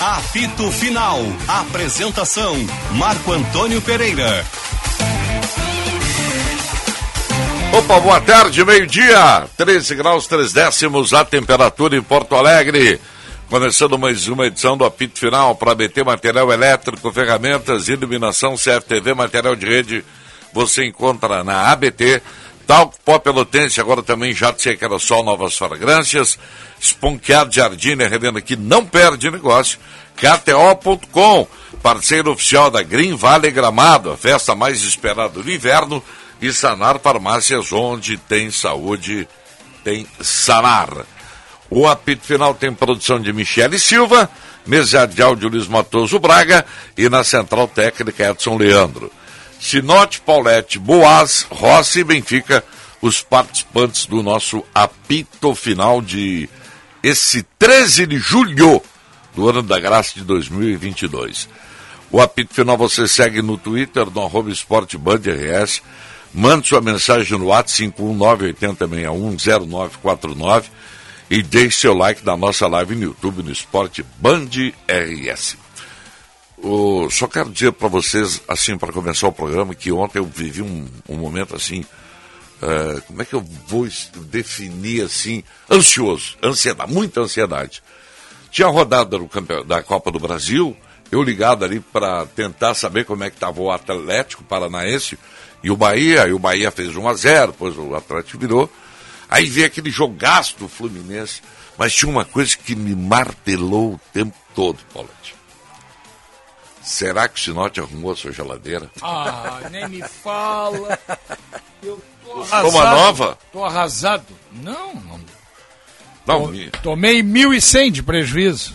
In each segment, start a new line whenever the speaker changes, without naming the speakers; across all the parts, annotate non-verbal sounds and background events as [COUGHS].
Apito Final. Apresentação: Marco Antônio Pereira.
Opa, boa tarde, meio-dia. 13 graus, 3 décimos a temperatura em Porto Alegre. Começando mais uma edição do apito final para BT Material Elétrico, Ferramentas, Iluminação, CFTV, Material de Rede. Você encontra na ABT, Talco Pó Pelotense, agora também Jato Sequeira Sol, Novas Fragrâncias, Esponqueado Jardine, revenda que não perde negócio, KTO.com, parceiro oficial da Green Vale Gramado, a festa mais esperada do inverno, e Sanar Farmácias, onde tem saúde, tem Sanar. O apito final tem produção de Michele Silva, mesa de áudio Luiz Matoso Braga e na central técnica Edson Leandro. Sinote, Paulette, Boas, Rossi e Benfica, os participantes do nosso apito final de esse 13 de julho do ano da graça de 2022. O apito final você segue no Twitter, no arroba Esporte Band RS, Mande sua mensagem no um WhatsApp 51980610949 e deixe seu like na nossa live no YouTube, no Esporte Band RS. O- só quero dizer para vocês, assim, para começar o programa, que ontem eu vivi um, um momento assim. eh, como é que eu vou es- definir assim? Ansioso, ansiedade, muita ansiedade. Tinha a rodada do campe- da Copa do Brasil, eu ligado ali para tentar saber como é que estava o Atlético Paranaense e o Bahia, e o Bahia fez 1 a 0 depois o Atlético virou. Aí veio aquele jogaço do Fluminense, mas tinha uma coisa que me martelou o tempo todo, Paulette. Será que o Sinote arrumou a sua geladeira?
Ah, nem me fala. Eu tô arrasado.
Toma nova?
Tô arrasado. Não, não.
Não, me-
Tomei 1.100
[LAUGHS]
de prejuízo.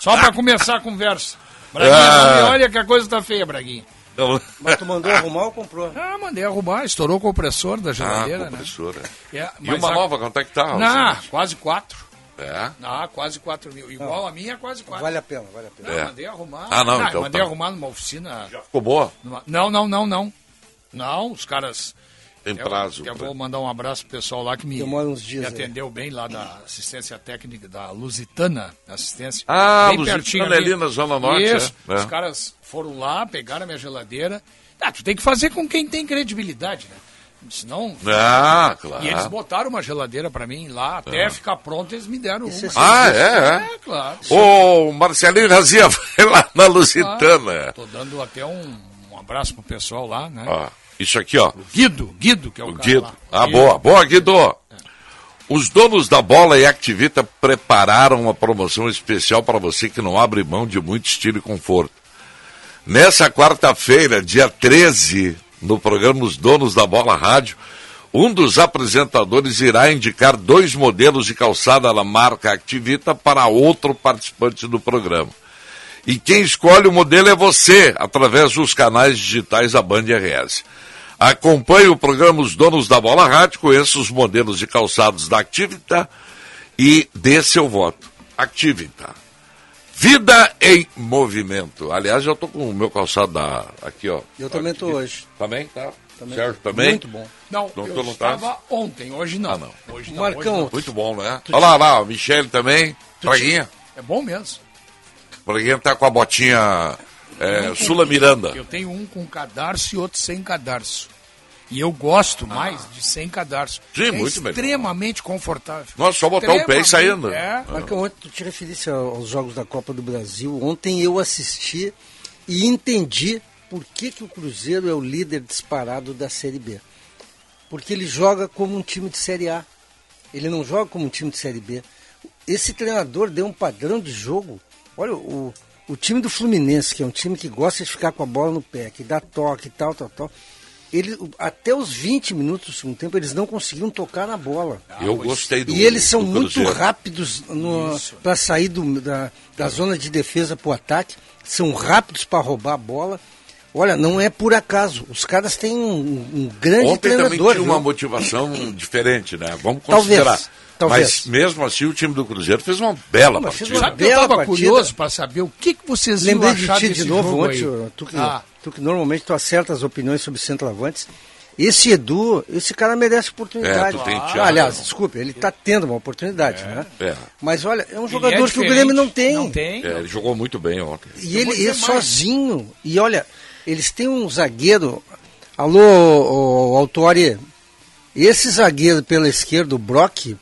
Só pra começar a conversa. Braguinha,
Ah.
não me olha que a coisa tá feia, Braguinha.
não.
Mas tu mandou arrumar ou comprou?
Ah, mandei arrumar, estourou o compressor da
Ah,
geladeira, né?
compressora.
É,
E
mas
uma
a-
nova, quanto é que tá?
Não,
Alcino?
quase quatro.
É?
Ah, quase quatro mil. Igual a minha, quase quatro.
Vale a pena, vale a pena.
Não,
É.
mandei arrumar.
Ah, não,
eu
então
mandei
tá.
arrumar numa oficina.
Ficou boa?
numa- Não, não, não, não. Não, os caras.
Tem
Eu-
prazo.
Eu, vou mandar um abraço pro pessoal lá que me,
Demora uns dias é.
me
aí.
atendeu bem lá da assistência técnica da Lusitana Assistência.
Ah,
bem
Lusitana
pertinho
é ali na Zona Norte,
Isso.
é, é.
Os caras foram lá, pegaram a minha geladeira. Ah, tu tem que fazer com quem tem credibilidade, né? Senão.
Ah, claro.
E eles botaram uma geladeira pra mim lá, até ficar pronto, eles me deram
Isso é
uma.
Ah, é, é.
É, claro.
Ô, Marcelinho Razia [LAUGHS] vai lá na Lusitana.
Tô dando até um, um abraço pro pessoal lá, né?
Ó, isso aqui, ó.
Guido, Guido, que é o,
O
cara
Guido.
lá.
Ah,
Guido. É,
boa. Boa, Guido. Os donos da bola e Activita prepararam uma promoção especial para você que não abre mão de muito estilo e conforto. Nessa quarta-feira, dia 13, no programa Os Donos da Bola Rádio, um dos apresentadores irá indicar dois modelos de calçada da marca Activita para outro participante do programa. E quem escolhe o modelo é você, através dos canais digitais da Band RS. Acompanhe o programa Os Donos da Bola Rádio, conheça os modelos de calçados da Activita e dê seu voto. Activita. Vida em movimento. Aliás, eu tô com o meu calçado da, aqui, ó.
Eu também tô hoje.
Também, tá?
Também.
Sérgio também?
Muito bom.
Não,
Não,
eu
tu não tá?
estava ontem, hoje não.
Ah, não.
Hoje não, hoje
Marcão,
Muito bom, né? Olha lá, lá, o Michele também. Braguinha.
não. É bom mesmo.
Braguinha tá com a botinha é, Sula Miranda.
Eu tenho um com cadarço e outro sem cadarço. E eu gosto mais de sem cadarço.
Ah. Sim,
é
muito melhor.
extremamente confortável.
Nossa, só botar o pé e sair andando.
É.
Marcão, ontem tu te referiste ao- aos jogos da Copa do Brasil. Ontem eu assisti e entendi por que, que o Cruzeiro é o líder disparado da Série B. Porque ele joga como um time de Série A. Ele não joga como um time de Série B. Esse treinador deu um padrão de jogo. Olha, o, o time do Fluminense, que é um time que gosta de ficar com a bola no pé, que dá toque e tal, tal, tal. Ele, o- até os 20 minutos do segundo tempo, eles não conseguiam tocar na bola.
Eu gostei do
Ah, E eles são
do
muito
Cruzeiro.
rápidos para sair do- da, da zona de defesa para o ataque, são rápidos para roubar a bola. Olha, não é por acaso. Os caras têm um, um grande
Ontem também
treinador.
tinha uma
viu? [COUGHS]
motivação diferente, né? Vamos
né? Talvez,
considerar. Mas
talvez.
mesmo assim, o time do Cruzeiro fez uma bela
Mas fez
partida.
uma
Sabe que eu
bela
estava
partida.
curioso para saber o que, que vocês iam
Lembrei de
achar
ti
desse
de novo
jogo
ontem,
aí.
tu que,
Ah,
tu que normalmente tu acerta as opiniões sobre centroavantes. Esse Edu, esse cara merece oportunidade.
É, tu tem
Ah,
Thiago.
Aliás, desculpe, ele está tendo uma oportunidade, né?
É.
Mas olha, é um
Ele
jogador que o
diferente.
Grêmio não tem.
Não tem.
É, ele jogou muito bem ontem.
E
Eu vou
ele é
dizer mais.
sozinho. E olha, eles têm um zagueiro. Alô, ô, ô, Autori. Esse zagueiro pela esquerda, o Brock,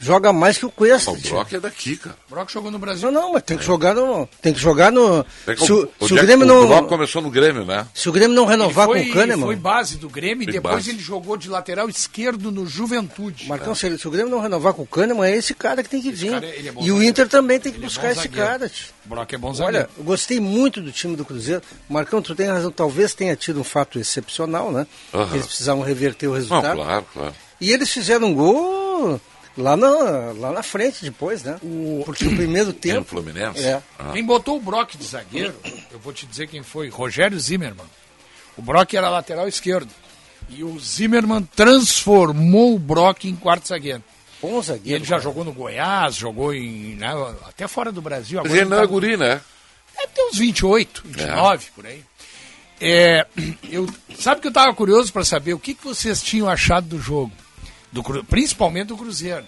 joga mais que o Cuesta.
O
tio.
Brock é daqui, cara.
O Brock jogou no
Não,
Brasil.
não, mas tem que jogar no. Tem que jogar no.
Até que
Se, o- se
onde
o
é que
Grêmio
o Brock
não.
começou no Grêmio, né?
Se o Grêmio não
Ele
renovar
foi,
com o Kahneman.
foi base do Grêmio e
Foi
depois
base.
ele jogou de lateral esquerdo no Juventude.
Marcão, se, ele- se o Grêmio não renovar com o Kahneman, é esse cara que tem que vir.
cara, ele é bom
e o
zagueiro.
Inter também tem que
Ele é
buscar
bom
esse
zagueiro.
cara. tio.
O Brock é bom
Olha,
zagueiro.
eu gostei muito do time do Cruzeiro. Marcão, tu tem razão, talvez tenha tido um fato excepcional, né?
Aham.
Eles precisavam reverter o
Não,
resultado.
claro, claro.
E eles fizeram um gol lá na, lá na frente depois, né? Porque o [CLEARS THROAT] É, primeiro
Tem o
tempo.
Fluminense?
É.
Ah.
Quem botou o Brock de zagueiro, eu vou te dizer quem foi, Rogério Zimmermann. O Brock era lateral esquerdo. E o Zimmermann transformou o Brock em quarto zagueiro.
Bom
E
zagueiro.
ele já
cara.
jogou no Goiás, jogou em né, até fora do Brasil.
Mas
Agora
ele não
tá-
é guri, né? É.
Deve ter uns 28, 29, por aí. É, eu, sabe que eu estava curioso para saber o que, que vocês tinham achado do jogo, do, Cru- principalmente do Cruzeiro.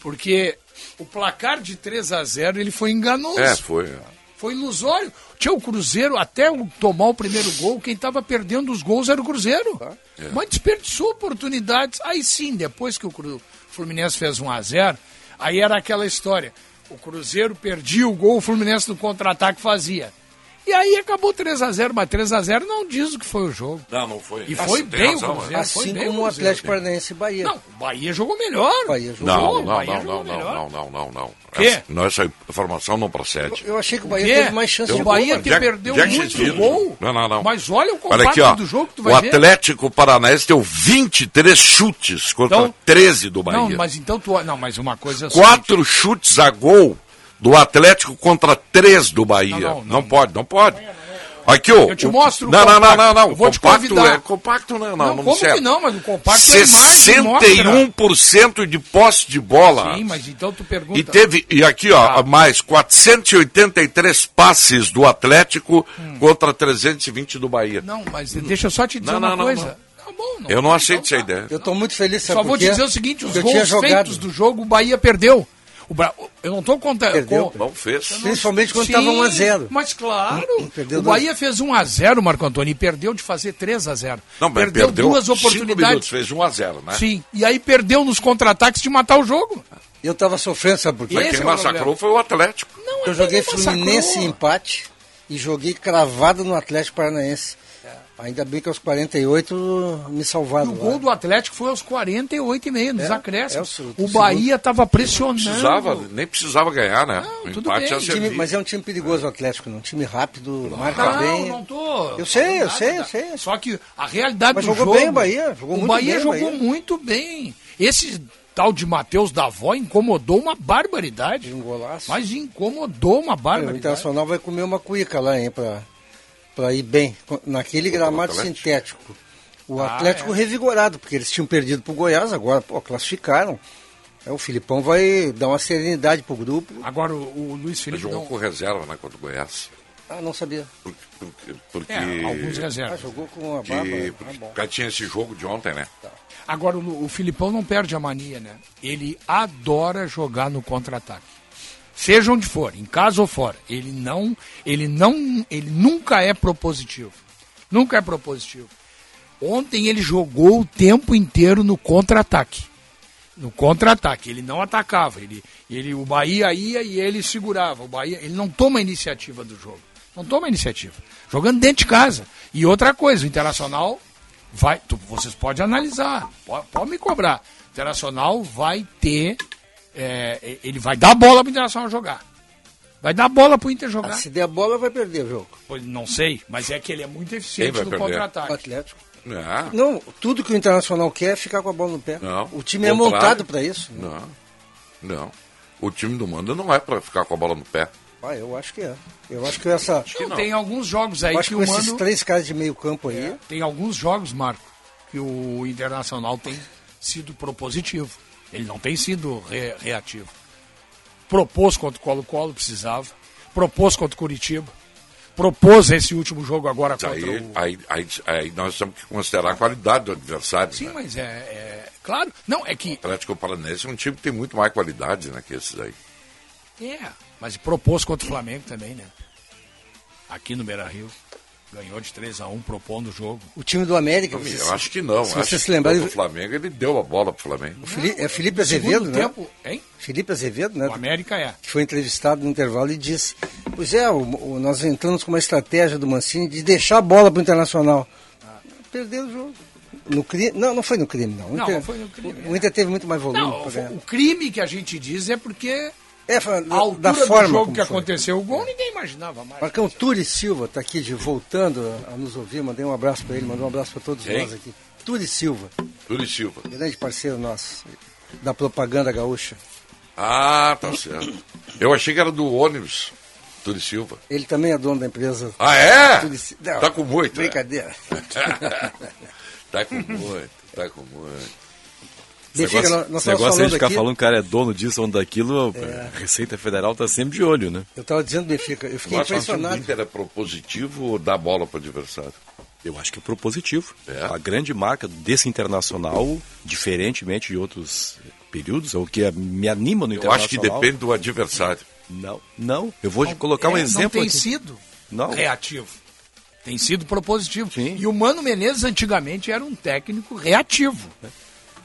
Porque o placar de 3 a 0 ele foi enganoso.
É, foi.
Foi ilusório. Tinha o Cruzeiro, até o- tomar o primeiro gol, quem estava perdendo os gols era o Cruzeiro.
Tá.
É.
Mas desperdiçou oportunidades. Aí sim, depois que o Cru- Fluminense fez 1 a 0 aí era aquela história. O Cruzeiro perdia o gol, o Fluminense no contra-ataque fazia. E aí acabou 3 a 0 mas 3 a 0 não diz o que foi o jogo.
Não, não foi.
E foi
Assim, tem
bem
razão,
o Cruzeiro.
né?
foi
Assim
bem
como o
o
Atlético
Cruzeiro.
Paranaense e Bahia.
Não, o Bahia jogou melhor.
O Bahia jogou.
Não,
o
não,
Bahia
não,
jogou
não,
melhor.
não, não, não, não.
Quê?
Essa- Não, essa informação não procede.
Eu achei que o Bahia
Quê?
teve mais chance de
O Bahia
gol. né?
que
cara.
Jack-
perdeu
Jack
muito
Sheffield.
gol.
Não, não, não.
Mas olha o
Olha
compacto
aqui, ó.
do jogo que tu
o
vai ver.
Atlético Paranaense deu 23 chutes contra
Então-
13 do Bahia.
Não, mas então tu. Não, mas uma coisa é o seguinte,
Quatro chutes a gol do Atlético contra três do Bahia. Não,
Não, não, não.
pode, não pode. Aqui, ó.
Eu te
o-
mostro o
Não, não, não,
compacto.
não, não.
Eu vou te
compacto
convidar.
é compacto não, não,
Não,
não
como
serve.
que não? Mas o compacto é imagem,
61% de posse de bola.
Sim, mas então tu pergunta. Tá.
E teve, e aqui ó, mais 483 passes do Atlético contra 320 do Bahia.
Não, mas deixa eu só te dizer
Não, não,
uma
não,
coisa. Tá bom, não.
Eu não aceito
Então
essa
tá.
ideia.
Eu estou muito feliz, sabe
Só vou
por
te
quê?
dizer o seguinte: os
Porque eu tinha
gols feitos
jogado.
do jogo, o Bahia perdeu. O Bra- Eu não tô contando.
Perdeu.
Não fez.
Principalmente quando
Sim,
estava 1 a 0
Mas claro,
Hum, Perdeu
o
dois.
Bahia fez 1 a 0 Marco Antônio, e perdeu de fazer 3 a 0
Não, mas
perdeu, duas
cinco minutos,
oportunidades.
fez 1 a 0, né?
Sim, e aí perdeu nos contra-ataques de matar o jogo.
Eu estava sofrendo, sabe por quê?
Mas
Esse
quem
é o
massacrou
problema.
foi o Atlético.
Não,
Eu
é
joguei
que ele
Fluminense
massacrou.
em empate e joguei cravado no Atlético Paranaense. Ainda bem que aos 48 me
E
salvaram.
o
lá.
gol do Atlético foi aos 48 e meio, nos
É,
acréscimos.
é o
o
segundo.
Bahia estava pressionando.
Precisava, nem precisava ganhar, né?
Não,
o
tudo
empate
bem.
já
Time-
Time-
servia.
mas é um time perigoso o Atlético, não? Um time rápido, marca
tá- Não,
bem.
não tô.
Eu sei, eu
falando
sei, eu
nada.
sei.
Só que a realidade
Mas
do
jogou
jogo.
bem o Bahia, jogou
o
muito
Bahia
bem o
jogou
Bahia.
muito bem. Esse tal de Matheus Davó incomodou uma barbaridade.
Um golaço.
Mas incomodou uma
o
barbaridade.
Internacional vai comer uma cuica lá, hein, pra, pra ir bem. Co- Naquele gramado
Atlético?
sintético. O
Ah,
Atlético
é.
revigorado, porque eles tinham perdido pro Goiás, agora, pô, classificaram. É, o Filipão vai dar uma serenidade pro grupo.
Agora o, o Luiz
Mas
Felipe
jogou
não.
um com reserva, né? Contra o Goiás.
Ah, não sabia.
Por- por- Porque.
É, alguns Tá
Ah,
reservas.
jogou com a barba.
que,
Ah,
porque
bom.
o cara tinha esse jogo de ontem, né?
Tá. Agora o, Lu- o Filipão não perde a mania, né? Ele adora jogar no contra-ataque. Seja onde for, em casa ou fora, ele não, ele não, ele nunca é propositivo. Nunca é propositivo. Ontem ele jogou o tempo inteiro no contra-ataque. No contra-ataque, ele não atacava, ele, ele o Bahia ia e ele segurava. O Bahia, ele não toma a iniciativa do jogo. Não toma a iniciativa. Jogando dentro de casa. E outra coisa, o Internacional vai, tu- vocês podem analisar, pode, pode me cobrar. O Internacional vai ter é, ele vai dar a bola pro Internacional jogar. Vai dar a bola pro Inter
Ah,
jogar.
se der a bola, vai perder o jogo.
Pois não sei, mas é que ele é muito eficiente
Quem vai
no
perder?
O
contra-ataque.
Atlético.
Não.
Não, tudo que o Internacional quer é ficar com a bola no pé.
Não.
o time é
Contrário.
montado para isso.
Não. Não. O time do Manda não é pra ficar com a bola no pé.
Ah, eu acho que é. Eu acho que essa.
Não, Tem alguns jogos aí
Eu acho
que
que
o
com esses
Mano.
três caras de meio campo aí.
Tem alguns jogos, Marco, que o Internacional tem sido propositivo. Ele não tem sido re- reativo. Propôs contra o Colo-Colo, precisava. Propôs contra o Curitiba. propôs esse último jogo agora É contra
Tá Aí,
o...
aí, aí, aí nós temos que considerar a qualidade do adversário.
Sim,
né?
mas é, é- Claro, não, é que.
O Atlético Paranaense é um time que tem muito mais qualidade né, que esses aí.
É, mas propôs contra o Flamengo também, né? Aqui no Beira Rio. Ganhou de 3 a 1 propondo o jogo.
O time do América. vocês-
Eu acho que não.
Se
acho
você se
que
lembrar,
contra O Flamengo, ele deu a bola pro Flamengo.
o Fili- é Felipe
No
Azevedo,
segundo
né?
tempo, hein?
Felipe Azevedo, né?
O América é.
que foi entrevistado no intervalo e disse: Pois é, o- o- nós entramos com uma estratégia do Mancini de deixar a bola para o Internacional. Perdeu o jogo. No crime, não, não foi no crime, não. O
Não,
Inter,
não foi no crime, né?
O, o Inter teve muito mais volume.
Não,
pra
é.
ganhar.
o crime que a gente diz é porque
é, foi
a altura
da
do
forma
jogo
como
que
foi.
aconteceu o gol, ninguém imaginava mais.
Marcão Turi Silva está aqui de, voltando a, a nos ouvir. Mandei um abraço para ele, mandei um abraço para todos
Quem?
nós aqui. Turi Silva,
Turi Silva.
grande parceiro nosso da propaganda gaúcha.
Ah, tá certo. Eu achei que era do ônibus, Turi Silva. [LAUGHS]
Ele também é dono da empresa.
Ah, é?
Turi Si- Não,
tá com muito.
é.
né?
[LAUGHS]
Brincadeira.
tá com muito, tá com muito.
negócio,
Benfica, nós- nós
esse negócio
estávamos
aí de ficar
aqui- É.
falando que o cara é dono disso, dono daquilo, é, a Receita Federal tá sempre de olho, né?
Eu estava dizendo Benfica, eu fiquei
Eu acho que o
impressionado.
Inter é propositivo ou dá bola pro adversário?
Eu acho que é propositivo.
É.
A grande marca desse internacional, diferentemente de outros períodos, é o que me anima no
Eu
internacional.
acho que depende do adversário.
Não, não. Eu vou te colocar um
É, Não
exemplo
tem
aqui.
sido
Não.
reativo. Tem sido propositivo.
Sim.
E o Mano Menezes antigamente era um técnico reativo.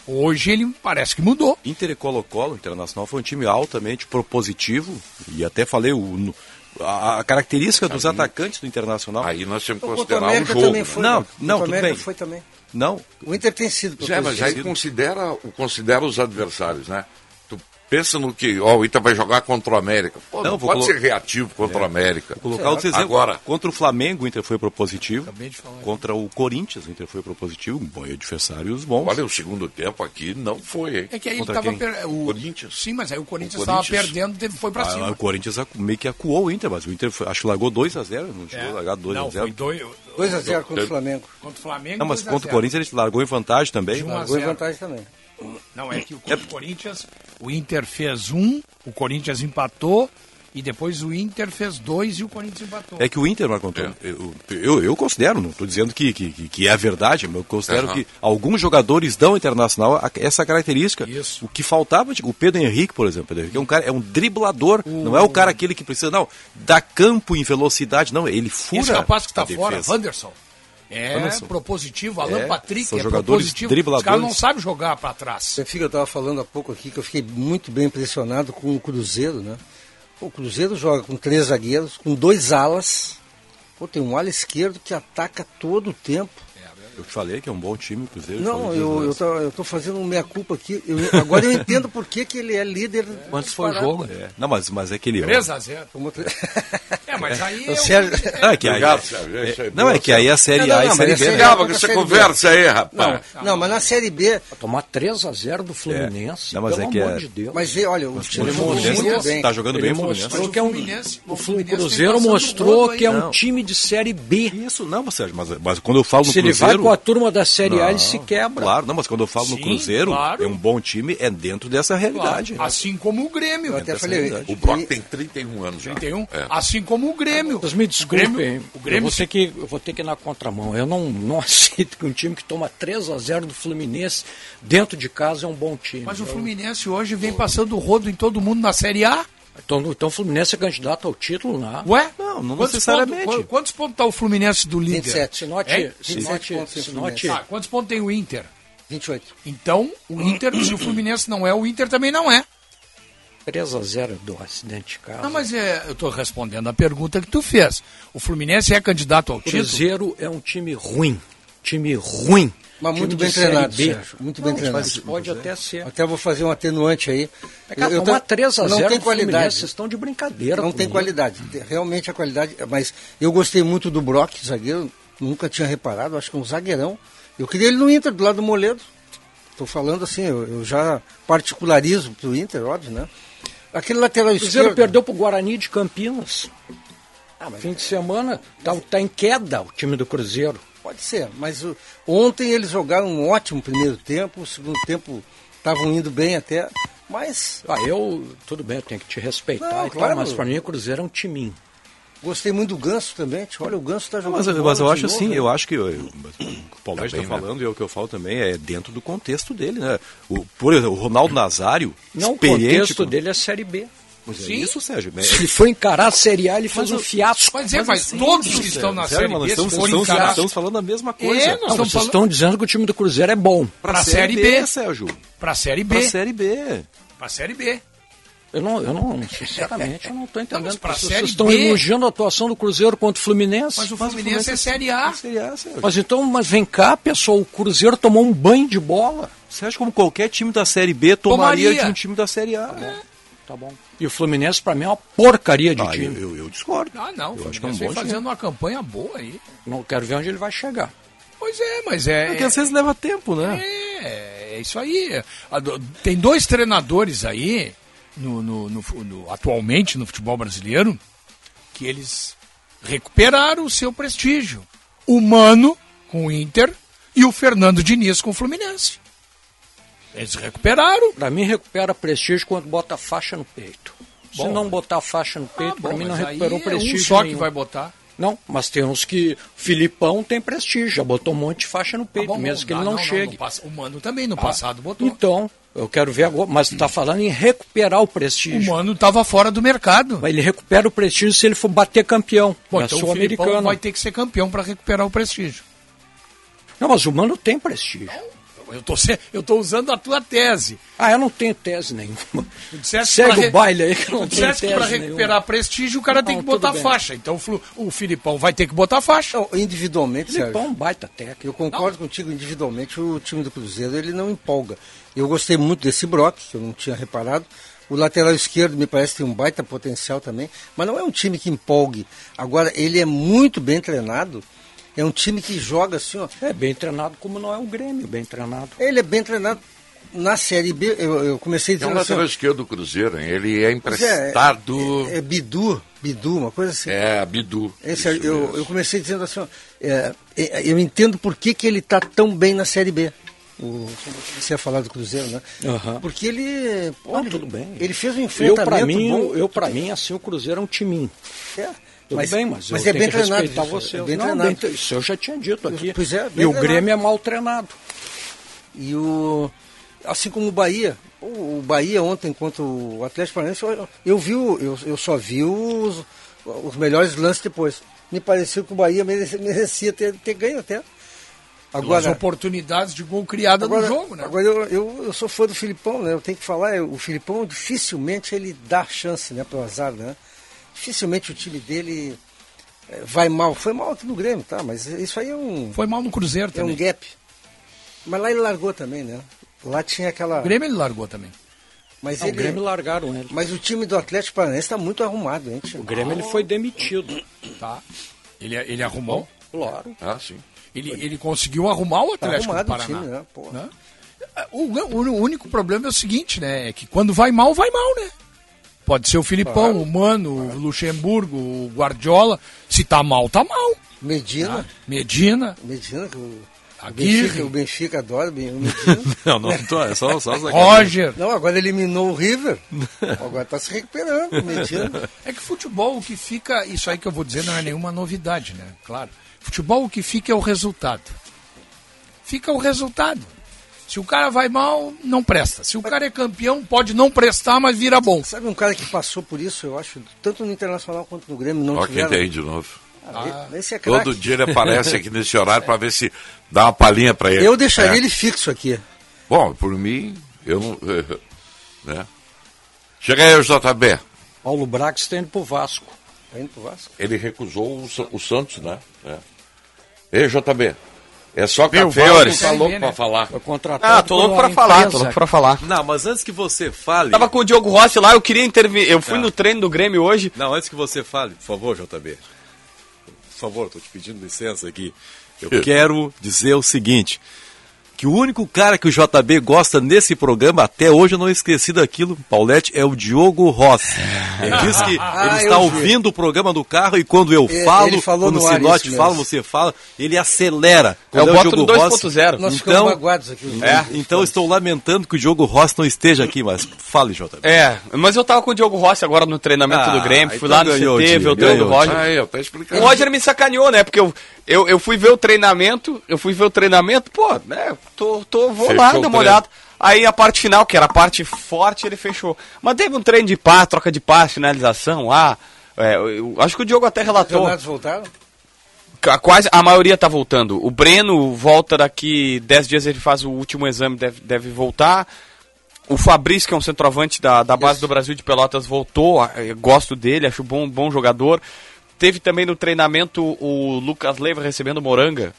Hoje ele parece que mudou.
Inter e Colo-Colo, Internacional, foi um time altamente propositivo. E até falei, o, no- a, a característica dos atacantes do Internacional.
Aí nós temos que
O Copa
considerar o
América
jogo.
também
né?
foi.
Não,
né? O
não,
Copa
tudo bem.
América foi também.
Não,
O Inter tem sido
Já, É, mas aí
propositivo.
considera, o- considera os adversários, né? Tu pensa no que, ó, o Ita vai jogar contra o América. Pô,
Não,
não,
vou
pode
colo- É.
ser reativo contra o América.
Vou colocar outros exemplos.
Agora.
Contra o Flamengo, o Inter foi propositivo.
Acabei de falar.
Contra o Corinthians, o Inter foi propositivo. Um Bom, e adversários bons.
Olha, o segundo tempo aqui não foi, hein?
É que aí
Contra
ele
quem?
estava per... o
Corinthians.
Sim, mas aí o Corinthians
O
estava
Corinthians.
perdendo, teve foi para
Ah,
cima.
o Corinthians acu- meio que acuou o Inter, mas o Inter foi- acho que largou 2x0, não chegou
É.
a largar
Não, foi
2x0.
2
2x0 contra o Flamengo.
contra o Flamengo.
Não, mas
2 a
contra o
0.
Corinthians ele largou em vantagem também.
De um a
Boa
zero.
vantagem também.
Não, é que o contra o Corinthians, o Inter fez um, o Corinthians empatou, e depois o Inter fez dois e o Corinthians empatou.
É que o Inter, Marco Antônio, eu, eu, eu considero, não estou dizendo que, que, que- que é a verdade, mas eu considero
Aham.
que alguns jogadores dão ao internacional a- essa característica.
Isso.
O que faltava, tipo, o Pedro Henrique, por exemplo, Pedro Henrique é um cara, é um driblador, não é o cara aquele que precisa, não, dá campo em velocidade, não, ele fura
Esse rapaz que
a
tá
está
defesa.
fora, Wanderson. É
Wanderson.
propositivo, Alan
É,
Patrick
são
é
jogadores
propositivo.
dribladores.
Os caras não sabem jogar para trás.
Benfica, eu estava falando há pouco aqui que eu fiquei muito bem impressionado com o Cruzeiro, né? O Cruzeiro joga com três zagueiros, com dois alas. Pô, tem um ala esquerdo que ataca todo o tempo.
Eu te falei que é um bom time, o Cruzeiro.
Não,
falei
eu,
disso,
eu,
né?
tô, eu tô fazendo um meia-culpa aqui. Eu- agora eu entendo por que, que ele é líder.
Quantos foi o jogo? É. Não, mas, mas é que ele...
3 a 0
Tomou tre-
É, mas
[LAUGHS]
aí.
O
é o-
Sérgio-
é,
Ah, é que aí-
Obrigado, Sérgio. um- É
é-
isso aí,
não,
boa,
é que aí a Série
Não,
A
não,
e a
não,
Série
mas
B...
é
né?
Série A.
Acaba com essa conversa aí,
Não,
rapaz.
não, mas na Série B
Tomar 3 a 0 do Fluminense,
Não, mas
pelo
é que
amor
é-
de Deus.
Mas vê, olha, o time
O
jogou muito
Fluminense
bem.
está jogando bem, o Fluminense.
mostrou que é um. Fluminense,
o
Fluminense
Cruzeiro
vem passando
mostrou
rodo aí.
que é um
Não.
time de Série B.
Isso, não, mas, Sérgio, mas, mas quando eu falo no
Se ele
Cruzeiro...
vai com a turma da Série A, ele
Não,
se quebra.
Claro, não, mas quando eu falo
Sim,
no Cruzeiro,
claro.
é um bom time, é dentro dessa realidade.
Claro, Assim como o Grêmio.
Eu até
Essa
falei.
realidade.
O Brock tem 31 anos já.
31.
É.
Ah,
Assim como o Grêmio.
Vocês me
O
desculpem,
Grêmio, o Grêmio
eu, vou ter que, eu vou ter que ir na contramão. Eu não, não [LAUGHS] aceito que um time que toma 3 a 0 do Fluminense dentro de casa é um bom time.
Mas o
Eu-
Fluminense hoje vem passando rodo em todo mundo na Série A.
então, então o Fluminense é candidato ao título lá.
Ué?
Ah. Não, não
Quantos
necessariamente.
pontos- qu- quantos pontos está o Fluminense do líder?
27.
Sinote,
Hein?
Sinote,
27 pontos em
Sinote.
Fluminense.
Ah, quantos pontos tem o Inter?
28.
Então, o Inter, se o Fluminense não é, o Inter também não é.
3 a 0 do acidente de casa.
Não, mas é, eu estou respondendo a pergunta que tu fez. O Fluminense é candidato ao
O
título?
Cruzeiro é um time ruim. Time ruim.
Mas
time
muito
de
bem
Série
treinado,
B.
Sérgio. Muito bem treinado.
Mas pode até ser.
Até vou fazer um atenuante aí.
É, cara,
Eu- eu
tomar
tô-
3 a 0
Não tem
do Fluminense, é
qualidade.
Vocês estão de brincadeira.
Não tem
comigo.
qualidade. Tem- Realmente a qualidade. Mas eu gostei muito do Brock, zagueiro. Nunca tinha reparado. Acho que é um zagueirão. Eu queria ele no Inter, do lado do Moledo. Estou falando assim, eu, eu já particularizo pro Inter, óbvio, né? Aquele lateral
O Cruzeiro
esquerdo.
perdeu pro Guarani de Campinas. Ah, Fim de semana, tá, tá em queda o time do Cruzeiro.
Pode ser, mas o- ontem eles jogaram um ótimo primeiro tempo, o segundo tempo estavam indo bem até, mas
Ah, eu, tudo bem, eu tenho que te respeitar,
Não,
e tal,
claro.
mas pra mim o Cruzeiro é um timinho.
Gostei muito do Ganso também. tio. Olha, o Ganso está jogando.
Mas, eu-
bola
mas eu
de
acho
novo,
assim,
né?
eu acho que eu- eu- o Palmeiras
Tá bem,
está
né?
falando e é o que eu falo também, é dentro do contexto dele, né? O, por exemplo, o Ronaldo Nazário,
Não, o
experiente,
contexto
com-
dele é Série B.
Pois é, isso, Sérgio. né?
Se ele foi encarar a Série A, ele fez um fiasco. assim,
Mas é, mas todos que estão na
assim, Sério,
Série
mas nós
B, se
estamos,
forem
estamos-
encarar
estamos falando a mesma coisa.
É, nós
Não,
estamos
vocês
falando-
estão dizendo que o time do Cruzeiro é bom.
pra Série B. é,
Sérgio.
para a Série
Pra
B,
Série B.
para a Série B.
Eu não, eu não, sinceramente, eu não estou
Não, [LAUGHS] mas
entendendo.
pra
Vocês
Série
estão
B.
elogiando a atuação do Cruzeiro contra o Fluminense.
Mas o Fluminense é Série A.
Série A, Sérgio.
Mas então, mas vem cá, pessoal, o Cruzeiro tomou um banho de bola.
Você acha como qualquer time da Série B tomaria,
Tomaria.
de um time da Série A? né?
Tá bom. E o Fluminense, pra mim, é uma porcaria de
Ah, eu,
time.
eu- eu discordo.
Ah, não, o
Eu acho que é um
Fluminense
bom
vem
time.
fazendo uma campanha boa aí.
Não quero ver onde ele vai chegar.
Pois é, mas é...
Porque às vezes leva tempo, né?
É, é isso aí. A do- Tem dois treinadores aí, no, no- no fu- no- atualmente no futebol brasileiro, que eles recuperaram o seu prestígio. O Mano com o Inter e o Fernando Diniz com o Fluminense. Eles recuperaram.
Pra mim, recupera prestígio quando bota faixa no peito. Se
Bom,
não botar faixa no peito,
Ah,
pra
bom,
mim não
mas
recuperou
aí é
prestígio.
Um só que
nenhum.
vai botar.
Não, mas tem uns que. Filipão tem prestígio, já botou um monte de faixa no
Tá
peito,
bom,
mesmo que
dá,
ele não, chegue. Ah,
no passa- o Mano também no passado botou.
Então, eu quero ver agora. Mas está falando em recuperar o
O
prestígio.
Mano estava fora do mercado.
Mas ele recupera o prestígio se ele for bater campeão
Bom,
na
então o Filipão
Sul-Americana.
vai ter que ser campeão para recuperar o prestígio.
Não, mas o Mano tem prestígio.
Eu tô, se- eu tô usando a tua tese.
Ah, eu não tenho tese nenhuma.
dissesse
Segue
pra
o
re-
baile aí que eu não tenho
Tu dissesse
tese
que para
nenhuma.
recuperar prestígio o cara
Não,
tem que
tudo
botar
bem.
faixa. Então o, Flu- o Filipão vai ter que botar faixa.
Não, individualmente,
Filipão é
Sérgio.
um baita técnico.
Eu concordo contigo individualmente, o time do Cruzeiro ele não empolga. Eu gostei muito desse Brock, que eu não tinha reparado. O lateral esquerdo me parece que tem um baita potencial também, mas não é um time que empolgue. Agora, ele é muito bem treinado, é um time que joga assim, ó.
É bem treinado, como não é o Grêmio, bem treinado.
Ele é bem treinado. Na Série B, eu, eu
É
comecei
um
dizendo assim, ó,
lateral esquerdo do Cruzeiro, hein? Ele é
mas é-
emprestado.
É, é Bidu, Bidu, uma coisa assim.
É, Bidu.
Esse,
Isso
eu,
mesmo.
eu comecei dizendo assim, ó, é, é, eu entendo por que, que ele está tão bem na Série B. O, você ia falar do Cruzeiro, né?
Aham.
Porque ele. pô,
Ah,
ele-
tudo bem.
Ele fez um
Eu,
enfrentamento
para mim,
bom.
eu, pra mim, assim, o Cruzeiro é um timinho.
É,
Tudo bem, mas, eu
é
tenho
bem
que
treinado.
respeitar
isso,
você.
é bem
Não,
treinado.
bem tre- isso eu já tinha dito aqui.
Pois é,
e
bem
o
treinado.
Grêmio é mal treinado.
E o. Assim como o Bahia. O o Bahia ontem contra o Atlético Paranaense, eu, eu vi o- eu, eu só vi os, os melhores lances depois. Me pareceu que o Bahia merecia, merecia ter, ter ganho até.
As oportunidades de gol criada no jogo, né?
Agora eu, eu, eu sou fã do Filipão, né? Eu tenho que falar, é, o Filipão dificilmente ele dá chance, né, pro azar, né? Dificilmente o time dele é, vai mal. Foi mal aqui no Grêmio, tá? Mas isso aí é um,
Foi mal no Cruzeiro
é
também.
um gap. Mas lá ele largou também, né? Lá tinha aquela.
O Grêmio ele largou também.
Mas,
Ah, O
ele,
Grêmio largaram ele.
mas o time do Atlético Paranaense tá muito arrumado, hein,
O
time?
Grêmio ele foi demitido.
Tá? Ele, ele Ah, arrumou.
Claro.
Ah, sim.
Ele, ele conseguiu arrumar o
Tá
Atlético do
arrumado o
Paraná.
time, né? Pô.
Né? O, o- o único problema é o seguinte, né? É que quando vai mal, vai mal, né? Pode ser o Filipão, o Mano, o Luxemburgo, o Guardiola. Se tá mal, tá mal. Ah,
Medina.
Medina,
Medina, que o, o
Aguirre.
Benfica, o Benfica adora bem o
[LAUGHS]
Medina.
Não, não, tô, é só,
[LAUGHS]
só
Roger.
Não, agora eliminou o River. [LAUGHS] Agora tá se recuperando, mentindo.
É que futebol o que fica, isso aí que eu vou dizer não é nenhuma novidade, né? Claro. Futebol o que fica é o resultado. Fica o resultado. Se o cara vai mal, não presta. Se o cara é campeão, pode não prestar, mas vira bom.
Sabe um cara que passou por isso, eu acho, tanto no Internacional quanto no Grêmio, não
Ó, quem
tiveram.
tem aí de novo.
Ah, Esse é craque.
Todo dia
[LAUGHS]
ele aparece
[LAUGHS]
aqui nesse horário para ver se dá uma palhinha para ele.
Eu deixaria
É.
ele fixo aqui.
Bom, por mim, eu não. [LAUGHS] Né? Chega aí, JB.
Paulo Brax está indo pro Vasco.
Tá indo pro Vasco?
Ele recusou o, Sa- o Santos, né? É. Ei, JB. É só
Meu,
café,
Vasco
Ores.
tá louco pra
falar.
Foi contratado.
Ah, tô
por
louco
uma
pra falar, tô
empresa.
louco pra falar. Tá
Não, mas antes que você fale.
Tava com o Diogo Rossi lá, eu queria intervir. Eu fui no treino do Grêmio hoje.
Não, antes que você fale, por favor, JB.
[LAUGHS]
Por favor, tô te pedindo licença aqui. Eu quero dizer o seguinte. que o único cara que o JB gosta nesse programa, até hoje eu não esqueci daquilo, Paulette, é o Diogo
[LAUGHS]
Rossi. Ele diz que ele está
Ah, eu vi.
ouvindo o programa do carro e quando eu
É,
falo,
ele falou
quando o
no ar
Sinote
isso
fala,
mesmo.
você fala, ele acelera.
É o
Quando
Bottom
Diogo Rossi-
2.0.
Nós ficamos
Então,
magoados aqui. os
é,
dois.
então estou lamentando que o Diogo Rossi não esteja aqui, mas fale, JB.
É, mas eu tava com o Diogo Rossi agora no treinamento
Ah,
do Grêmio,
aí
fui
tu
lá no
ganhou,
CT,
Di,
ver o treino
ganhou,
do Roger.
Ah, eu tá
O
explicando.
Roger me sacaneou, né? Porque eu, eu, eu fui ver o treinamento, eu fui ver o treinamento, pô, né? Tô, tô, vou
Fechou
lá,
o
dar uma
treino.
olhada. Aí a parte final, que era a parte forte, ele fechou. Mas teve um treino de pá, troca de passe, finalização, ah. é, eu- acho que o Diogo até
Então,
Os
relatou.
campeonatos voltaram?
Ca- Quase a maioria tá voltando. O Breno volta daqui 10 dias, ele faz o último exame, deve, deve voltar. O Fabrício, que é um centroavante da, da base do Brasil de Pelotas, voltou. a- eh, Gosto dele, acho bom, bom jogador. Teve também no treinamento o Lucas Leiva recebendo moranga.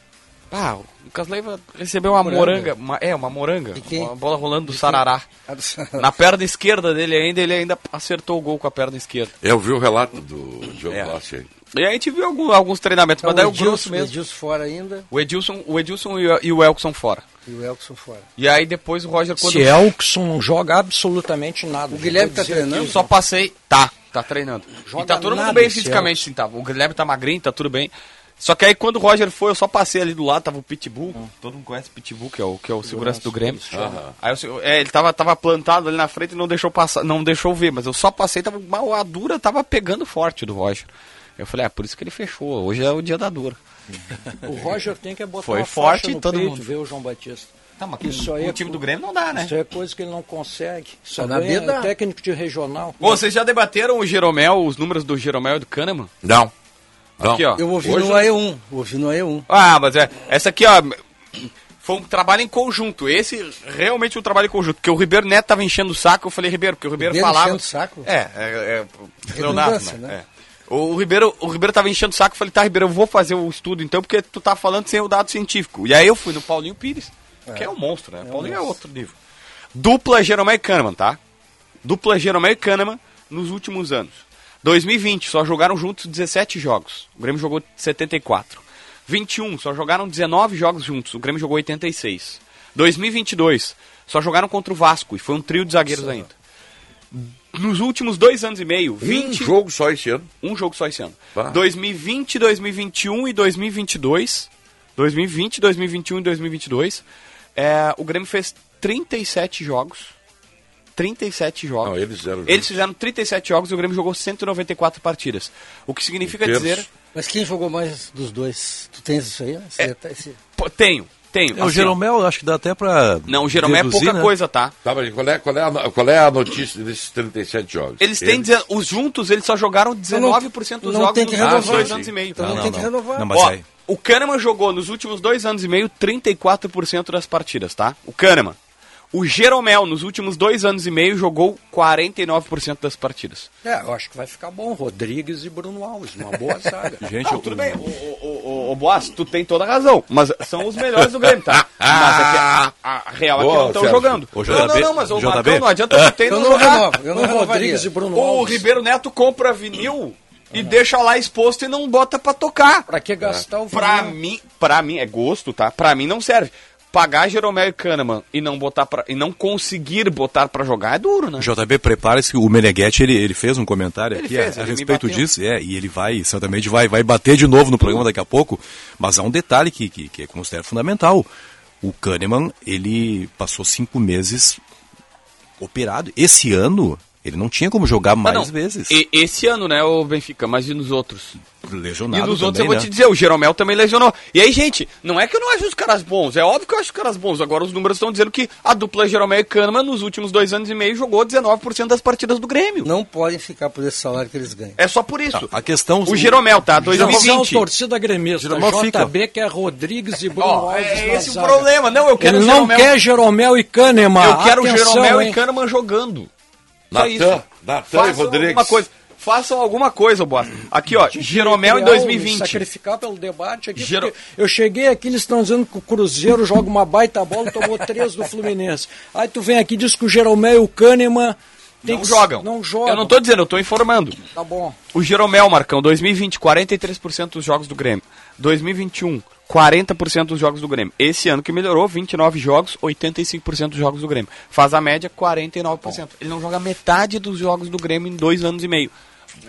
Ah, o Lucas Leiva recebeu uma moranga.
Moranga.
uma- é, uma moranga.
De quem?
Uma bola rolando do Sarará.
Ah, do Sarará.
Na perna esquerda dele ainda, ele ainda acertou o gol com a perna esquerda.
Eu vi o relato do
É.
Diogo Rossi aí.
E aí a gente viu algum- alguns treinamentos,
Então,
mas daí
o
o grosso
Edilson,
mesmo.
Edilson fora ainda
O Edilson, o Edilson e o- e o Elkson fora.
e o Elkson fora.
E aí depois o Roger quando
Se Elkson não joga absolutamente nada.
O Guilherme
Já
tá
vou dizer
treinando?
eu só passei, tá, tá treinando.
Joga
e tá todo mundo
nada
bem
esse
fisicamente, sim, tá. O Guilherme tá magrinho, tá tudo bem. Só que aí quando o Roger foi, eu só passei ali do lado, tava o Pitbull.
Hum.
Todo mundo conhece o Pitbull, que é o, que é o segurança do Grêmio. Aí eu, se- eu- é, ele tava, tava plantado ali na frente e não deixou passar, não deixou ver, mas eu só passei, tava mal a dura, tava pegando forte do Roger. Eu falei, ah, por isso que ele fechou. Hoje é o dia da dura.
O Roger tem que botar
Foi
uma
forte,
faixa no
todo
peito,
mundo.
ver o João Batista.
Tá, mas
Isso aí
o
é
time do
cu-
Grêmio não dá, né?
Isso é coisa que ele não consegue. Só
Tá na
ganha
vida.
técnico de regional.
Ô, vocês já debateram o Jeromel, os números do Jeromel e do Kahneman?
Não. Não.
Aqui, ó.
Eu ouvi
Hoje-
no AE1, ouvi no AE1.
Ah, mas é. Essa aqui, ó. Foi um trabalho em conjunto. Esse realmente um trabalho em conjunto. Porque o Ribeiro Neto tava enchendo o saco. Eu falei, Ribeiro, porque o Ribeiro,
Ribeiro
falava.
enchendo o saco?
É, é. é, é Leonardo, né?
Redundância, né?
É. O, o Ribeiro, o Ribeiro tava enchendo o saco. Eu falei, tá, Ribeiro, eu vou fazer o estudo então, porque tu tá falando sem o dado científico. E aí eu fui no Paulinho Pires, que é um monstro, né? Paulinho é outro nível. Dupla Jeromel e Kahneman, tá? Dupla Jeromel e Kahneman nos últimos anos. 2020, só jogaram juntos 17 jogos. O Grêmio jogou 74. 21, só jogaram 19 jogos juntos. O Grêmio jogou 86. 2022, só jogaram contra o Vasco. E foi um trio de zagueiros ainda. Nos últimos dois anos e meio,
Um
20
jogo só esse ano.
um jogo só esse ano.
Bah.
2020, 2021 e 2022. 2020, 2021 e 2022. É, o Grêmio fez 37 jogos. 37 jogos.
Não, eles fizeram
Eles fizeram 37 jogos e o Grêmio jogou 194 partidas. O que significa
Um terço.
dizer.
Mas quem jogou mais dos dois? Tu tens isso aí? Esse deta- esse-
Pô, tenho, tenho.
É, o
assim,
Jeromel, acho que dá até pra.
ó. Não, o Jeromel é
deduzir,
pouca
né?
coisa, tá?
Tá, mas qual é, qual, é a, no- qual é a notícia desses 37 jogos?
Eles têm. dezen- Os juntos, eles só jogaram 19% dos
não
jogos
tem que
nos últimos
renovar.
dois anos e meio.
Então
Não,
não,
Ah, não,
tem que
não.
renovar.
Não, mas-
Ó,
aí-
o Kahneman jogou nos últimos dois anos e meio 34% das partidas, tá? O Kahneman. O Jeromel, nos últimos dois anos e meio, jogou 49% das partidas.
É, eu acho que vai ficar bom. Rodrigues e Bruno Alves, uma [LAUGHS] boa zaga.
[LAUGHS] Gente,
Não,
eu-
tudo bem, ô, ô, ô, ô, ô, Boas, tu tem toda a razão, mas são os melhores do Grêmio,
[LAUGHS]
tá?
Ah,
Mas é que a, a real é que
Boa,
não estão
Sérgio.
jogando.
Ô,
não, não,
JB,
não, mas o
JB.
Marcão não adianta tu ter
Eu
não
não
jogar.
renovo, eu não renovaria.
Rodrigues e Bruno
O
Alves.
Ribeiro Neto compra vinil e deixa lá exposto e não bota pra tocar. É.
Pra que gastar o
Pra
vinil?
mim, pra mim, é gosto, tá? Pra mim não serve. Pagar Jeromel e Kahneman e não, botar pra, e não conseguir botar pra jogar é duro, né?
JB, prepare-se que o Meneghetti, ele, ele fez um comentário aqui
fez,
a, a
ele me
respeito
bateu.
disso, é, e ele vai, certamente vai, vai bater de novo no programa daqui a pouco, mas há um detalhe que, que, que eu considero fundamental. O Kahneman, ele passou cinco meses operado. Esse ano, ele não tinha como jogar mais
Ah, não.
vezes.
E- esse ano, né, o Benfica, mas e nos outros? E
Lesionado
nos
também,
outros eu vou
né?
te dizer, o Jeromel também lesionou. E aí, gente, não é que eu não acho os caras bons, é óbvio que eu acho os caras bons. Agora os números estão dizendo que a dupla Jeromel e Kahneman nos últimos dois anos e meio jogou 19% das partidas do Grêmio.
Não podem ficar por esse salário que eles ganham.
É só por isso.
A questão...
O Jeromel, tá?
Então, Não um são
2020.
torcida gremista.
Jeromel
JB
fica.
que é Rodrigues e Bruno
Ó,
Alves. na
é esse o
zaga.
problema. Não, eu quero
Ele
o
não
Jeromel.
quer Jeromel e Kahneman.
Eu quero o
Atenção,
Jeromel e
hein?
Kahneman jogando. Só
Natan, Natan e
Façam
Rodrigues.
alguma coisa. Façam alguma coisa, Bosta. Aqui, ó, Jeromel em
um
Real, me
2020.
Sacrificar é pelo debate aqui.
Jero-
porque Eu cheguei aqui, eles estão dizendo que o Cruzeiro joga uma baita bola
[LAUGHS]
e tomou três do Fluminense. Aí tu vem aqui e diz que o Jeromel e o Kahneman tem
Não
que-
jogam.
Não jogam.
Eu não tô dizendo, eu tô informando.
Tá bom.
O Jeromel, Marcão, 2020, 43% dos jogos do Grêmio. 2021, 40% dos jogos do Grêmio. Esse ano que melhorou, 29 jogos, 85% dos jogos do Grêmio. Faz a média 49%. Ele não joga metade dos jogos do Grêmio em dois anos e meio.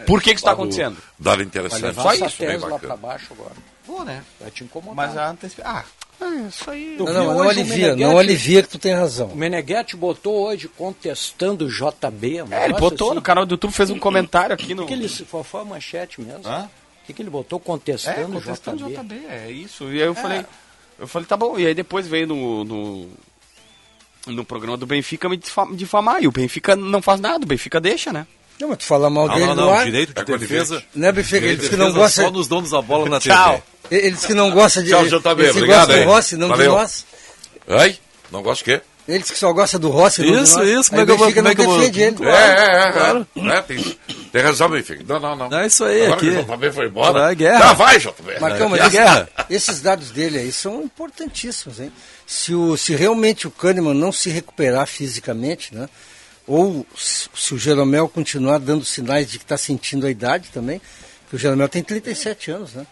Por que, que isso está acontecendo?
Dado
Vai
interessante.
levar
Só
essa
isso,
bem
tese lá
bacana.
pra baixo agora.
Vou, né?
Vai te incomodar.
Mas a antecipa... Ah, é, isso aí...
Não,
Eu
não,
vi
não
hoje o
alivia, não
Meneghetti-
alivia que tu tem razão.
O Meneghetti botou hoje contestando o JB. um
É, ele
negócio
botou
assim.
no canal do YouTube, fez um comentário aqui
O
no...
que, que ele se- foi, foi a manchete mesmo?
Hã?
O que, que ele botou contestando,
é, contestando
o
o
JB?
JB, é isso. E aí eu falei, eu falei, tá bom. E aí depois veio no, no, no programa do Benfica me difa- me difamar. E o Benfica não faz nada, o Benfica deixa, né?
Não, mas tu fala mal
Não,
dele
não,
no
não.
ar.
Direito de
É conivente.
defesa.
Né, Benfica? Ele
direito
disse
de
que não
defesa
gosta.
Só nos donos da
[LAUGHS]
bola na TV.
Tchau.
Ele disse que não gosta de.
Tchau, JB,
ele disse que
obrigado
gosta
aí.
do Rossi, não
Valeu.
de nós.
Ai, não gosto de quê?
Ele disse que só gosta do Rossi, não de
Isso,
nós.
isso,
Aí
como é que eu vou-
Benfica
como é que eu
não
vou-
defende ele.
É, é, é. Claro. É, tem, tem razão, Benfica. Não, não, não.
Não, é isso aí,
Agora
aqui.
que o JB foi embora.
Agora é guerra.
Já vai, JB.
[LAUGHS]
Marcão, mas
É a
esse-
guerra.
esses dados dele aí são importantíssimos, hein? Se, o, se realmente o Kahneman não se recuperar fisicamente, né? Ou se se o Jeromel continuar dando sinais de que está sentindo a idade também, que o Jeromel tem 37 anos, né?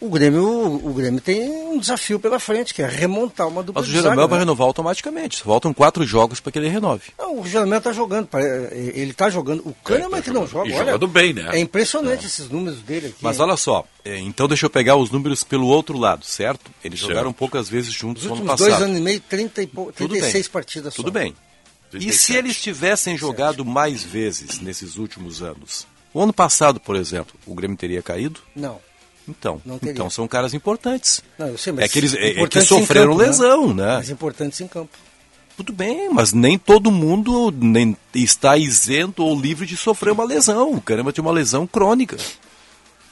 O Grêmio, o Grêmio tem um desafio pela frente, que é remontar uma dupla
Mas o
de zaga,
Jeromel vai
né?
renovar automaticamente. Faltam quatro jogos para que ele renove.
Não, o Jeromel tá jogando, pare- ele tá jogando. O Kahneman
tá
que
É,
não
jogando.
joga,
E
olha.
jogando bem, né?
É impressionante esses números dele aqui.
Mas
hein?
olha só, é, então deixa eu pegar os números pelo outro lado, certo? Eles
Certo.
jogaram poucas vezes juntos
Nos
no ano
últimos
passado.
dois anos e meio, 30 e pou-
Tudo
36
bem.
partidas só.
Tudo bem. E se
37.
eles tivessem jogado mais vezes nesses últimos anos? O ano passado, por exemplo, o Grêmio teria caído?
Não.
Então,
Não teria.
então são caras importantes.
Não, eu sei, mas
é que eles é- é que
importantes em
sofreram
campo, né?
lesão, né?
Mas importantes em campo.
Tudo bem, mas nem todo mundo nem está isento ou livre de sofrer uma lesão. O Caramba tem uma lesão crônica.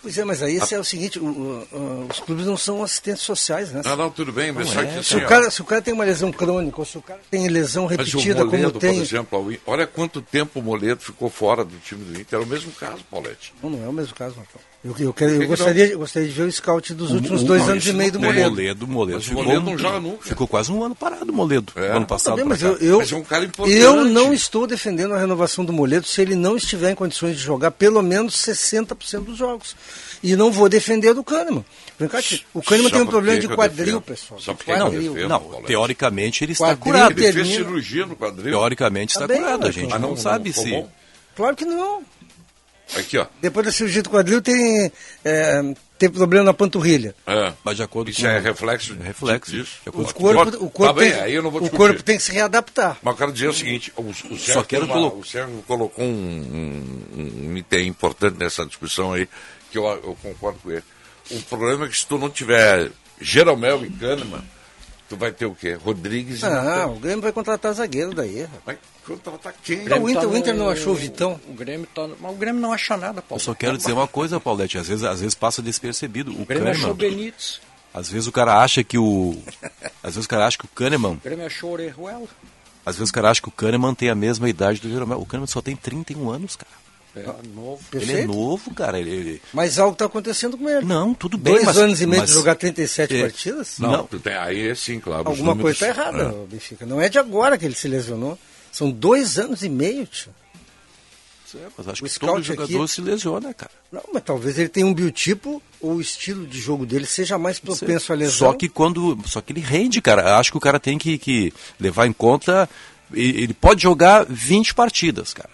Pois é, mas aí
Ah.
esse é o seguinte, o- o- o- os clubes não são assistentes sociais, né?
Ah, Não, não, tudo bem, mas só que
se,
assim,
o
ó, um
cara, se o cara tem uma lesão crônica, ou se o cara tem lesão
mas o
repetida, como
Moledo, por
tem...
exemplo, ao I- olha quanto tempo o Moledo ficou fora do time do Inter. É o mesmo caso, Paulette.
Não, não é o mesmo caso, Marcão. Eu, eu quero- eu
que não?
gostaria, eu gostaria de ver o scout dos
Um,
últimos dois
não,
anos e
isso
meio do
não
O
tem.
Moledo.
Moledo, o Moledo
Mas o
ficou,
Moledo não joga nunca.
ficou quase um ano parado, o Moledo,
É.
ano
Tá
passado.
bem, mas
pra
eu,
cá.
eu,
Mas é um cara importante.
eu não estou defendendo a renovação do Moledo se ele não estiver em condições de jogar pelo menos 60% dos jogos. E não vou defender do Kahneman. Vem cá, tio. o Kahneman
Sabe
tem um
por
problema
que
de
que eu
quadril,
defendo?
pessoal.
Sabe por que que eu
quadril.
defendo?
Não,
Moledo.
teoricamente ele está
Quadril,
curado.
Ele fez
termina.
cirurgia no quadril.
Teoricamente
Tá
está
bem,
curado, a
mas
gente
não-
não, sabe
ficou
se...
bom?
Claro que não.
Aqui, ó.
Depois da cirurgia do quadril tem, é, tem problema na panturrilha.
É.
Mas de acordo
Isso
com-
é reflexo?
É reflexo.
disso.
De
O
acordo
corpo, o corpo,
Tá bem,
tem,
aí eu não vou
o
discutir.
corpo tem que se readaptar.
Mas eu quero dizer o seguinte, o, o Sérgio,
quero
uma-
colo-
o Sérgio colocou um, um, um item importante nessa discussão aí, que eu, eu concordo com ele. O problema é que se tu não tiver Jeromel e Kahneman, tu vai ter o quê? Rodrigues e
Ah,
Natan.
o Grêmio vai contratar zagueiro daí. rapaz.
Vai contratar quem?
Não, o Inter- o Inter não achou o Vitão?
O Grêmio tá, mas o Grêmio não acha nada, Paulo.
Eu só quero dizer uma coisa, Paulete, às vezes, às vezes passa despercebido. O
O Grêmio achou o
Kahneman,
Benítez.
às vezes o cara acha que o... Às vezes o cara acha que o Kahneman...
O Grêmio achou o Orejuela.
Às vezes o cara acha que o Kahneman tem a mesma idade do Jeromel. O Kahneman só tem 31 anos, cara.
É, novo.
Ele é
Perfeito?
novo, cara. Ele, ele-
Mas algo está acontecendo com ele.
Não, tudo bem,
Dois
mas-
anos e meio
mas-
de jogar 37
É.
partidas?
Não.
Tu tem, aí sim, claro. os
Alguma
números-
coisa está errada, ô, Benfica. Não é de agora que ele se lesionou. São dois anos e meio, tio.
É, mas acho
O
que todo
scout aqui-
jogador se lesiona, cara.
Não, mas talvez ele tenha um biotipo ou o estilo de jogo dele seja mais propenso à lesão.
Só que quando. Só que ele rende, cara. Acho que o cara tem que, que levar em conta. e- Ele pode jogar 20 partidas, cara.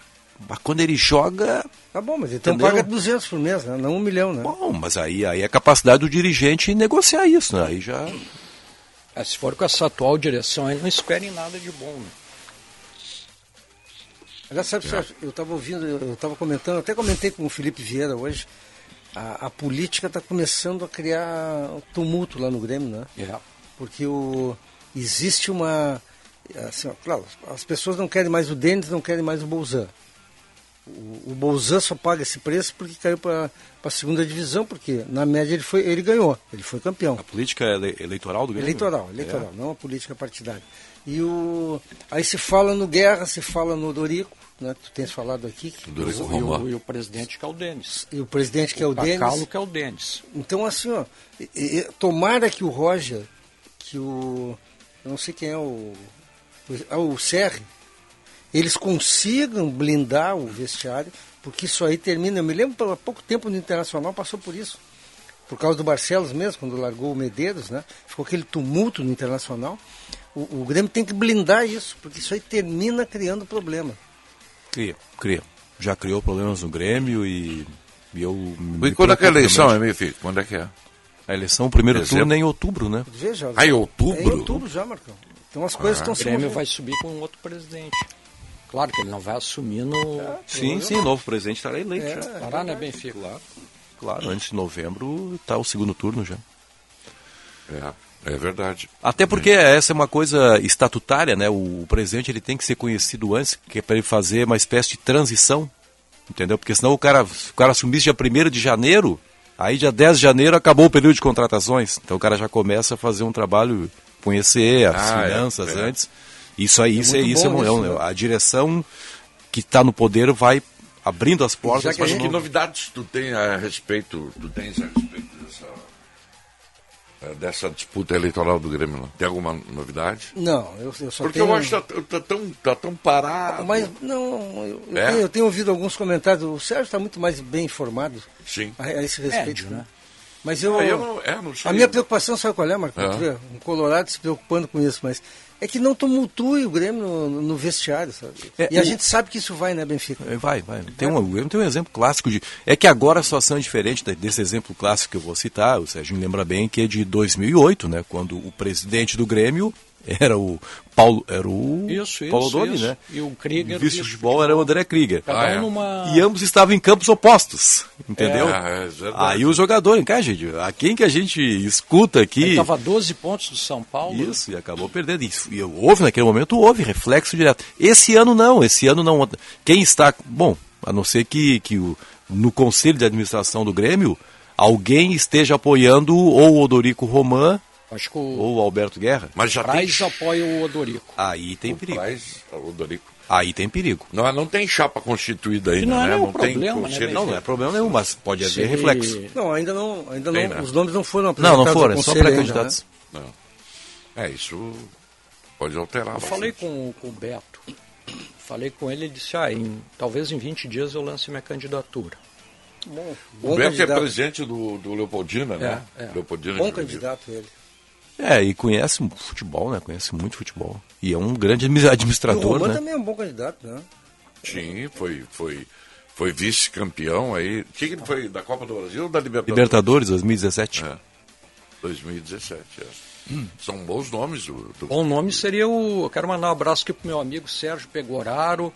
Mas quando ele joga.
Tá bom, mas então
Entendeu?
paga 200 por mês, né? Não um milhão, né?
Bom, mas aí, aí é a capacidade do dirigente negociar isso, né? Aí
é
já.
Ah, se for com essa atual direção, aí não esperem nada de bom. Né?
Aliás,
É.
sabe, Sérgio, eu estava ouvindo, eu estava comentando, até comentei com o Felipe Vieira hoje, a, a política está começando a criar tumulto lá no Grêmio, né?
É.
Porque o, existe uma. Assim, ó, claro, as pessoas não querem mais o Denis, não querem mais o Bolzan. O, o Bolzan só paga esse preço porque caiu para a segunda divisão, porque na média ele, foi, ele ganhou, ele foi campeão.
A política
é
ele- eleitoral do é. Grêmio?
Eleitoral, eleitoral, não a política partidária. E o aí se fala no Guerra, se fala no Dorico, né? Tu tens falado aqui que
Dorico
E, o,
Romão.
e o presidente que é o Denis.
e o presidente que é o, Denis.
Cacalo que é o Denis.
Então assim, ó, e- e- tomara que o Roger, que o eu não sei quem é o o- ah, o Serri, eles consigam blindar o vestiário, porque isso aí termina. Eu me lembro há pouco tempo no Internacional passou por isso. por causa do Barcelos mesmo, quando largou o Medeiros, né? Ficou aquele tumulto no Internacional. O, o Grêmio tem que blindar isso, porque isso aí termina criando problema.
Cria, cria. Já criou problemas no Grêmio e, e eu. me
E quando é que é a
preocupo
eleição,
também.
hein, meu filho? Quando é que é?
A eleição, o primeiro
Dezembro.
turno é em outubro, né?
Veja.
Ah, em outubro?
É em outubro já, Marcão. Então as
Ah.
coisas estão
O
se
Grêmio
movendo.
vai subir com outro presidente. É, Claro que ele não vai assumir no
Sim, sim, novo presidente estará eleito
É.
já.
Pará, né, Benfica?
Claro, antes de novembro está o segundo turno já.
É, é verdade.
Até porque essa é uma coisa estatutária, né? O presidente ele tem que ser conhecido antes, que é para ele fazer uma espécie de transição, entendeu? Porque senão o cara, se o cara assumisse dia 1 de janeiro, aí dia 10 de janeiro acabou o período de contratações. Então o cara já começa a fazer um trabalho, conhecer as
Ah, é,
finanças
é.
antes. Isso aí, isso, é,
muito
isso é
bom
um- é um-
isso, né?
A direção que está no poder vai abrindo as portas
que
para
Mas
o
que
novo.
novidades tu tem a respeito, tu tens a respeito dessa, eh, dessa disputa eleitoral do Grêmio? Não? Tem alguma novidade?
Não, eu, eu só
Porque
tenho...
eu acho que tá, tá tão, tá tão parado.
Mas não, eu, eu
É?
tenho, eu tenho ouvido alguns comentários. O Sérgio está muito mais bem informado
Sim.
a, a esse respeito.
Médio,
né?
né?
Mas eu,
Ah, eu não- é, não sei.
a minha preocupação, sabe qual é, Marco?
É.
Tu vê, Um colorado se preocupando com isso, mas é que não tumultue o Grêmio no, no vestiário, sabe?
É,
e a
o-
gente sabe que isso vai, né, Benfica?
É, Vai, vai. Tem um, eu tenho um exemplo clássico de. É que agora a situação é diferente da- desse exemplo clássico que eu vou citar, o Serginho lembra bem, que é de 2008, né? Quando o presidente do Grêmio era o Paulo. Era o
Isso, isso,
Paulo Doni,
isso.
né?
E o Krieger,
O vice de
vice-
futebol era o André Krieger.
Cada
Ah, é.
um numa.
E ambos estavam em campos opostos, entendeu?
É, é verdade.
Aí o jogador, cara, gente, a quem que a gente escuta aqui.
Ele tá estava 12 pontos do São Paulo.
Isso, e acabou perdendo. Isso, e houve naquele momento, houve reflexo direto. Esse ano não, esse ano não. Quem está. Bom, a não ser que, que o, no conselho de administração do Grêmio, alguém esteja apoiando ou o Odorico Roman
Acho que o
ou o Alberto Guerra.
Mas já
Praz
tem.
apoia o Odorico.
Aí tem perigo.
Praz, o Dorico.
Aí tem perigo.
Não, não tem chapa constituída ainda,
não é
né?
nenhum
tem
problema, né,
conselho.
Não, não é problema nenhum, mas pode haver
Se-
reflexo.
Não, ainda não, ainda não
Tem, né?
os nomes não foram
Não,
apresentados.
não foram,
ao
é só
conselho ainda,
pré-candidatos.
né?
Não. É, isso pode alterar.
Eu falei com, o- com o Beto. Falei com ele, ele disse, ah, em, talvez em 20 dias eu lance minha candidatura.
Bom,
O
bom
Beto é
Um candidato,
presidente do, do Leopoldina, né?
É, é.
Leopoldina
bom
de Juventude.
candidato ele.
É, e conhece futebol, né? Conhece muito futebol. E é um grande admi-
E o
administrador,
Roman
né?
também é um bom candidato, né?
Sim, foi, foi, foi vice-campeão aí. O que, que ele foi? Da Copa do Brasil ou da Libertadores?
Libertadores 2017.
É. 2017, é. São bons nomes do. do-
Bom nome seria o... Eu quero mandar um abraço aqui pro meu amigo Sérgio Pegoraro,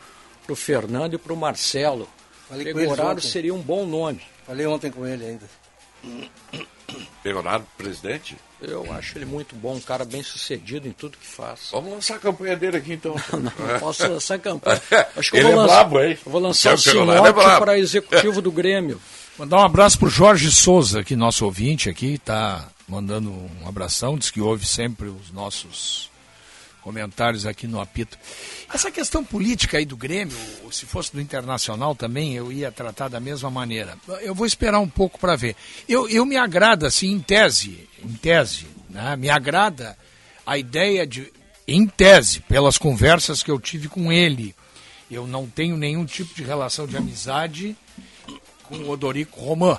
pro Fernando e pro Marcelo.
Falei com eles
Pegoraro
ontem.
seria um bom nome.
Falei ontem com ele ainda. né?
Leonardo, presidente.
Eu acho ele muito bom, um cara bem sucedido em tudo que faz.
Vamos lançar a campanha dele aqui então.
[LAUGHS] Não posso
[LAUGHS]
lançar campanha. Acho que
Ele
eu vou
é
lançar,
brabo, hein?
eu vou lançar o
Sérgio Pegoraro é
Sinote
brabo.
para executivo do Grêmio.
Mandar um abraço pro Jorge Souza, que nosso ouvinte aqui, tá mandando um abração, diz que ouve sempre os nossos comentários aqui no apito. Essa questão política aí do Grêmio, ou se fosse do Internacional também, eu ia tratar da mesma maneira. Eu vou esperar um pouco para ver. Eu, eu me agrada, assim, em tese, em tese, né? me agrada a ideia de, em tese, pelas conversas que eu tive com ele, eu não tenho nenhum tipo de relação de amizade com o Odorico Roman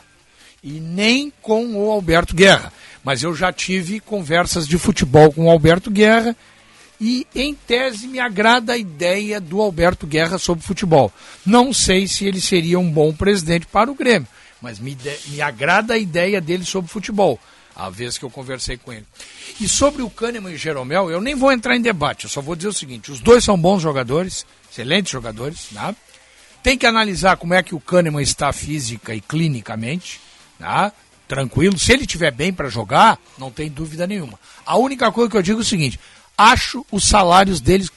e nem com o Alberto Guerra. Mas eu já tive conversas de futebol com o Alberto Guerra e, em tese, me agrada a ideia do Alberto Guerra sobre futebol. Não sei se ele seria um bom presidente para o Grêmio, mas me, de- me agrada a ideia dele sobre futebol. A vez que eu conversei com ele. E sobre o Kahneman e Jeromel, eu nem vou entrar em debate, eu só vou dizer o seguinte: os dois são bons jogadores, excelentes jogadores, né? Tem que analisar como é que o Kahneman está física e clinicamente, tá? tranquilo. Se ele tiver bem para jogar, não tem dúvida nenhuma. A única coisa que eu digo é o seguinte: acho os salários deles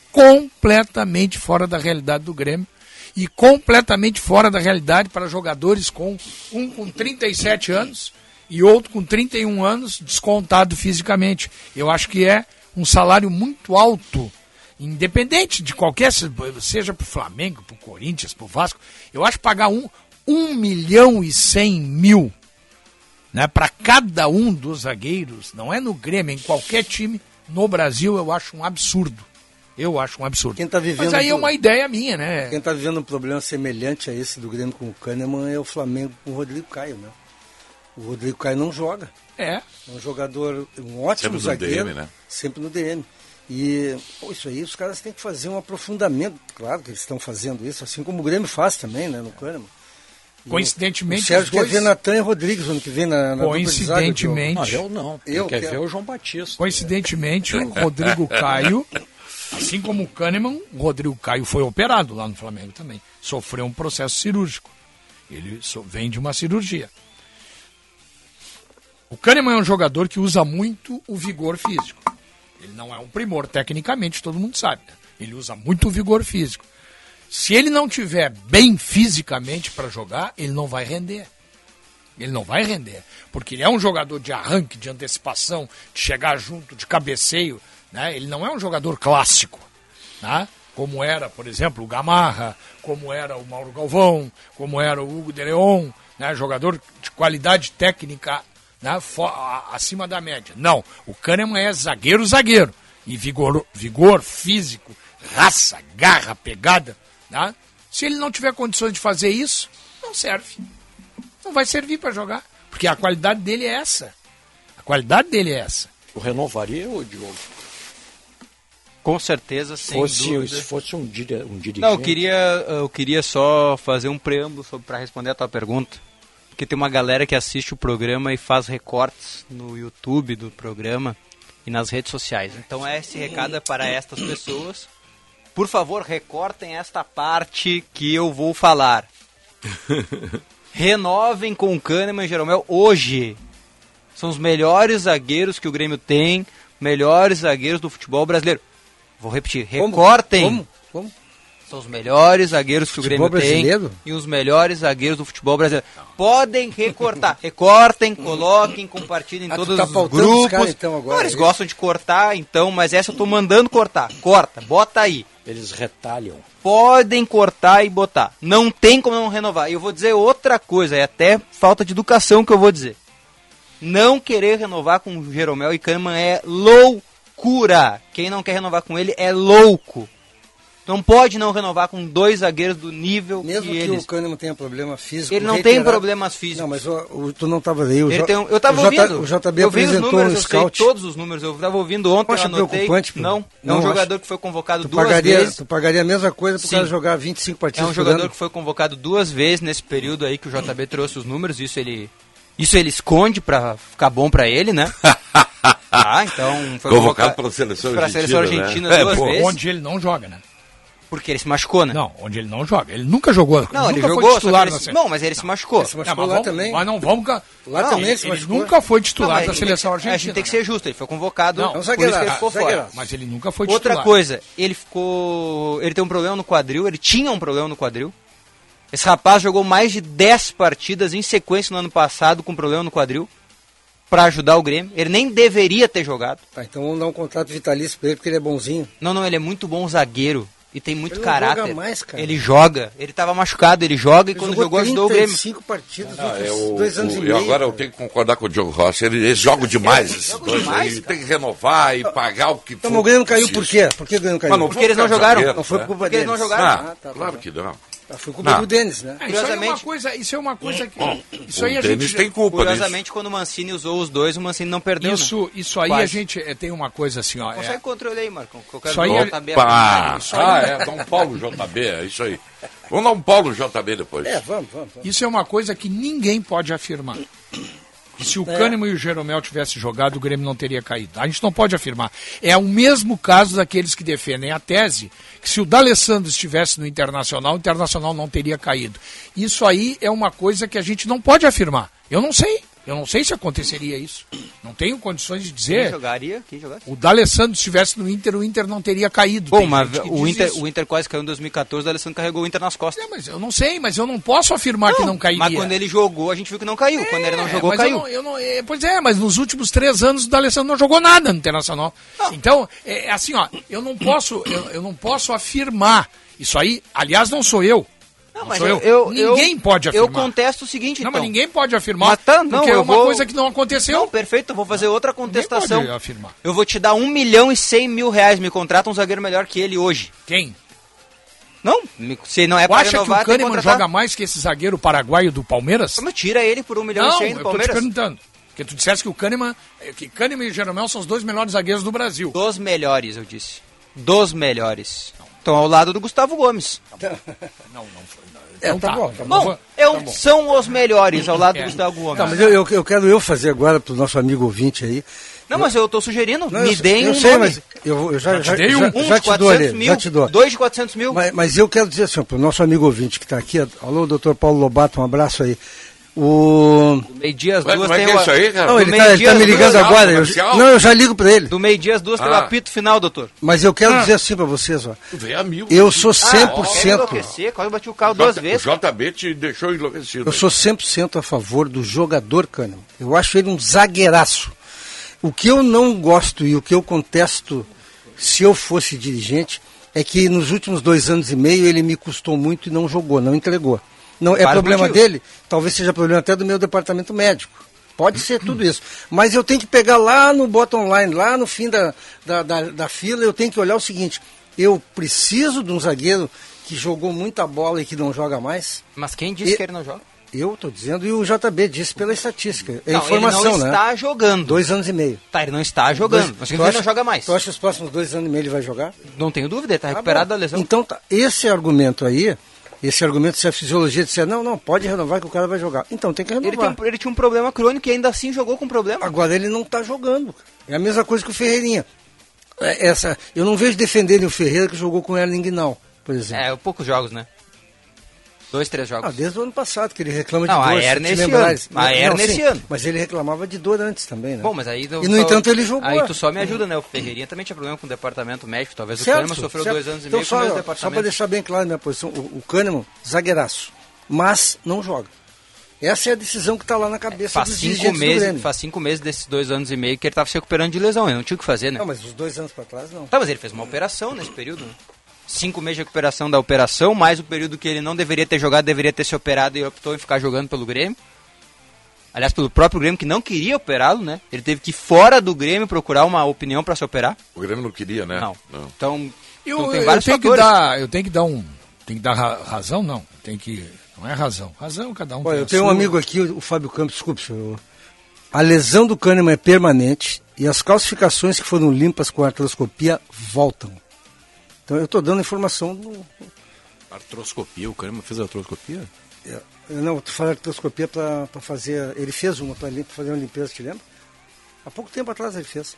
completamente fora da realidade do Grêmio e completamente fora da realidade para jogadores com um com 37 anos e outro com 31 anos descontado fisicamente. Eu acho que é um salário muito alto independente de qualquer, se- seja pro Flamengo, pro Corinthians, pro Vasco, eu acho que pagar um, um milhão e cem mil né, para cada um dos zagueiros, não é no Grêmio, é em qualquer time, no Brasil eu acho um absurdo. Eu acho um absurdo.
Quem tá vivendo
Mas aí é
do-
uma ideia minha, né?
Quem tá é está vivendo um problema semelhante a esse do Grêmio com o Kahneman é o Flamengo com o Rodrigo Caio, né? O Rodrigo Caio não joga.
É.
É um jogador, um ótimo
Sempre no
zagueiro.
DM, né?
Sempre no DM. E pô, isso aí, os caras têm que fazer um aprofundamento. Claro que eles estão fazendo isso, assim como o Grêmio faz também, né, no Cânimo.
Coincidentemente,
o Sérgio
os dois-
quer ver Natan e Rodrigues ano que vem na, na dupla de zaga,
Coincidentemente.
Não, Ah, eu não. Quem
Eu
quer
quero.
ver o João Batista.
Coincidentemente, o Rodrigo Caio, assim como o Kahneman, o Rodrigo Caio foi operado lá no Flamengo também. Sofreu um processo cirúrgico. Ele so- vem de uma cirurgia. O Kahneman é um jogador que usa muito o vigor físico. Ele não é um primor, tecnicamente, todo mundo sabe. né? Ele usa muito o vigor físico. Se ele não tiver bem fisicamente para jogar, ele não vai render. Ele não vai render, porque ele é um jogador de arranque, de antecipação, de chegar junto, de cabeceio. Né? Ele não é um jogador clássico, né? como era, por exemplo, o Gamarra, como era o Mauro Galvão, como era o Hugo de Leon, né? jogador de qualidade técnica né? Fo- a- acima da média. Não, o Kahneman é zagueiro, zagueiro. E vigor, vigor físico, raça, garra, pegada. Né? Se ele não tiver condições de fazer isso, não serve não vai servir para jogar. Porque a qualidade dele é essa. A qualidade dele é essa.
Eu renovaria o Diogo.
Com certeza, sem
Fosse,
dúvida.
se fosse um, dire, um dirigente.
Não, eu queria, eu queria só fazer um preâmbulo para responder a tua pergunta. Porque tem uma galera que assiste o programa e faz recortes no YouTube do programa e nas redes sociais. Então esse recado é para estas pessoas. Por favor, recortem esta parte que eu vou falar. Renovem com o Kahneman e Jeromel hoje. São os melhores zagueiros que o Grêmio tem, melhores zagueiros do futebol brasileiro. Vou repetir,
Como?
recortem.
Como? Como?
São os melhores zagueiros que o Grêmio
Futebol brasileiro?
tem e os melhores zagueiros do futebol brasileiro. Podem recortar, recortem, coloquem, compartilhem em
Ah, tu
todos
tá
os
pautando os
grupos.
caras, então, agora,
Ah, eles
é isso?
gostam de cortar, então, mas essa eu tô mandando cortar. Corta, bota aí.
Eles retalham.
Podem cortar e botar. Não tem como não renovar. E eu vou dizer outra coisa, é até falta de educação que eu vou dizer. Não querer renovar com o Jeromel e Kahneman é loucura. Quem não quer renovar com ele é louco. Não pode não renovar com dois zagueiros do nível
Mesmo
que
que,
eles.
o Kahneman tenha problema físico.
Ele não tem
reiterado-
problemas físicos.
Não, mas ó, o- tu não estava aí. O
Ele
J-
tem um- eu tava
o J-
ouvindo.
O JB
eu vi os
apresentou
números,
um
eu sei
scout.
todos os números. Eu tava ouvindo ontem,
acha
eu anotei.
preocupante, Bruno?
não, é
Não
um
acho.
jogador que foi convocado
Tu
duas
pagaria,
vezes.
tu pagaria a mesma coisa pro
Sim.
cara jogar 25
É
partidas
um
por
jogador
ano?
que foi convocado duas vezes nesse período aí que o JB trouxe os números, isso ele isso ele esconde pra ficar bom pra ele,
[LAUGHS]
né? Ah, então foi
Convocado pela seleção
pra seleção
argentina,
argentina
né? É,
duas
pô,
vezes,
Onde ele não joga, né?
porque ele se machucou, né?
Não, onde ele não joga. Ele nunca jogou.
Não,
nunca
ele
foi
jogou, só que
titular
ele
da
se-
seleção.
não, mas ele se machucou.
Se
Não,
machucou
mas
lá
vamos-
também.
Mas não vamos. ca-
Lá
Não,
também
ele,
se
ele
machucou.
nunca foi
Não,
titular
mas
da
ele-
seleção
A gente
argentina.
tem que ser justo, ele foi convocado,
Não,
por
um
isso que
zagueiro,
ele ficou
ah,
fora.
zagueiro.
Mas ele nunca foi
Outra
titular.
coisa, ele ficou. Ele tem um problema no quadril, ele tinha um problema no quadril. Esse rapaz jogou mais de 10 partidas em sequência no ano passado com problema no quadril pra ajudar o Grêmio. Ele nem deveria ter jogado.
Tá, então vamos dar um contrato vitalício pra ele, porque ele é bonzinho.
Não, não, ele é muito bom zagueiro e tem muito
Ele não
caráter.
joga mais, cara.
Ele joga, ele tava machucado, ele joga e
Ele
quando jogou ajudou o Grêmio.
35 partidas, Então,
Ah,
dois-
é o-
dois anos
o-
e
eu
meio.
agora eu tenho que concordar com o Diogo Rossi. Ele- Eles jogam demais esses dois aí. Tem que renovar e pagar o que
Então o Grêmio caiu por
preciso.
quê? Por que o Grêmio caiu?
Mas não
Porque eles não
Vou ficar
jogaram.
zagueiro,
Não foi por
né?
culpa
Porque eles
deles.
não jogaram.
Ah,
Ah, tá,
claro
tá.
que não.
Ah, Foi culpa
Não.
do Denis, né?
Ah, isso, aí é uma
Curiosamente-
coisa, isso é uma coisa que. Isso
o
aí a
Denis
gente.
tem culpa disso.
Curiosamente, quando o Mancini usou os dois, o Mancini não perdeu.
Isso,
né?
isso aí
Quase.
a gente eh, tem uma coisa assim, ó.
Consegue
É,
controle aí, Marcão, que eu quero
Isso aí
ver o
é-
JB
Pá!
apanhar.
Ah, é, dá um Paulo JB, é isso aí. Vamos dar um Paulo JB depois.
É, vamos, vamos. vamos.
isso é uma coisa que ninguém pode afirmar. E se o
É.
Cânimo e o Jeromel tivessem jogado, o Grêmio não teria caído. A gente não pode afirmar. É o mesmo caso daqueles que defendem a tese que se o D'Alessandro estivesse no Internacional, o Internacional não teria caído. Isso aí é uma coisa que a gente não pode afirmar. Eu não sei. Eu não sei se aconteceria isso. Não tenho condições de
Quem
dizer.
jogaria? Quem jogaria?
O D'Alessandro estivesse no Inter, o Inter não teria caído.
Bom,
Tem
mas
gente que
o
diz
Inter,
isso.
o Inter quase caiu em 2014, o Alessandro carregou o Inter nas costas.
É, mas eu não sei, mas eu não posso afirmar que não cairia.
Mas quando ele jogou, a gente viu que não caiu. quando ele não
É,
jogou,
mas
caiu.
eu não- eu não- é, pois é, mas nos últimos três anos o D'Alessandro não jogou nada no Internacional. Então, é, é assim, ó, eu não posso, eu, eu não posso afirmar isso aí. Aliás, não sou eu. Não, sou eu. ninguém pode
Eu
afirmar.
contesto o seguinte,
Não,
então.
mas ninguém pode afirmar.
Mas tá, não,
porque é
eu
uma
vou-
coisa que não
Não,
aconteceu.
perfeito, eu vou fazer outra contestação.
pode afirmar.
Eu vou te dar um milhão e cem mil reais, me contrata um zagueiro melhor que ele hoje.
Quem?
Não, me- se não é
Tu
para
acha que
renovar,
o
tem que
Kahneman
contratar.
joga mais que esse zagueiro paraguaio do Palmeiras?
Mas tira ele por um milhão e
Não,
cem do
eu tô te
Palmeiras.
perguntando. Porque tu disseste que o Kahneman, eh, que Kahneman e Jeromel são os dois melhores zagueiros do Brasil.
Dos melhores, eu disse. Dos melhores. Estão ao lado do Gustavo Gomes.
É, tá
tá.
bom, tá bom.
Então Bom, né? eu- são os melhores ao lado
É.
do Gustavo Gomes.
Tá, mas eu, eu- eu quero eu fazer agora pro nosso amigo ouvinte aí.
Não, mas eu tô sugerindo,
Não,
me
eu,
deem
eu
um
sei,
nome.
mas eu, eu já, já,
dei
já,
um.
um
já
de
te dou,
400
Ale,
mil,
já te dou.
dois de 400 mil.
Mas, mas eu quero dizer assim, pro nosso amigo ouvinte que está aqui, alô, doutor Paulo Lobato, um abraço aí. O...
Meio dia às
Ué,
duas
como é
tem
que é
o-
isso aí, cara?
Do
Não, ele
meio
está
dia às
me
duas-
ligando
não,
agora. eu-
comercial?
não, eu já ligo para ele.
Do meio dia às duas tem o
Ah.
apito final, doutor.
Mas eu quero dizer assim para vocês, ó.
Tu vê a mil.
Eu sou
Ah, eu
100%.
enlouqueci, quase bati o carro duas
J-
vezes.
JB te deixou enlouquecido.
Eu sou 100% a favor do jogador Kahneman. Eu acho ele um zagueiraço. O que eu não gosto e o que eu contesto se eu fosse dirigente é que nos últimos dois anos e meio ele me custou muito e não jogou, não entregou. Não é
Vários
problema
motivos.
dele, talvez seja problema até do meu departamento médico. Pode ser tudo isso. Mas eu tenho que pegar lá no bottom line, lá no fim da, da, da, da fila, eu tenho que olhar o seguinte: eu preciso de um zagueiro que jogou muita bola e que não joga mais?
Mas quem disse
E-
que ele não joga?
Eu estou dizendo e o JB disse pela estatística. É
não,
informação,
ele não
né?
está jogando.
Dois anos e meio.
Tá, ele não está jogando.
Dois-
Mas
Tu
quem ele
acha-
não joga mais.
Tu acha que os próximos dois anos e meio ele vai jogar?
Não tenho dúvida, ele tá
Tá
recuperado da
bom.
lesão.
Então, tá, esse argumento aí, esse argumento se a fisiologia disser, não, não, pode renovar que o cara vai jogar. Então, tem que
Ele, tem
renovar.
um- ele tinha um problema crônico e ainda assim jogou com problema.
Agora, ele não está jogando. cara. É a mesma coisa que o Ferreirinha. É, Essa, eu não vejo defenderem o Ferreira que jogou com o Erling Guinal, por exemplo.
É, poucos jogos, né? Dois, três jogos.
Ah, desde o ano passado que ele reclama
Não,
de
a
dor,
hernia
se te
esse
lembrares.
ano. A
Não,
hernia
sim,
esse ano.
Mas ele reclamava de dor antes também, né?
Bom, mas aí... eu
E, no
só-
entanto, ele jogou. Uhum.
Aí tu só me ajuda, né? O Ferreirinha também tinha problema com o departamento médico. Talvez o Kahneman sofreu dois anos
então,
e meio
só,
com o mesmo
só para
departamento.
deixar bem claro a minha posição, o, o Kahneman, zagueiraço, mas não joga. Essa é a decisão que está lá na cabeça
Faz
dos
cinco,
dirigentes do
meses,
Grêmio.
faz cinco meses desses dois anos e meio que ele tava se recuperando de lesão. Ele não tinha o que fazer, né?
Não, mas os dois anos para trás, não.
Tá, mas ele fez uma operação nesse período. né? Cinco meses de recuperação da operação, mais o período que ele não deveria ter jogado, deveria ter se operado e optou em ficar jogando pelo Grêmio. Aliás, pelo próprio Grêmio, que não queria operá-lo, né? Ele teve que ir fora do Grêmio procurar uma opinião pra se operar.
O Grêmio não queria, né?
Não. Então,
Eu,
então tem
eu
vários
tenho que
fatores.
dar, eu tenho que dar um, tem que dar ra- razão não, tem que, não é razão, razão cada um.
Olha, eu
tem a
tenho um
sua.
amigo aqui, o Fábio Campos, desculpe, senhor. A lesão do Kahneman é permanente e as calcificações que foram limpas com a artroscopia voltam. Então eu estou dando informação do...
Artroscopia, o Kahneman fez artroscopia?
é, Não, tu fala artroscopia para fazer... Ele fez uma para fazer uma limpeza, te lembra? Há pouco tempo atrás ele fez.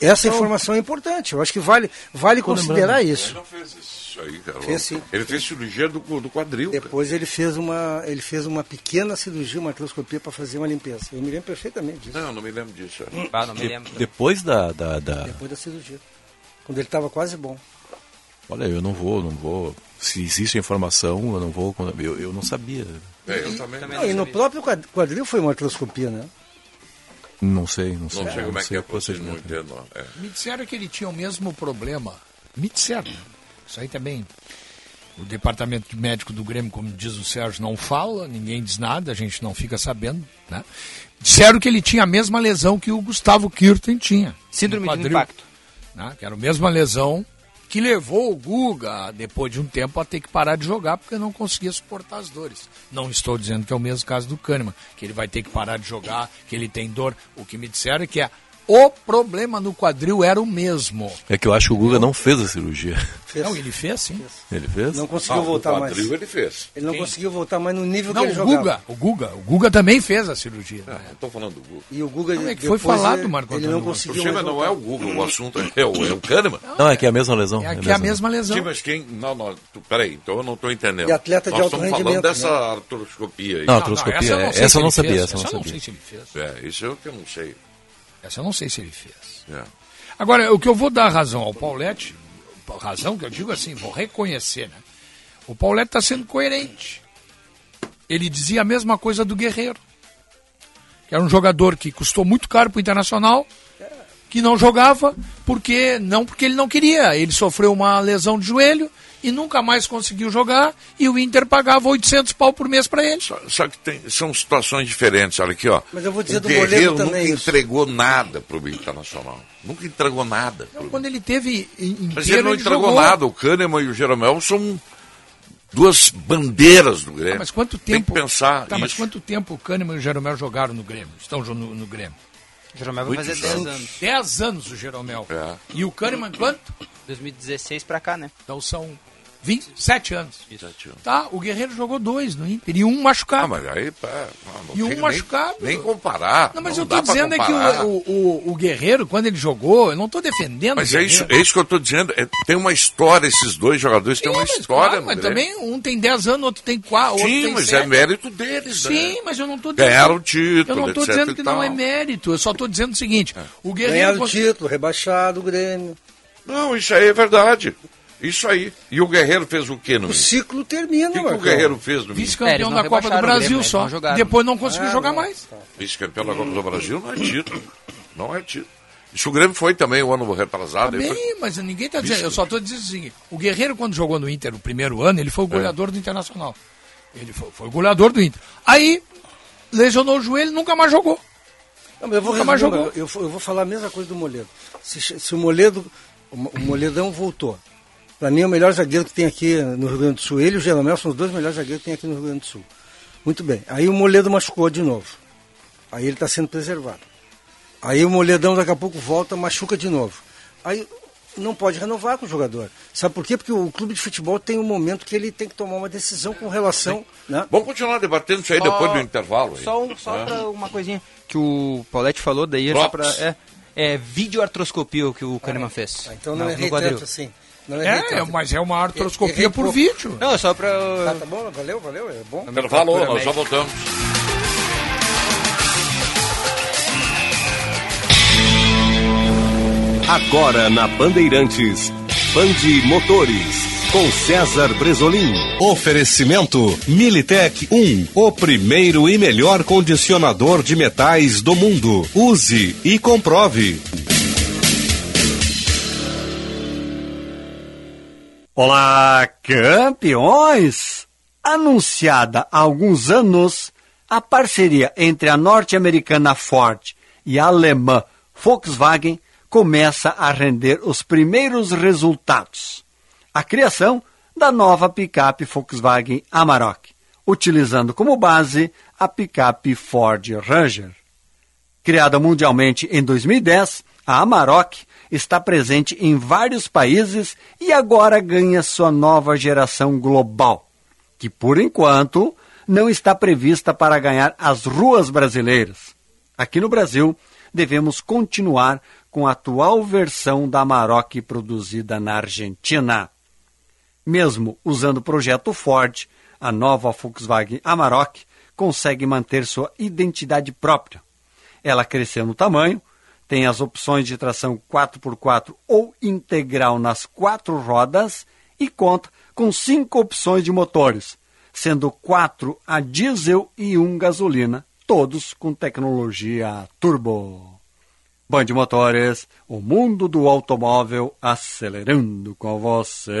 Essa informação é importante, eu acho que vale, vale considerar isso.
Não fez isso aí, cara.
Fez sim.
Ele fez cirurgia do, do quadril. cara.
Depois ele fez uma, ele fez uma pequena cirurgia, uma artroscopia para fazer uma limpeza. Eu me lembro perfeitamente disso.
Não, não me lembro disso. é.
Ah, não me lembro.
Depois da, da, da-
Depois da cirurgia. Quando ele estava quase bom.
Olha, eu não vou, não vou. Se existe informação, eu não vou. Eu, eu não sabia.
É, eu também não.
Não, e no próprio quad- quadril foi uma artroscopia, né?
Não sei, não sei.
Não sei
não
como é que
sei
é,
o
vocês não
procedimento.
entendem. ó. É.
Me disseram que ele tinha o mesmo problema. Me disseram. Isso aí também. O departamento médico do Grêmio, como diz o Sérgio, não fala, ninguém diz nada, a gente não fica sabendo, né? Disseram que ele tinha a mesma lesão que o Gustavo Kirten tinha.
Síndrome
No
de
quadril,
impacto.
Né? Que era a mesma lesão que levou o Guga, depois de um tempo, a ter que parar de jogar porque não conseguia suportar as dores. Não estou dizendo que é o mesmo caso do Kahneman, que ele vai ter que parar de jogar, que ele tem dor. O que me disseram é que é, o problema no quadril era o mesmo.
É que eu acho que o Guga não fez a cirurgia. [LAUGHS]
Fez.
Não, ele fez sim.
Ele fez?
Não
Ah,
conseguiu
o
voltar mais.
quadril
Ele
ele fez.
não conseguiu voltar mais no nível
Não,
que ele
o
jogava.
Guga, o Guga, o Guga também fez a cirurgia.
Ah,
né?
eu tô falando do Google.
E o Guga
Não, é que
depois,
foi falado,
ele-
Marco
Ele
Antônio,
não
mas
O
conseguiu Hum.
problema
mais
não é
voltar.
o Google, o assunto é o, é o Kahneman.
Não, é que é a mesma lesão.
É que é a mesma
Sim,
lesão.
mas quem. Não, não, tu, peraí, então eu não estou entendendo.
E atleta de
Nós
alto
estamos falando
rendimento,
dessa
né?
artroscopia aí.
Não,
Não, não,
artroscopia,
essa eu não, sei
essa
se
eu não
ele
sabia,
fez,
essa eu não
eu não
sabia.
sei se ele fez.
É, isso é o que eu não sei.
Essa eu não sei se ele fez.
É.
Agora, o que eu vou dar razão ao Paulette, razão que eu digo assim, vou reconhecer, né? O Paulette está sendo coerente. Ele dizia a mesma coisa do Guerreiro. Que era um jogador que custou muito caro para o Internacional, que não jogava, porque não porque ele não queria. Ele sofreu uma lesão de joelho e nunca mais conseguiu jogar, e o Inter pagava 800 pau por mês para ele.
Só, só que tem- são situações diferentes, olha aqui, ó.
Mas eu vou dizer
o
do
Guerreiro
goleiro
nunca
também isso.
entregou nada pro Internacional. Nunca entregou nada. pro-
Quando ele teve in- inteiro,
Mas ele não entregou
jogou.
nada. O Kahneman e o Jeromel são duas bandeiras do Grêmio.
Ah, mas quanto
Tem
tempo.
que pensar
tá, mas
isso.
quanto tempo o Kahneman e o Jeromel jogaram no Grêmio? Estão jo- no, no Grêmio?
Jeromel vai
Muitos
fazer 10 anos.
10 anos o Jeromel.
É.
E o Kahneman quanto?
2016 pra cá, né?
Então são 27 anos.
Isso.
Tá, o Guerreiro jogou dois no Inter e um machucado.
Ah, mas aí, pá, não, não
E um
tem nem-
machucado.
Nem, comparar.
Não, mas eu
dá
tô
pra
dizendo é que
comparar.
o, o, o Guerreiro, quando ele jogou, eu não tô defendendo
Mas
o
é isso, é
Guerreiro.
isso que eu tô dizendo. é- tem uma história, esses dois jogadores têm
Sim,
uma
É, mas
história
claro,
no
mas
Grêmio.
também um tem 10 anos, outro tem 4, outro
Sim,
tem
mas é
sete.
mérito deles, né?
Sim, mas eu não tô dizendo.
Ganharam título,
Eu não tô
etc
dizendo
e
que não é
tal. É.
mérito, eu só tô dizendo o seguinte, o Guerreiro
Ganharam o título, rebaixado o Grêmio.
Não, isso aí é verdade. Isso aí. E o Guerreiro fez o quê no
O
Inter?
ciclo termina,
O que, que o
Marcão.
Guerreiro fez no Inter?
É, eles
vice-campeão
não
da Copa do
rebaixaram o
Brasil
Grêmio,
só.
eles não jogaram.
Depois não conseguiu
Ah,
jogar
não.
mais.
Vice-campeão da Copa do Brasil não é título. Não é título. Isso o Grêmio foi também o ano retrasado. aí foi-
Bem, mas ninguém tá dizendo, eu só tô dizendo o seguinte, o Guerreiro quando jogou no Inter o primeiro ano, ele foi
É.
o goleador do Internacional. Ele foi, foi o goleador do Inter. Aí, lesionou o joelho, nunca mais jogou.
Não, mas eu vou
Nunca mais
resumir,
jogou.
mas eu, eu vou falar a mesma coisa do Moledo. Se, che- se o Moledo, o Mo- o Moledão voltou. Para mim, é o melhor zagueiro que tem aqui no Rio Grande do Sul. Ele e o Jeromel são os dois melhores zagueiros que tem aqui no Rio Grande do Sul. Muito bem. Aí o Moledo machucou de novo. Aí ele está sendo preservado. Aí o Moledão daqui a pouco volta, machuca de novo. Aí não pode renovar com o jogador. Sabe por quê? Porque o clube de futebol tem um momento que ele tem que tomar uma decisão com relação. Né?
Então, Vamos continuar debatendo isso aí depois do intervalo. aí. É.
Só, um- só pra uma coisinha que o Paulette falou daí, é só pra.
Props.
É, é videoartroscopia o que o Kahneman fez.
Ah, Então não
na-
errei
quadril.
tanto assim. Não errei
É,
tanto.
mas é uma artroscopia
Errei
por
pouco.
vídeo.
Não, é só pra.
Tá, tá bom, valeu, valeu, é bom.
Intervalo, nós já voltamos.
Agora na Bandeirantes, Bande Motores, com César Bresolim. Oferecimento Militech 1, o primeiro e melhor condicionador de metais do mundo. Use e comprove.
Olá, campeões! Anunciada há alguns anos, a parceria entre a norte-americana Ford e a alemã Volkswagen começa a render os primeiros resultados. A criação da nova picape Volkswagen Amarok, utilizando como base a picape Ford Ranger. Criada mundialmente em 2010, a Amarok está presente em vários países e agora ganha sua nova geração global, que por enquanto não está prevista para ganhar as ruas brasileiras. Aqui no Brasil, devemos continuar com a atual versão da Amarok produzida na Argentina. Mesmo usando o projeto Ford, a nova Volkswagen Amarok consegue manter sua identidade própria. Ela cresceu no tamanho, tem as opções de tração 4x4 ou integral nas quatro rodas e conta com cinco opções de motores, sendo quatro a diesel e um gasolina, todos com tecnologia turbo. Band Motores, o mundo do automóvel acelerando com você.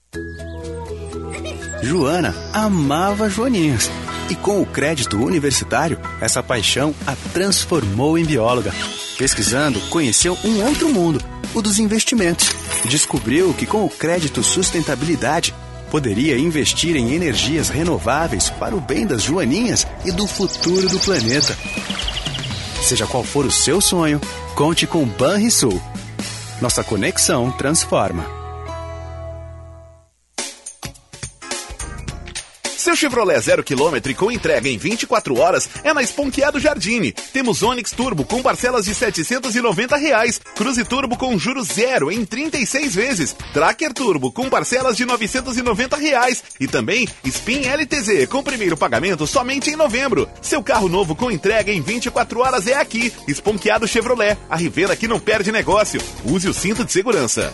Joana amava joaninhas. E com o crédito universitário, essa paixão a transformou em bióloga. Pesquisando, conheceu um outro mundo, o dos investimentos. Descobriu que com o crédito sustentabilidade, poderia investir em energias renováveis para o bem das joaninhas e do futuro do planeta. Seja qual for o seu sonho, conte com o Banrisul. Nossa conexão transforma.
Seu Chevrolet zero quilômetro e com entrega em 24 horas é na Esponqueado Jardine. Temos Onix Turbo com parcelas de R$ 790 reais, Cruze Turbo com juros zero em 36 vezes, Tracker Turbo com parcelas de R$ 990 reais e também Spin LTZ com primeiro pagamento somente em novembro. Seu carro novo com entrega em 24 horas é aqui. Esponqueado Chevrolet, a Rivera que não perde negócio. Use o cinto de segurança.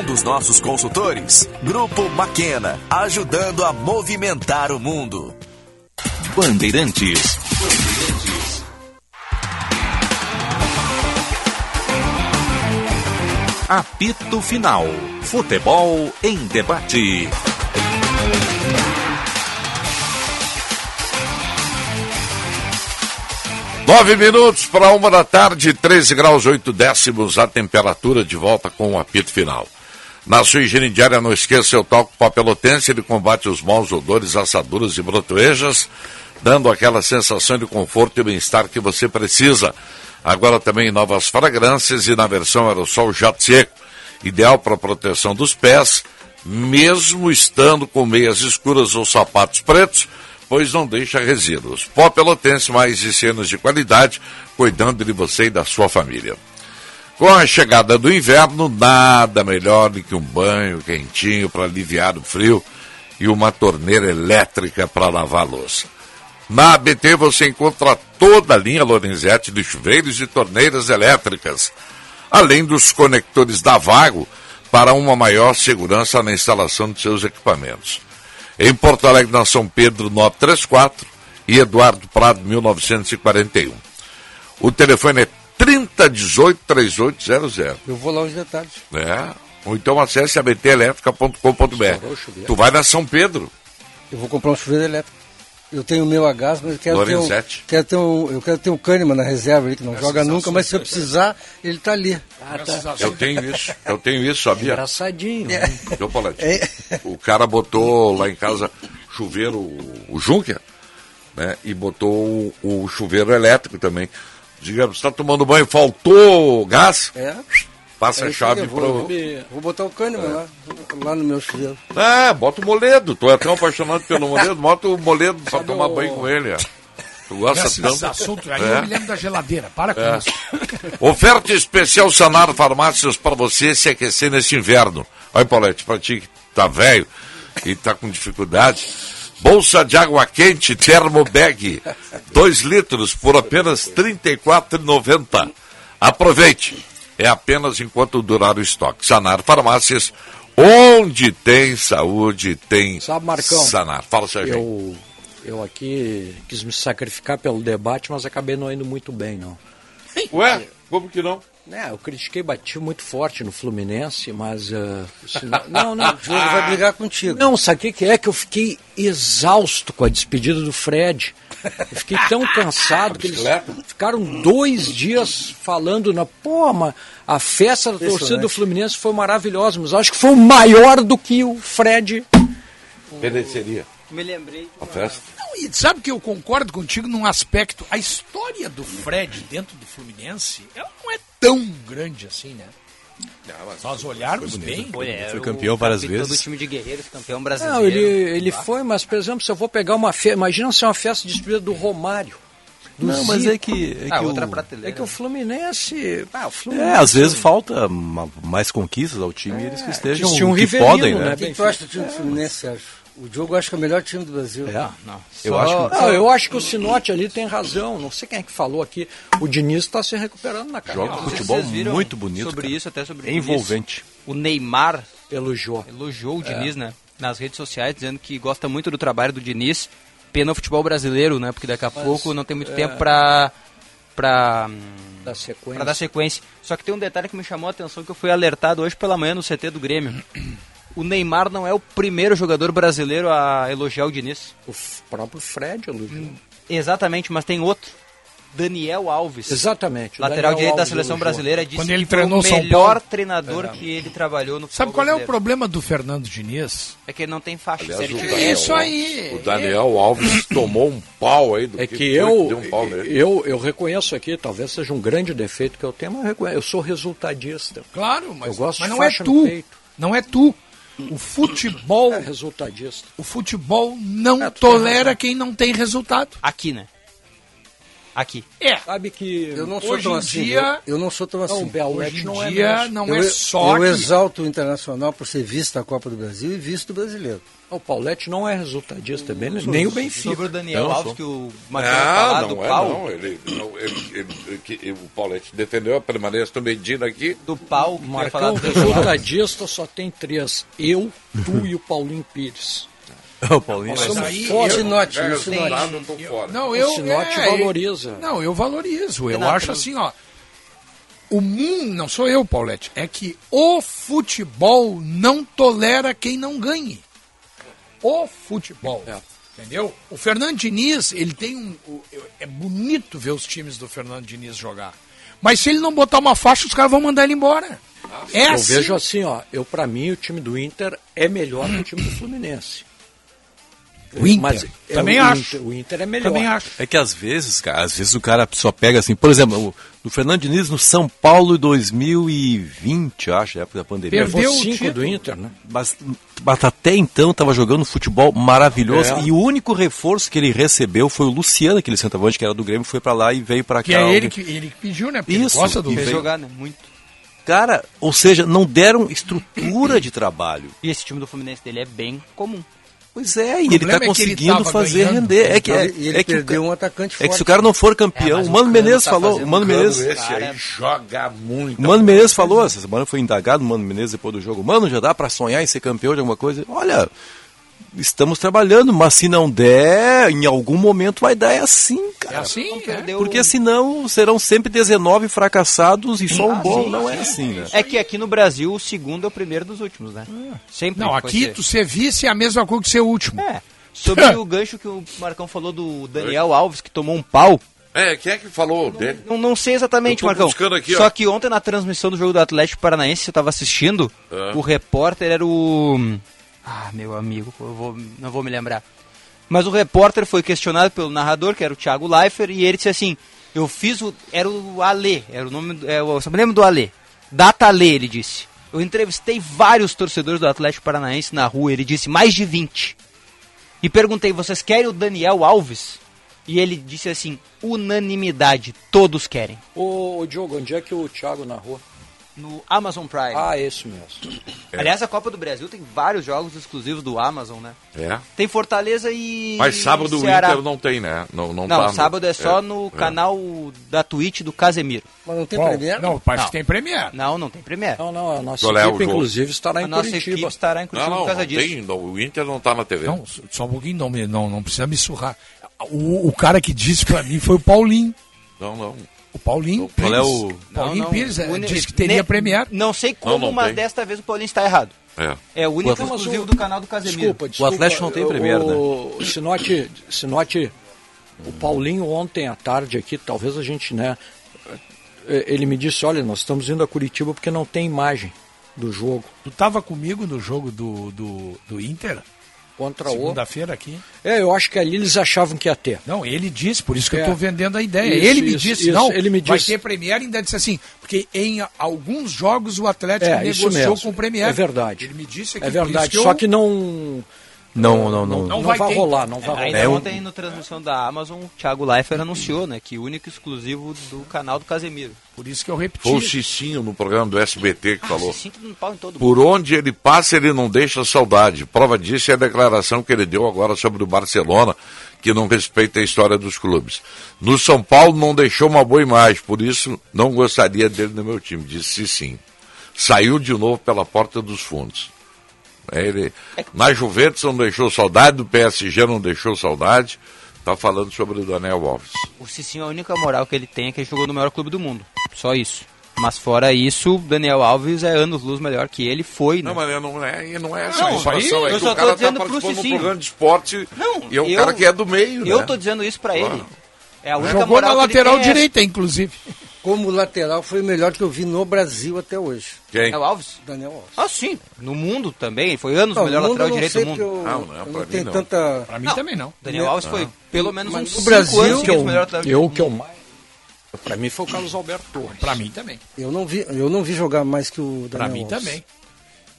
dos nossos consultores. Grupo Maquena, ajudando a movimentar o mundo.
Bandeirantes. Apito final. Futebol em debate.
Nove minutos para uma da tarde, 13 graus 8 décimos a temperatura de volta com o apito final. Na sua higiene diária, não esqueça seu talco papelotense, ele combate os maus odores, assaduras e brotoejas, dando aquela sensação de conforto e bem-estar que você precisa. Agora também novas fragrâncias e na versão aerossol jato seco, ideal para proteção dos pés, mesmo estando com meias escuras ou sapatos pretos, pois não deixa resíduos. Pó Pelotense, mais de 100 anos de qualidade, cuidando de você e da sua família. Com a chegada do inverno, nada melhor do que um banho quentinho para aliviar o frio e uma torneira elétrica para lavar a louça. Na ABT você encontra toda a linha Lorenzetti de chuveiros e torneiras elétricas, além dos conectores da Vago para uma maior segurança na instalação de seus equipamentos. Em Porto Alegre, na São Pedro 934 e Eduardo Prado 1941. O telefone é 3018-3800.
Eu vou lá os detalhes.
É. Ou então acesse abtelétrica.com.br.
chuveiro.
Tu vai na São Pedro.
Eu vou comprar um chuveiro elétrico. Eu tenho o meu a gás, mas eu quero ter, um,
Lorenzetti. é
quero ter um. Eu quero ter um Kahneman na reserva ali, que não joga nunca, mas se eu precisar, ele tá ali.
Eu tenho isso, eu tenho isso, sabia?
Engraçadinho. né? É.
Seu Pauletti, O cara botou lá em casa chuveiro, o Junker, né? E botou o, o chuveiro elétrico também. Digamos, está tomando banho, faltou gás,
É.
passa
É
a
isso aí,
chave
eu
pro.
vou, vou- vou botar o Kahneman lá, lá no meu chuveiro.
Ah, bota o Moledo. Tu é tão apaixonado pelo Moledo, bota o Moledo pra tomar banho com ele. ó. Tu gosta
Esses
tanto.
assuntos aí,
É.
eu me lembro da geladeira. Para com
É.
isso.
[LAUGHS] Oferta especial Sanar Farmácias para você se aquecer nesse inverno. Olha, Paulete, para ti que tá velho e tá com dificuldade. Bolsa de água quente Thermobag, 2 litros por apenas R$ 34,90. Aproveite, é apenas enquanto durar o estoque. Sanar Farmácias, onde tem saúde, tem
Sabe, Marcão?
Sanar. Fala, Sérgio.
Eu, eu aqui quis me sacrificar pelo debate, mas acabei não indo muito bem, não. É,
Ué, como que não?
eu critiquei, bati muito forte no Fluminense, mas. eh, isso não, não, não.
O Diogo vai brigar contigo.
Não, sabe o que que é? Que eu fiquei exausto com a despedida do Fred. Eu fiquei
[LAUGHS]
tão cansado que eles ficaram dois dias falando na. Pô, mas a festa da torcida
Impressionante.
do Fluminense foi maravilhosa, mas acho que foi maior do que o Fred.
Pereceria.
Me lembrei.
A festa.
e sabe que eu concordo contigo num aspecto. A história do Fred dentro do Fluminense, ela não é tão grande assim, né?
Ah,
Nós olharmos bem.
Olha, era
Foi
é, o
campeão várias
capitão
vezes.
do time de guerreiros, campeão brasileiro.
Não, ele, ele foi, mas, por exemplo, se eu vou pegar uma festa. Imagina se é uma festa de despedida do Romário. do
Não, mas
Zico.
é que- é Ah, que outra o- prateleira.
É que o Fluminense. Ah, o Fluminense
É, às vezes falta ma- mais conquistas ao time e eles que
É,
estejam
Tinha um
que
Riverino,
podem, né?
Quem tu acha do time do Fluminense, Sérgio? O Diogo acha que é o melhor time do Brasil.
É?
não.
Eu acho que-
Não, Ah, eu acho que o Sinote ali tem razão. Não sei quem é que falou aqui. O Diniz está se recuperando na carreira.
Joga um futebol muito bonito,
Sobre
cara.
isso, até sobre
É
o Diniz.
envolvente.
O Neymar
elogiou.
Elogiou o
É.
Diniz, né? Nas redes sociais, dizendo que gosta muito do trabalho do Diniz. Pena o futebol brasileiro, né? Porque daqui a
Mas,
pouco não tem muito
é.
tempo pra. pra.
Da sequência.
Pra dar sequência. Só que tem um detalhe que me chamou a atenção que eu fui alertado hoje pela manhã no CT do
[CLEARS THROAT]
Grêmio. O Neymar não é o primeiro jogador brasileiro a elogiar o Diniz. Hum,
O próprio Fred elogiou.
Exatamente, mas tem outro. Daniel Alves.
Exatamente, o
Lateral
Daniel
direito da
Alves
seleção
elogiou.
brasileira disse
Quando ele
que foi
treinou
o
o São
melhor
Paulo.
treinador
É.
que ele trabalhou no
Sabe
futebol
qual é o
brasileiro.
problema do Fernando Diniz?
É que ele não tem faixa.
Aliás,
se ele
o
tiver-
Daniel
Isso aí.
O Daniel Alves tomou um pau aí do
É que,
foi
eu,
deu um pau nele.
eu eu reconheço aqui, talvez seja um grande defeito que eu tenho, mas eu, reconheço, eu sou resultadista.
Claro, mas,
eu gosto
mas
de
não é
faixa no
tu.
peito. É
Não é tu. O futebol.
resultadista.
O futebol não é. tolera quem não tem resultado.
Ah, Aqui, né? Aqui.
É.
Sabe que
Eu não sou
hoje
tão
em
assim.
dia-
eu, eu não sou tão
Não,
assim.
Belete hoje em não é dia mesmo. não é só
Eu
que-
exalto o Internacional por ser visto da Copa do Brasil e visto do brasileiro.
O Paulete não é resultadista, bem,
sou,
nem o
sou.
Benfica.
Sobre o Daniel Alves,
sou.
que É o
Então, Ah, não é não. Ele, não, ele- ele- ele- que- ele- o Paulete defendeu a permanência do Medina aqui.
Do pau, que
Marcão,
É,
resultadista só tem três. Eu, tu e o Paulinho Pires.
O Paulinho
Nós
Mas
somos
aí,
fortes.
é assim. eu-
Sinote,
eu-
o Sinote.
eu-
Tô
fora.
Não,
O
eu,
Sinote
é,
valoriza.
Não, eu valorizo. Eu
Renato,
acho
eu-
assim, ó. O mundo, não sou eu, Paulette, é que o futebol não tolera quem não ganhe. O futebol.
É.
Entendeu? O Fernando Diniz, ele tem um. o- É bonito ver os times do Fernando Diniz jogar. Mas se ele não botar uma faixa, os caras vão mandar ele embora. É
Ah, eu
assim.
vejo assim, ó. Eu, pra mim, o time do Inter é melhor que o time do Fluminense.
O Inter.
é
Também
o
acho.
Inter, o Inter é melhor.
É que às vezes, cara, às vezes o cara só pega assim, por exemplo, o, do Fernando Diniz no São Paulo 2020, eu acho, época da pandemia.
Perdeu
Levou
o
cinco
título.
do
Inter, né?
é Mas, mas até então estava jogando um futebol maravilhoso
É.
e o único reforço que ele recebeu foi o Luciano, aquele centroavante que era do Grêmio, foi pra lá e veio pra
Que
cá.
é ele
Alguém-
que, ele que pediu, né? Porque
Isso,
ele gosta do
e veio-
jogar.
né? Muito.
Cara, ou seja, não deram estrutura de trabalho.
E esse time do Fluminense dele é bem comum.
Pois é, e ele tá conseguindo fazer render. É que, é,
E Então, ele
é que o
perdeu
ca-
um atacante
É que se
forte.
o cara não for campeão,
É, mas
o
o
Mano
Cano
Menezes
tá
falou, o
fazendo
Mano
um Cano,
Menezes,
Esse
é
aí joga muito.
o Mano Menezes falou, essa semana foi indagado o Mano Menezes depois do jogo. Mano, já dá pra sonhar em ser campeão de alguma coisa? Olha, estamos trabalhando, mas se não der, em algum momento vai dar. É assim, cara.
É assim, é.
Porque senão serão sempre 19 fracassados e só
Ah,
um bom. Não é assim, né?
É que aqui no Brasil o segundo é o primeiro dos últimos, né? Sempre.
É. Não,
vai
aqui
ser.
tu ser vice é a mesma coisa que ser último.
É. Sobre
[LAUGHS]
o gancho que o Marcão falou do Daniel Alves, que tomou um pau.
É, quem é que falou dele?
Não, não sei exatamente,
Eu tô
Marcão.
buscando aqui,
Só
ó.
que ontem na transmissão do jogo do Atlético Paranaense, eu tava assistindo,
Ah.
o repórter era o. Ah, meu amigo, eu vou- não vou me lembrar. Mas o repórter foi questionado pelo narrador, que era o Thiago Leifert, e ele disse assim: Eu fiz o. Era o Ale, era o nome. do- É, o- eu só me lembro do Ale. Data Ale, ele disse. Eu entrevistei vários torcedores do Atlético Paranaense na rua, ele disse mais de 20. E perguntei: Vocês querem o Daniel Alves? E ele disse assim: Unanimidade, todos querem.
Ô, ô, Diogo, onde é que o Thiago narrou?
No Amazon Prime.
Ah, esse mesmo.
É.
Aliás, a Copa do Brasil tem vários jogos exclusivos do Amazon, né?
É.
Tem Fortaleza e.
Mas sábado
Ceará.
o Inter não tem, né? Não,
Não,
não, tá no-
sábado é só no
é.
canal da Twitch do Casemiro.
Mas não
tem Qual? Premier? Não, parece que tem Premier.
Não, não tem Premier.
Não, não, a nossa
Qual é o jogo?
A
a
nossa
nossa
equipe
estará em
Não,
Curitiba
não,
por causa
não
disso.
tem. não, o Inter não tá na TV.
Não, só um pouquinho, não, me- não, não precisa me surrar. O, o cara que disse pra mim foi o Paulinho.
Não, não.
O Paulinho
Qual é
Pires.
o-
Paulinho
Não, não,
Pires é,
o Uni-
disse que teria
ne-
Premier.
Não sei como,
Não, não
mas
tem.
desta vez o Paulinho está errado.
É.
É o único
Mas o-
exclusivo do canal do Casemiro.
Desculpa, desculpa.
O Atlético não tem Premier, né?
o, né? Sinote, Sinote, o Paulinho ontem à tarde aqui, talvez a gente, né? eh, Ele me disse, olha, nós estamos indo a Curitiba porque não tem imagem do jogo.
Tu tava comigo no jogo do, do, do Inter?
Contra o-
Segunda-feira aqui.
É, eu acho que ali eles achavam que ia ter.
Não, ele disse, por isso que eu
É.
tô vendendo a ideia.
Isso,
ele me
isso,
disse,
isso,
não,
ele me
vai
disse.
ter Premier, ainda disse assim, porque em a- alguns jogos o Atlético
É, isso
negociou
mesmo.
com o Premier.
É verdade.
Ele me disse aqui,
É
por isso
verdade,
eu-
só que não
Não, não, não.
Não vai ter. rolar, não vai
É,
rolar.
Ainda
É um-
ontem, na transmissão da Amazon, o Thiago Leifert anunciou, né, que único e exclusivo do canal do Casemiro.
Por isso que eu repeti.
Foi o Cicinho no programa do SBT que falou.
Sinto pau em Ah, todo
Por onde ele passa, ele não deixa saudade. Prova disso é a declaração que ele deu agora sobre o Barcelona, que não respeita a história dos clubes. No São Paulo não deixou uma boa imagem, por isso não gostaria dele no meu time, disse sim. Saiu de novo pela porta dos fundos. É, Ele, na Juventus não deixou saudade, do PSG não deixou saudade. Está falando sobre o Daniel Alves.
O Cicinho, é a única moral que ele tem é que ele jogou no maior clube do mundo. Só isso. Mas fora isso, o Daniel Alves é anos luz melhor que ele foi, né?
Não, mas não é, não é
essa
essa
Não,
situação.
situação, aí é que eu
é que
só o tô cara
o cara
tá dizendo
está
pro participando de um
participando do
Cicinho.
programa
programa
de esporte e é um
eu-
cara que é do meio,
Eu tô dizendo isso pra ele. É a única
Jogou
moral
na
que ele
lateral
tem é
direita, inclusive.
Como lateral foi o melhor que eu vi no Brasil até hoje.
Quem?
Daniel Alves?
Daniel Alves.
Ah, sim. No mundo também. ele Foi anos o
Não,
melhor
no mundo
lateral
eu não
direito
sei
do mundo.
porque eu- Não, não é eu pra não mim, tenho não. tanta- Pra mim também não.
Daniel
Né?
Alves foi
Ah.
pelo menos
Mas
uns
no
cinco
Brasil,
anos
que é eu-
é
seguidos melhor lateral
eu
direito
é
que
do
eu
mundo.
Pra mim foi o Carlos Alberto Torres.
Pra mim também.
Eu não vi, eu não vi jogar mais que o Daniel
Pra mim
Alves.
também.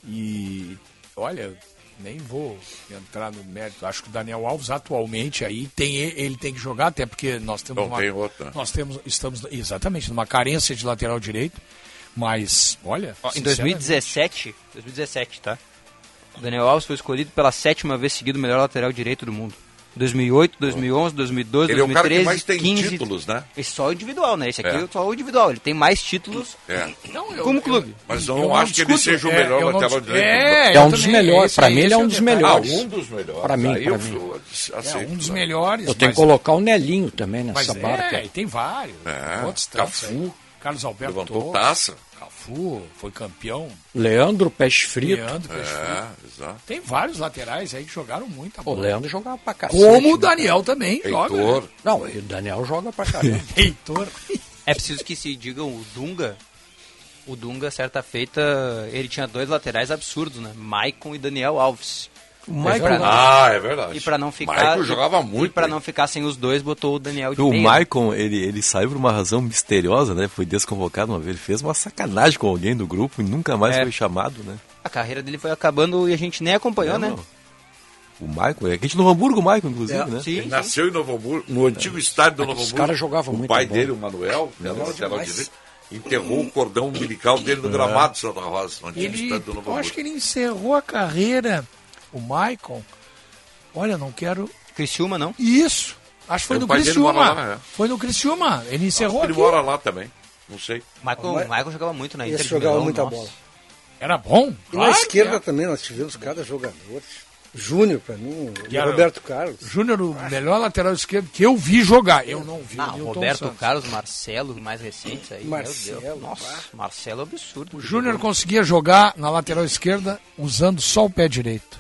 E olha, nem vou entrar no mérito. Acho que o Daniel Alves atualmente aí tem ele tem que jogar até porque nós temos
Não
uma,
tem outro, né?
nós temos estamos exatamente numa carência de lateral direito, mas olha,
Ó, Em
sinceramente,
2017, 2017, tá? O Daniel Alves foi escolhido pela sétima vez seguida o melhor lateral direito do mundo. 2008, 2011, 2012,
Ele é o cara
2013,
que mais tem
15,
títulos, né?
Esse só é o individual, né? Esse aqui
É.
é, só o individual. Ele tem mais títulos
É.
como clube.
Mas eu não Eu não acho que ele discuto. seja o É, melhor eu não lateral discuto. direito do É,
É,
eu
um dos
também,
melhores.
esse
Pra
aí,
mim, ele é
esse
um
é
dos
o detalhe. Ah,
melhores.
um dos melhores.
Pra mim,
Aí
pra
eu
mim.
fio-
é um dos melhores.
Eu tenho
mas-
que colocar o Nelinho também
mas
nessa né, barca.
é, e tem vários.
É,
Quantos
Cafu.
tantos aí? Carlos Alberto
Levantou
Torres,
taça.
Cafu foi campeão.
Leandro Peixe Frito.
Leandro Peixe Frito.
É, exato.
Tem vários laterais aí que jogaram muita
O
bola.
Leandro jogava pra cacete.
Como o
né?
Daniel também joga. né?
Não, e o Daniel joga pra
[LAUGHS]
caramba.
Heitor.
É preciso que se digam o Dunga. O Dunga, certa feita, ele tinha dois laterais absurdos, né? Maicon e Daniel Alves.
O
E
Maicon-
pra não-
Ah, é verdade.
E pra não ficar.
Maicon jogava
E
muito,
pra
hein?
não ficar sem os dois, botou o Daniel de
O
meia.
Maicon, ele, ele saiu por uma razão misteriosa, né? Foi desconvocado uma vez. Ele fez uma sacanagem com alguém do grupo e nunca mais
É.
foi chamado, né?
A carreira dele foi acabando e a gente nem acompanhou, né? É.
O Maicon, é aqui de Novo Hamburgo, o Maicon, inclusive,
É,
né?
Ele nasceu em Novo Hamburgo, no antigo estádio do Novo
os
Hamburgo.
caras jogavam
o
muito
pai
bola.
dele, o Manuel, que era
Nossa,
lateral
demais.
direito, enterrou o cordão umbilical dele
é.
no gramado de Santa Rosa, no antigo
Ele,
estádio do Novo
eu acho
Hamburgo.
que ele encerrou a carreira, o Maicon. Olha, não quero.
Criciúma, não?
Isso! Acho que foi
É, o
no
pai dele
Criciúma.
mora lá, né?
Foi no Criciúma. Ele encerrou
Ele
aqui.
mora lá né? também, não sei.
Maicon,
Mas-
Maicon jogava muito na
Esse
Inter. de
jogava
Milão,
muita
nossa.
bola.
Era Tá bom?
E
Claro
na
que é.
esquerda
era.
também nós tivemos cada jogador. Júnior, pra mim,
Que
o
era-
Roberto Carlos.
Júnior, o melhor lateral esquerdo que eu vi jogar. Eu não vi.
Ah,
o Newton
Roberto
Santos.
Carlos, Marcelo, mais recentes aí.
Marcelo,
Meu Deus. Nossa, Marcelo é um absurdo.
O Júnior conseguia jogar na lateral esquerda usando só o pé direito.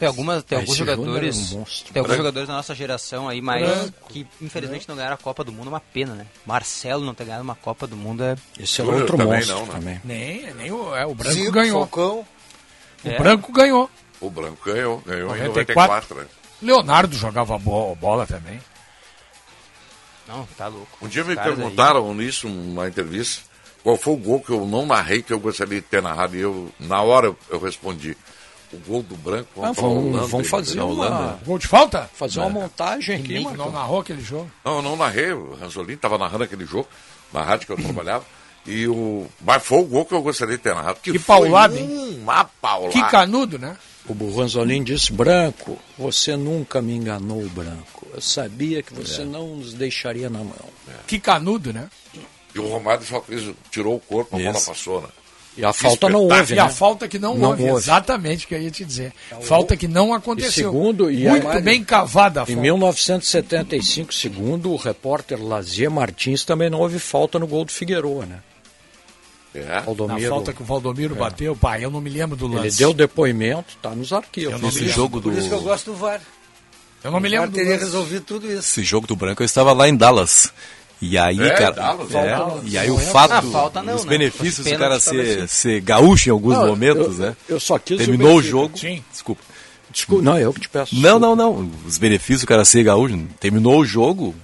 Tem, algumas, tem
Ah,
alguns
esse Júnior
jogadores.
era um monstro.
tem alguns
Branco.
jogadores da nossa geração aí, mas
Branco.
que infelizmente não ganharam a Copa do Mundo, uma pena, né? Marcelo não ter ganhado uma Copa do Mundo é.
Esse
é
Júnior outro
também
monstro não, né? também.
Nem, nem o, é, o Branco
Zico,
ganhou.
Falcão.
O
É.
Branco ganhou.
O Branco ganhou, ganhou em
94.
94. né?
Leonardo jogava bo- bola também.
Não, tá louco.
Um dia
Os
me
caras aí-
perguntaram nisso, numa entrevista, qual foi o gol que eu não narrei, que eu gostaria de ter narrado, e eu, na hora, eu, eu respondi. O gol do Branco
Ah,
contra a
um
vamos-
Holanda,
vamos fazer
na
uma- É.
Holanda. é
Gol de falta?
Fazer uma montagem aqui,
Ele não
Marcão.
narrou aquele jogo.
Não, eu não narrei, o Ranzolini estava narrando aquele jogo, na rádio que eu trabalhava, e o... Mas foi o gol que eu gostaria de ter narrado. Que,
Que
foi
paulada, hein?
Hum.
Uma paulada.
Que canudo, né?
O Burranzolin disse, Branco, você nunca me enganou, Branco. Eu sabia que
É.
você não nos deixaria na mão.
Que canudo, né?
E o Romário só fez, tirou o corpo, a bola
Isso.
passou, né?
E a falta não
espetáculo.
houve,
E
né?
a falta que não,
Não
houve,
houve.
exatamente o que eu ia te dizer. Falta que não aconteceu.
E segundo, e a-
Muito bem cavada a
Em
falta.
1975, segundo o repórter Lazier Martins, também não houve falta no gol do Figueiredo, né?
É.
Na
Valdomiro, É.
falta que o Valdomiro bateu, pai, eu não me lembro do lance.
ele deu depoimento, tá nos
Eu
arquivos.
não Esse me lembro. É jogo
Por isso que eu gosto do VAR.
Eu não me
O VAR
lembro do
teria
lance.
resolvido tudo isso.
Esse jogo do Branco eu estava lá em Dallas. E aí,
É,
cara.
Dallas,
é,
Dallas.
E aí o
Não é
fato.
Ah, falta não,
os
né?
benefícios
Os
do cara
pênaltis
ser,
também.
ser gaúcho em alguns
Não,
momentos,
eu-
né?
eu só quis o
Terminou o
Benfica.
jogo.
Sim.
Desculpa.
Desculpa, não, eu que te peço.
Não, não, não. Os benefícios do cara ser gaúcho. Terminou o jogo.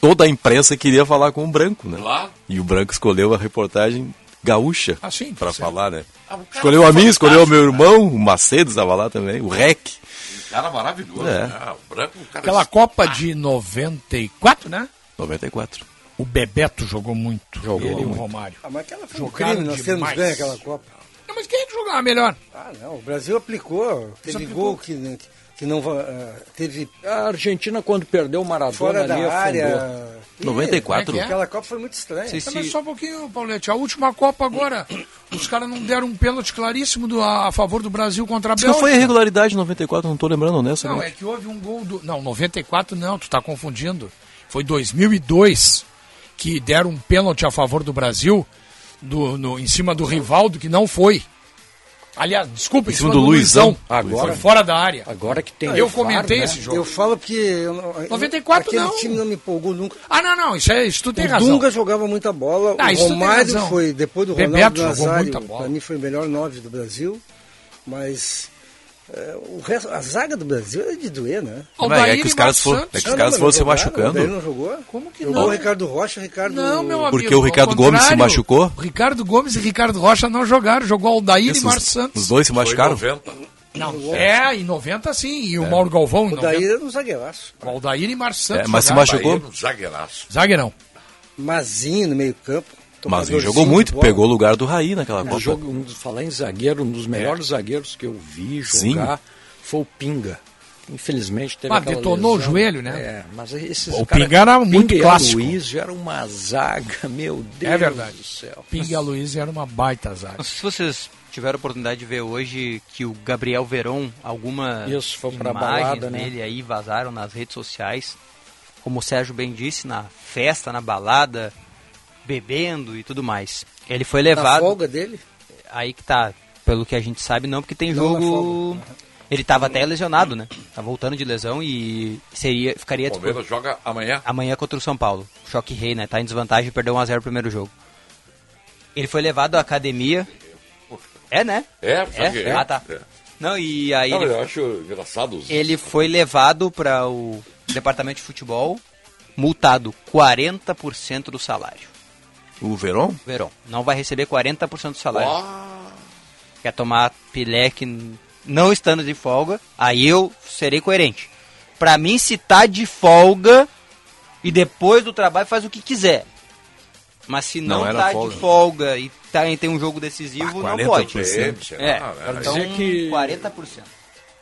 Toda a imprensa queria falar com o Branco, né?
Lá?
E o Branco escolheu a reportagem gaúcha,
Ah, sim,
para
certo.
falar, né?
Ah, o cara
escolheu a
foi
mim, escolheu o meu
fantástico,
irmão, o Macedo estava lá também, o Rec.
Cara maravilhoso,
É.
né? O branco, o cara.
Aquela Copa de 94, né?
94.
O Bebeto jogou muito. Jogou ele e o
muito.
Romário.
Ah, mas aquela foi
Jogaram
incrível, nós temos
demais.
ganho aquela Copa.
Não, mas quem é que jogava melhor?
Ah, não, o Brasil aplicou, teve
aplicou.
gol que, né, que- que não va- ah, teve
A Argentina, quando perdeu o Maradona
fora
ali,
da
afundou.
área. Ih,
94.
é que é? Aquela Copa foi muito estranha.
Mas só um pouquinho, Paulete. A última Copa agora, [CLEARS THROAT] os caras não deram um pênalti claríssimo do- a, a favor do Brasil contra a
Isso não
Bélgica.
foi né? irregularidade em 94, não tô lembrando honestamente.
Não, é que houve um gol do. Não, 94 não, tu tá confundindo. Foi 2002 que deram um pênalti a favor do Brasil do, no- em cima do Rivaldo, que não foi. Aliás, desculpa,
Em cima do Luizão.
Agora.
Agora-
Foi fora da área.
Agora
É,
que tem
Eu
VAR,
comentei
né?
esse jogo.
Eu falo porque. eu não-
94
aquele
não.
time não me empolgou nunca.
Ah, não, não, isso, é, isso tu tem
o
razão.
Dunga jogava muita bola,
Ah,
o
isso tu tem
Romário
razão.
foi, depois do Ronaldo
Bebeto jogou
Nazário,
muita bola.
para mim foi o melhor nove do Brasil, mas é, o resto, a zaga do Brasil é de doer, né?
Aldair É que os e caras Marcos foram- Santos. é que os
Ah, não,
caras
mas
foram
não
se
jogaram,
machucando.
O Aldair não jogou? Como que Jogou
não?
o Ricardo Rocha, o Ricardo...
Não, meu amigo.
Porque o
ao
Ricardo Gomes se
contrário,
machucou.
Ricardo Gomes e Ricardo Rocha não jogaram. Jogou Aldair e
Esses-
Marcos Santos.
Os dois se machucaram?
Não, é, em 90 sim. E o Mauro Galvão em
O
90.
Aldair era um zagueiraço.
O Aldair e Marcos Santos.
É, mas se
jogaram.
machucou?
Um zagueiraço.
Zagueirão.
Mazinho no meio campo.
Mas
tomadorzinho
ele jogou
de
muito,
bola.
pegou o lugar do Raí naquela
Um
Copa.
jogo, um dos- falar em zagueiro, um dos
É.
melhores zagueiros que eu vi
Sim.
jogar foi o Pinga. Infelizmente teve
Ah,
aquela
detonou
lesão.
o joelho, né?
É, mas esses
O Pinga era muito
Pinga e
clássico.
Luiz era uma zaga, meu Deus
É verdade.
do céu.
Pinga Luiz era uma baita zaga.
Não sei se vocês tiveram a oportunidade de ver hoje que o Gabriel Veron, algumas
Isso, foi pra
imagens
balada, né?
dele aí vazaram nas redes sociais. Como o Sérgio bem disse, na festa, na balada, bebendo e tudo mais. Ele foi
Na
levado.
folga é dele,
Aí que tá, pelo que a gente sabe, não, porque tem
Não, na
jogo. Ele tava até lesionado, né? Tá voltando de lesão e seria, ficaria
O Palmeiras joga amanhã.
Amanhã contra o São Paulo. Choque rei, né? Tá em desvantagem, perdeu 1x0 o primeiro jogo. Ele foi levado à academia. É, né?
É, zagueiro.
Ah, tá.
É.
Não, e aí
Não,
ele,
eu acho engraçado os.
ele foi levado para o departamento de futebol, multado 40% do salário.
O Verón?
Verão, não vai receber 40% do salário. Quer tomar pileque n- não estando de folga, aí eu serei coerente. Pra mim, se tá de folga e depois do trabalho faz o que quiser. Mas se não,
Não era
tá
folga.
de folga e tá, e tem um jogo decisivo, não pode.
40%.
É,
Ah, é.
então
dizer que-
40%.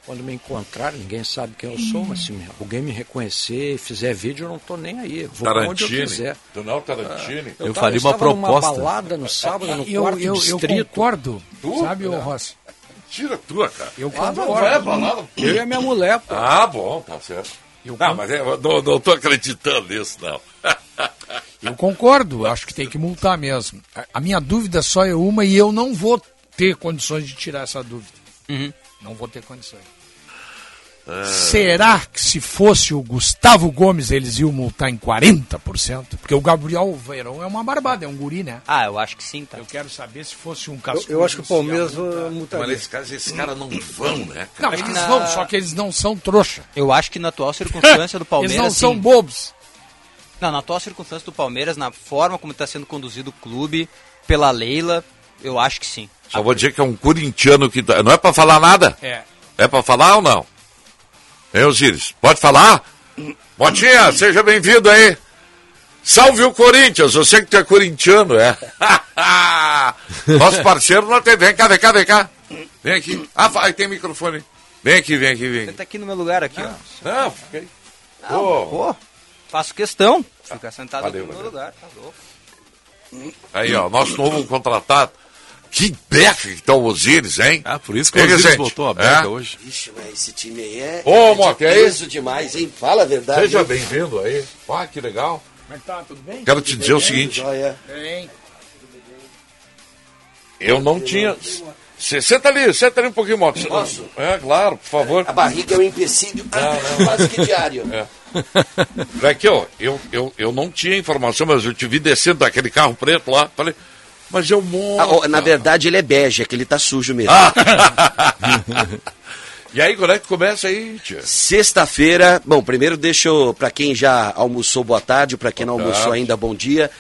Quando me encontrar, ninguém sabe quem eu sou, mas se me- alguém me reconhecer e fizer vídeo, eu não tô nem aí. Vou pra onde eu
Tarantini.
quiser.
Tu não, Tarantini.
Eu
tava-
faria uma
estava numa
proposta.
balada no sábado, no
Eu,
quarto
eu, eu
distrito.
concordo, sabe, ô Rossi?
Tira a tua, cara.
Eu
Ah, não,
concordo.
vai a balada. Eu e a minha mulher, pô.
Ah, bom, tá certo.
Eu
Não,
concordo.
mas é, eu não, não tô acreditando nisso, não. [LAUGHS]
Eu concordo, acho que tem que multar mesmo. A- A minha dúvida só é uma e eu não vou ter condições de tirar essa dúvida. Não vou ter condições.
Ah,
Será que se fosse o Gustavo Gomes eles iam multar em 40%? Porque o Gabriel Verão é uma barbada, é um guri, né?
Ah, eu acho que sim, tá.
Eu quero saber se fosse um
eu,
caso.
eu acho que o Palmeiras eh,
tá. Mas
multaria.
nesse caso, esses caras não vão, né?
Não, eles vão, só que eles não são trouxa.
Eu acho que na atual circunstância do Palmeiras.
[LAUGHS] eles não
sim.
são bobos.
Não, na atual circunstância do Palmeiras, na forma como está sendo conduzido o clube, pela Leila, eu acho que sim.
Só vou dizer que é um corintiano que. tá- Não é pra falar nada?
É.
É pra falar ou não? Hein, Osiris? Pode falar? Botinha, seja bem-vindo aí. Salve o Corinthians, eu sei que tu é corintiano, é. [LAUGHS] Nosso parceiro na TV. Ah, Vem cá, vem cá, vem cá. Vem aqui. Ah, fa- aí tem microfone. Vem aqui, vem aqui, vem aqui.
Senta Tá aqui no meu lugar aqui, ó.
Ah, Não, fica aí. Pô,
Pô, faço questão. Fica sentado
valeu,
aqui no meu
valeu.
lugar, tá louco.
Aí, ó, nosso novo contratado. Que beca que tá o Osiris, hein?
Ah, por isso que
Ei,
o Osiris
gente,
botou a beca
é?
hoje.
Vixe, mas esse time aí é.
Ô,
é de
Mote, é
peso demais, hein? Fala a verdade.
Seja
hein?
bem-vindo aí. Ah, que legal.
Como é que tá? Tudo bem?
Quero te dizer o seguinte.
Joia.
Bem.
Eu não tinha. Cê- Senta ali, senta ali um pouquinho, Moto.
Posso?
É, claro, por favor.
A barriga é um empecilho quase que diário.
É. Aqui, ó, eu, eu, eu não tinha informação, mas eu te vi descendo daquele carro preto lá. Falei, [LAUGHS]
é
mas
um
eu
Ah,
morro.
ó, na verdade, ele é bege, é que ele tá sujo mesmo.
Ah!
[LAUGHS]
e aí, quando é que começa aí, tia?
Sexta-feira, bom, primeiro deixa eu, pra quem já almoçou, boa tarde, pra quem não almoçou
tarde.
ainda, bom dia.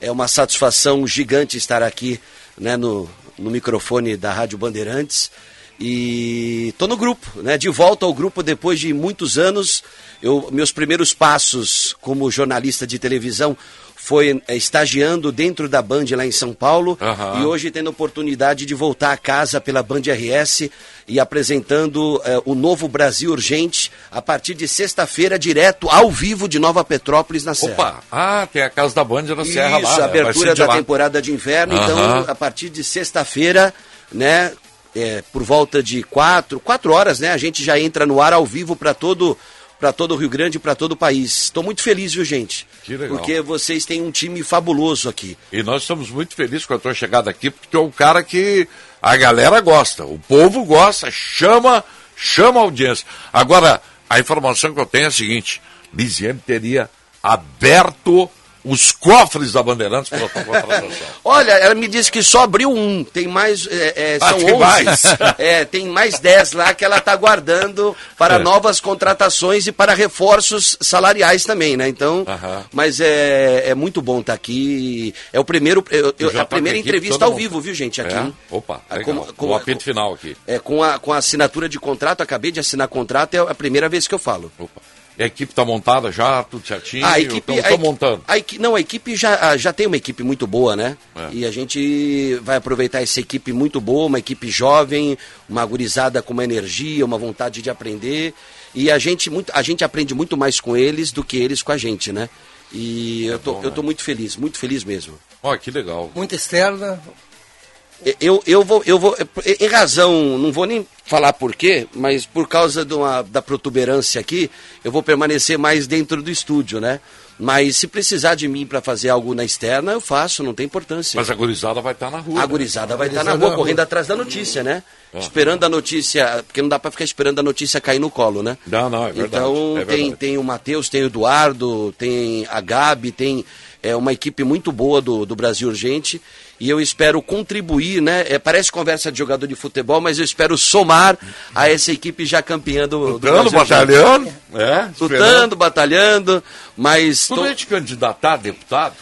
É uma satisfação gigante estar aqui né, no, no microfone da Rádio Bandeirantes. E tô no grupo, né? De volta ao grupo depois de muitos anos. Eu, meus primeiros passos como jornalista de televisão foi eh, estagiando dentro da Band lá em São Paulo
Aham.
e hoje tendo a oportunidade de voltar a casa pela Band RS e apresentando eh, o novo Brasil Urgente a partir de sexta-feira direto ao vivo de Nova Petrópolis na Serra.
Opa! Ah, tem a casa da Band na Serra lá.
é. Isso,
né?
a
Vai
abertura
ser de
da
lá.
temporada de inverno.
Aham.
Então, a partir de sexta-feira, né, é, por volta de quatro, quatro horas, né, a gente já entra no ar ao vivo para todo para todo o Rio Grande, para todo o país. Estou muito feliz, viu, gente?
Que legal.
Porque vocês têm um time fabuloso aqui.
E nós estamos muito felizes com a tua chegada aqui, porque tu é um cara que a galera gosta, o povo gosta, chama, chama a audiência. Agora, a informação que eu tenho é a seguinte: Lisiane teria aberto os cofres da Bandeirantes para
[LAUGHS]
tua contratação.
Olha, ela me disse que só abriu um. Tem mais. é, é,
Ah,
são
tem
11.
mais.
[LAUGHS] É, tem mais 10 lá que ela está guardando para
É.
novas contratações e para reforços salariais também, né? Então.
Ah.
Mas é, é muito bom estar aqui. É o primeiro, eu- eu-
Tu já
a
tá
primeira
com equipe
entrevista
toda
ao
montada.
vivo, viu, gente? Aqui.
É?
hein?
Opa,
Ah,
legal.
como- como-
o apito final aqui.
É, com, a, com a assinatura de contrato, acabei de assinar contrato, é a primeira vez que eu falo.
E a equipe está montada já, tudo certinho?
A equipe- a
Estou
equi- [LAUGHS]
montando.
A equi- não, a equipe já, a- já tem uma equipe muito boa, né?
É.
E a gente vai aproveitar essa equipe muito boa, uma equipe jovem, uma gurizada com uma energia, uma vontade de aprender. E a gente, muito, a gente aprende muito mais com eles do que eles com a gente, né? E eu, tô,
É bom, né?
eu tô muito feliz, muito feliz mesmo.
Ó, que legal.
Muita externa,
Eu, eu vou, eu vou, em razão, não vou nem falar porquê, mas por causa de uma- da protuberância aqui, eu vou permanecer mais dentro do estúdio, né? Mas se precisar de mim para fazer algo na externa, eu faço, não tem importância.
Mas a gurizada vai estar na rua.
A
né? É.
gurizada vai estar na rua, correndo atrás da notícia, né? Esperando a notícia, porque não dá para ficar esperando a notícia cair no colo, né?
Não, não, é verdade.
Então
é
tem,
verdade.
tem o Matheus, tem o Eduardo, tem a Gabi, tem é, uma equipe muito boa do, do Brasil Urgente. E eu espero contribuir, né? É, parece conversa de jogador de futebol, mas eu espero somar a essa equipe já campeã do, do
Lutando,
Brasil Urgente.
batalhando. É, esperando.
Lutando, batalhando, mas.
Tu
tô- É,
não é de candidatar a deputado?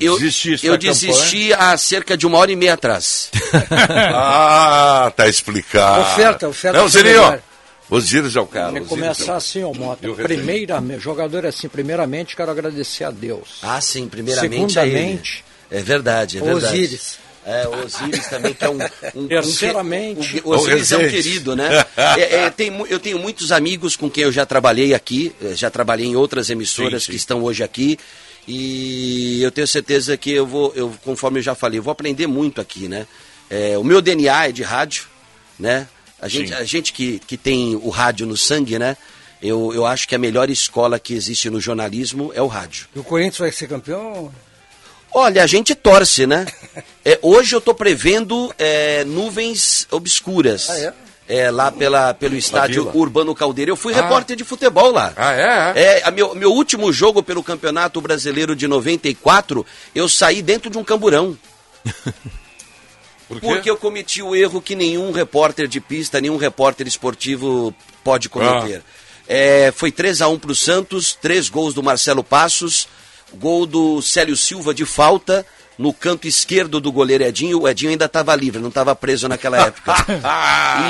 eu
Existe isso
eu
na
desisti há cerca de uma hora e meia atrás.
Ah, tá explicado.
Oferta, oferta
Não, Zirinho.
familiar.
Osiris é o cara.
Vamos
Osiris é
começar
o-
assim, ó, Mota.
Eu respeito.
Primeiramente, jogador é assim, primeiramente quero agradecer a Deus.
Ah, sim, primeiramente
Segundamente,
a ele. É verdade, é verdade.
Osíris.
É, o Osíris também, que é um... um- um
Terceiramente.
um- o Osíris é um
Presente.
querido, né? É, é, tem mu- eu tenho muitos amigos com quem eu já trabalhei aqui, eh, já trabalhei em outras emissoras que estão hoje aqui, e eu tenho certeza que eu vou, eu, conforme eu já falei, eu vou aprender muito aqui, né? É, o meu DNA é de rádio, né? A gente,
Sim.
a gente que, que tem o rádio no sangue, né? Eu, eu acho que a melhor escola que existe no jornalismo é o rádio.
E o Corinthians vai ser campeão?
Olha, a gente torce, né? É, hoje eu tô prevendo é, nuvens obscuras.
Ah, é?
É, lá pela, pelo estádio
vila.
Urbano Caldeira. Eu fui
Ah.
repórter de futebol lá.
Ah, é?
É, a meu, meu último jogo pelo Campeonato Brasileiro de 94, eu saí dentro de um camburão.
Por quê?
Porque eu cometi o erro que nenhum repórter de pista, nenhum repórter esportivo pode cometer. É, foi 3 a 1 para o Santos, três gols do Marcelo Passos, gol do Célio Silva de falta no canto esquerdo do goleiro Edinho. O Edinho ainda estava livre, não estava preso naquela época.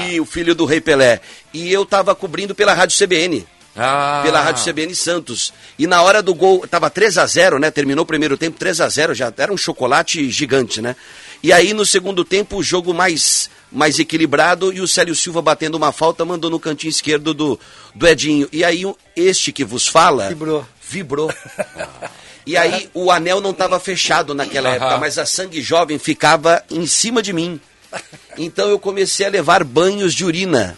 e o filho do Rei Pelé. E eu estava cobrindo pela Rádio CBN. Pela Rádio CBN Santos. E na hora do gol, tava 3 a 0 né? Terminou o primeiro tempo 3 a 0 já era um chocolate gigante, né? E aí no segundo tempo, o jogo mais mais equilibrado e o Célio Silva batendo uma falta, mandou no cantinho esquerdo do, do Edinho. E aí o- este que vos fala
Vibrou.
vibrou.
Ah.
E aí o anel não estava fechado naquela época,
Aham.
mas a sangue jovem ficava em cima de mim. Então eu comecei a levar banhos de urina.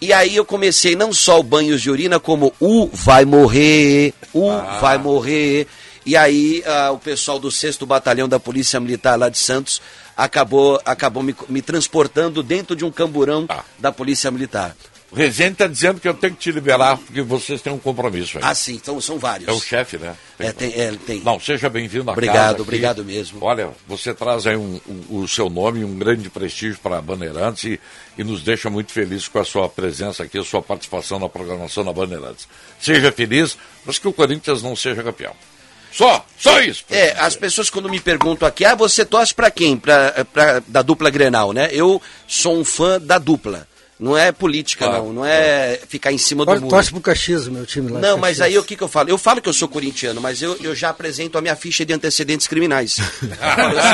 E aí eu comecei não só o banhos de urina, como o vai morrer, o
Ah.
Ah. vai morrer. E aí ah, o pessoal do 6 Batalhão da Polícia Militar lá de Santos acabou, acabou me, me transportando dentro de um camburão da Polícia Militar.
Tá. O Rezende está dizendo que eu tenho que te liberar porque vocês têm um compromisso aí.
Ah, sim, então são vários.
É o chefe, né?
É, tem- é, tem.
Não, seja bem-vindo à
Obrigado,
casa aqui.
obrigado mesmo.
Olha, você traz aí um- o, o seu nome, um grande prestígio para a Bandeirantes e, e nos deixa muito felizes com a sua presença aqui, a sua participação na programação da Bandeirantes. Seja feliz, mas que o Corinthians não seja campeão. Só, só isso.
É, as pessoas quando me perguntam aqui, ah, você torce pra quem? Pra, pra, da dupla Grenal, né? Eu sou um fã da dupla. Não é política, não. Não é ficar em cima do
Torce-
muro.
Torce pro Caxias, o meu time lá.
Não, mas
Caxias.
aí o que, que eu falo? Eu falo que eu sou corintiano, mas eu, eu já apresento a minha ficha de antecedentes criminais. eu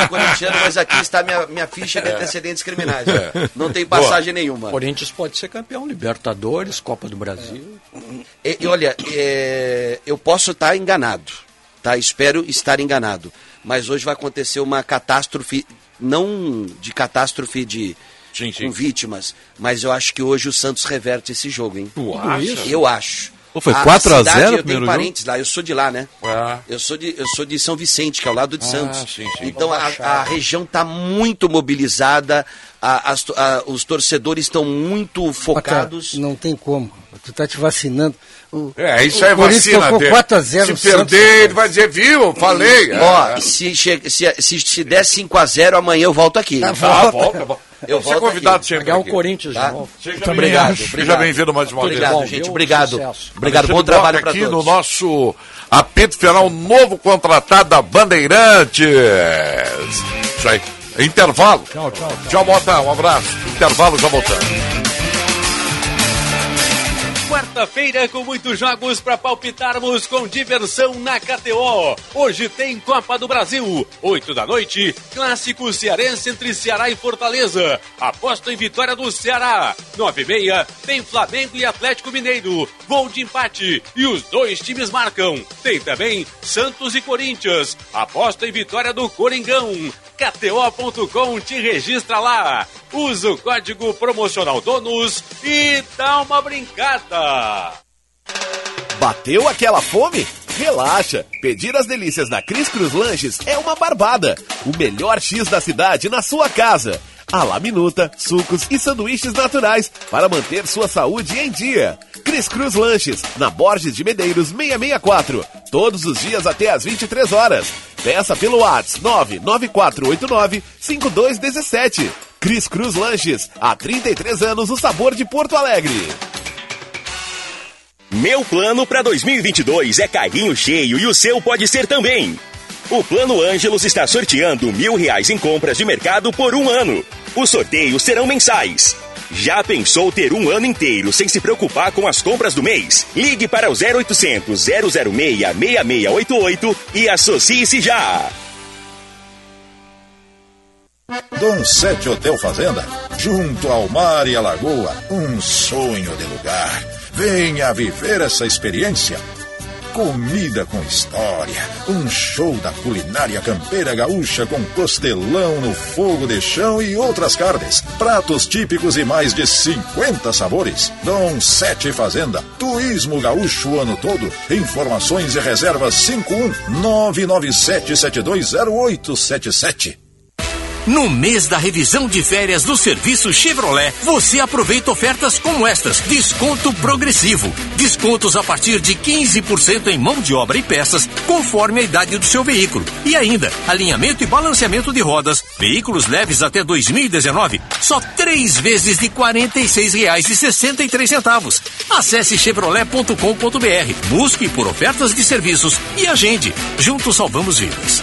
sou corintiano, mas aqui está a minha, minha ficha de antecedentes
[LAUGHS]
criminais. é.
É.
É.
Não tem passagem nenhuma.
Corinthians pode ser campeão, Libertadores, Copa do Brasil.
E, e olha, é, eu posso estar enganado, tá? Espero estar enganado. Mas hoje vai acontecer uma catástrofe, não de catástrofe de com vítimas, mas eu acho que hoje o Santos reverte esse jogo, hein? Tu
acha? isso?
Eu acho.
Pô, foi
A- a
4 a 0
cidade,
o
Eu
primeiro
tenho
jogo? Ah.
parentes lá, eu sou de lá, né? Eu, sou de, eu sou de São Vicente, que é ao lado de
Ah,
Santos.
sim, sim.
Então a, a região está muito mobilizada, a- as to- a- os torcedores estão muito
Cara,
focados.
não tem como. Tu tá te vacinando. O,
É,
isso aí é
o Corinthians
vacina
tocou
dele.
4 a 0
Se
no Santos.
perder, ele vai dizer, viu? Eu Falei.
Ó,
É.
se, che- se, se, se der 5x0, amanhã eu volto aqui.
Ah, volta. volta, volta.
Eu
Você
volto
é convidado sempre
Pegar
aqui. Tá? Seja
Muito
bem-
obrigado,
Seja
obrigado.
bem-vindo mais uma
Obrigado,
vez.
gente. Obrigado.
Sucesso.
Obrigado. Bom
Alexandre
trabalho
Borba
para
aqui
todos.
no nosso apito final, novo contratado da Bandeirantes. Isso aí. Intervalo. Tchau, tchau. Tchau, Bota. Um abraço. Intervalo, já voltamos.
Quarta-feira com muitos jogos para palpitarmos com diversão na KTO. Hoje tem Copa do Brasil, 8 da noite, clássico cearense entre Ceará e Fortaleza. Aposta em vitória do Ceará. 9 e meia tem Flamengo e Atlético Mineiro. Gol de empate e os dois times marcam. Tem também Santos e Corinthians. Aposta em vitória do Coringão. KTO.com te registra lá. Usa o código promocional DONUS e dá uma brincada.
Bateu aquela fome? Relaxa! Pedir as delícias na Cris Cruz Lanches é uma barbada! O melhor X da cidade na sua casa! A la minuta, sucos e sanduíches naturais para manter sua saúde em dia. Cris Cruz Lanches, na Borges de Medeiros 664, todos os dias até às 23 horas. Peça pelo WhatsApp 99489 5217. Cris Cruz Lanches, há 33 anos o sabor de Porto Alegre.
Meu plano para 2022 é carrinho cheio e o seu pode ser também. O Plano Ângelos está sorteando mil reais em compras de mercado por um ano. Os sorteios serão mensais. Já pensou ter um ano inteiro sem se preocupar com as compras do mês? Ligue para o 0800 006 6688 e associe-se já.
Dom Sete Hotel Fazenda, junto ao mar e à lagoa, um sonho de lugar. Venha viver essa experiência. Comida com história, um show da culinária campeira gaúcha com costelão no fogo de chão e outras carnes, pratos típicos e mais de 50 sabores. Dom Sete Fazenda, turismo gaúcho o ano todo. Informações e reservas 51 997 720877.
No mês da revisão de férias do serviço Chevrolet, você aproveita ofertas como estas: desconto progressivo. Descontos a partir de 15% em mão de obra e peças, conforme a idade do seu veículo. E ainda, alinhamento e balanceamento de rodas. Veículos leves até 2019, só três vezes de R$ 46,63. Acesse chevrolet.com.br, busque por ofertas de serviços e agende. Juntos salvamos vidas.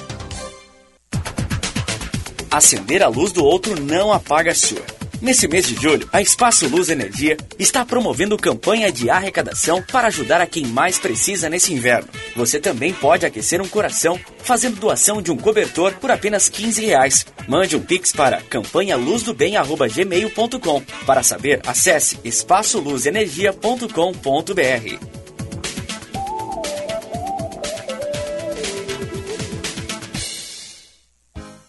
Acender a luz do outro não apaga a sua. Nesse mês de julho, a Espaço Luz Energia está promovendo campanha de arrecadação para ajudar a quem mais precisa nesse inverno. Você também pode aquecer um coração fazendo doação de um cobertor por apenas 15 reais. Mande um pix para campanhaluzdobem.gmail.com. Para saber, acesse espaçoluzenergia.com.br.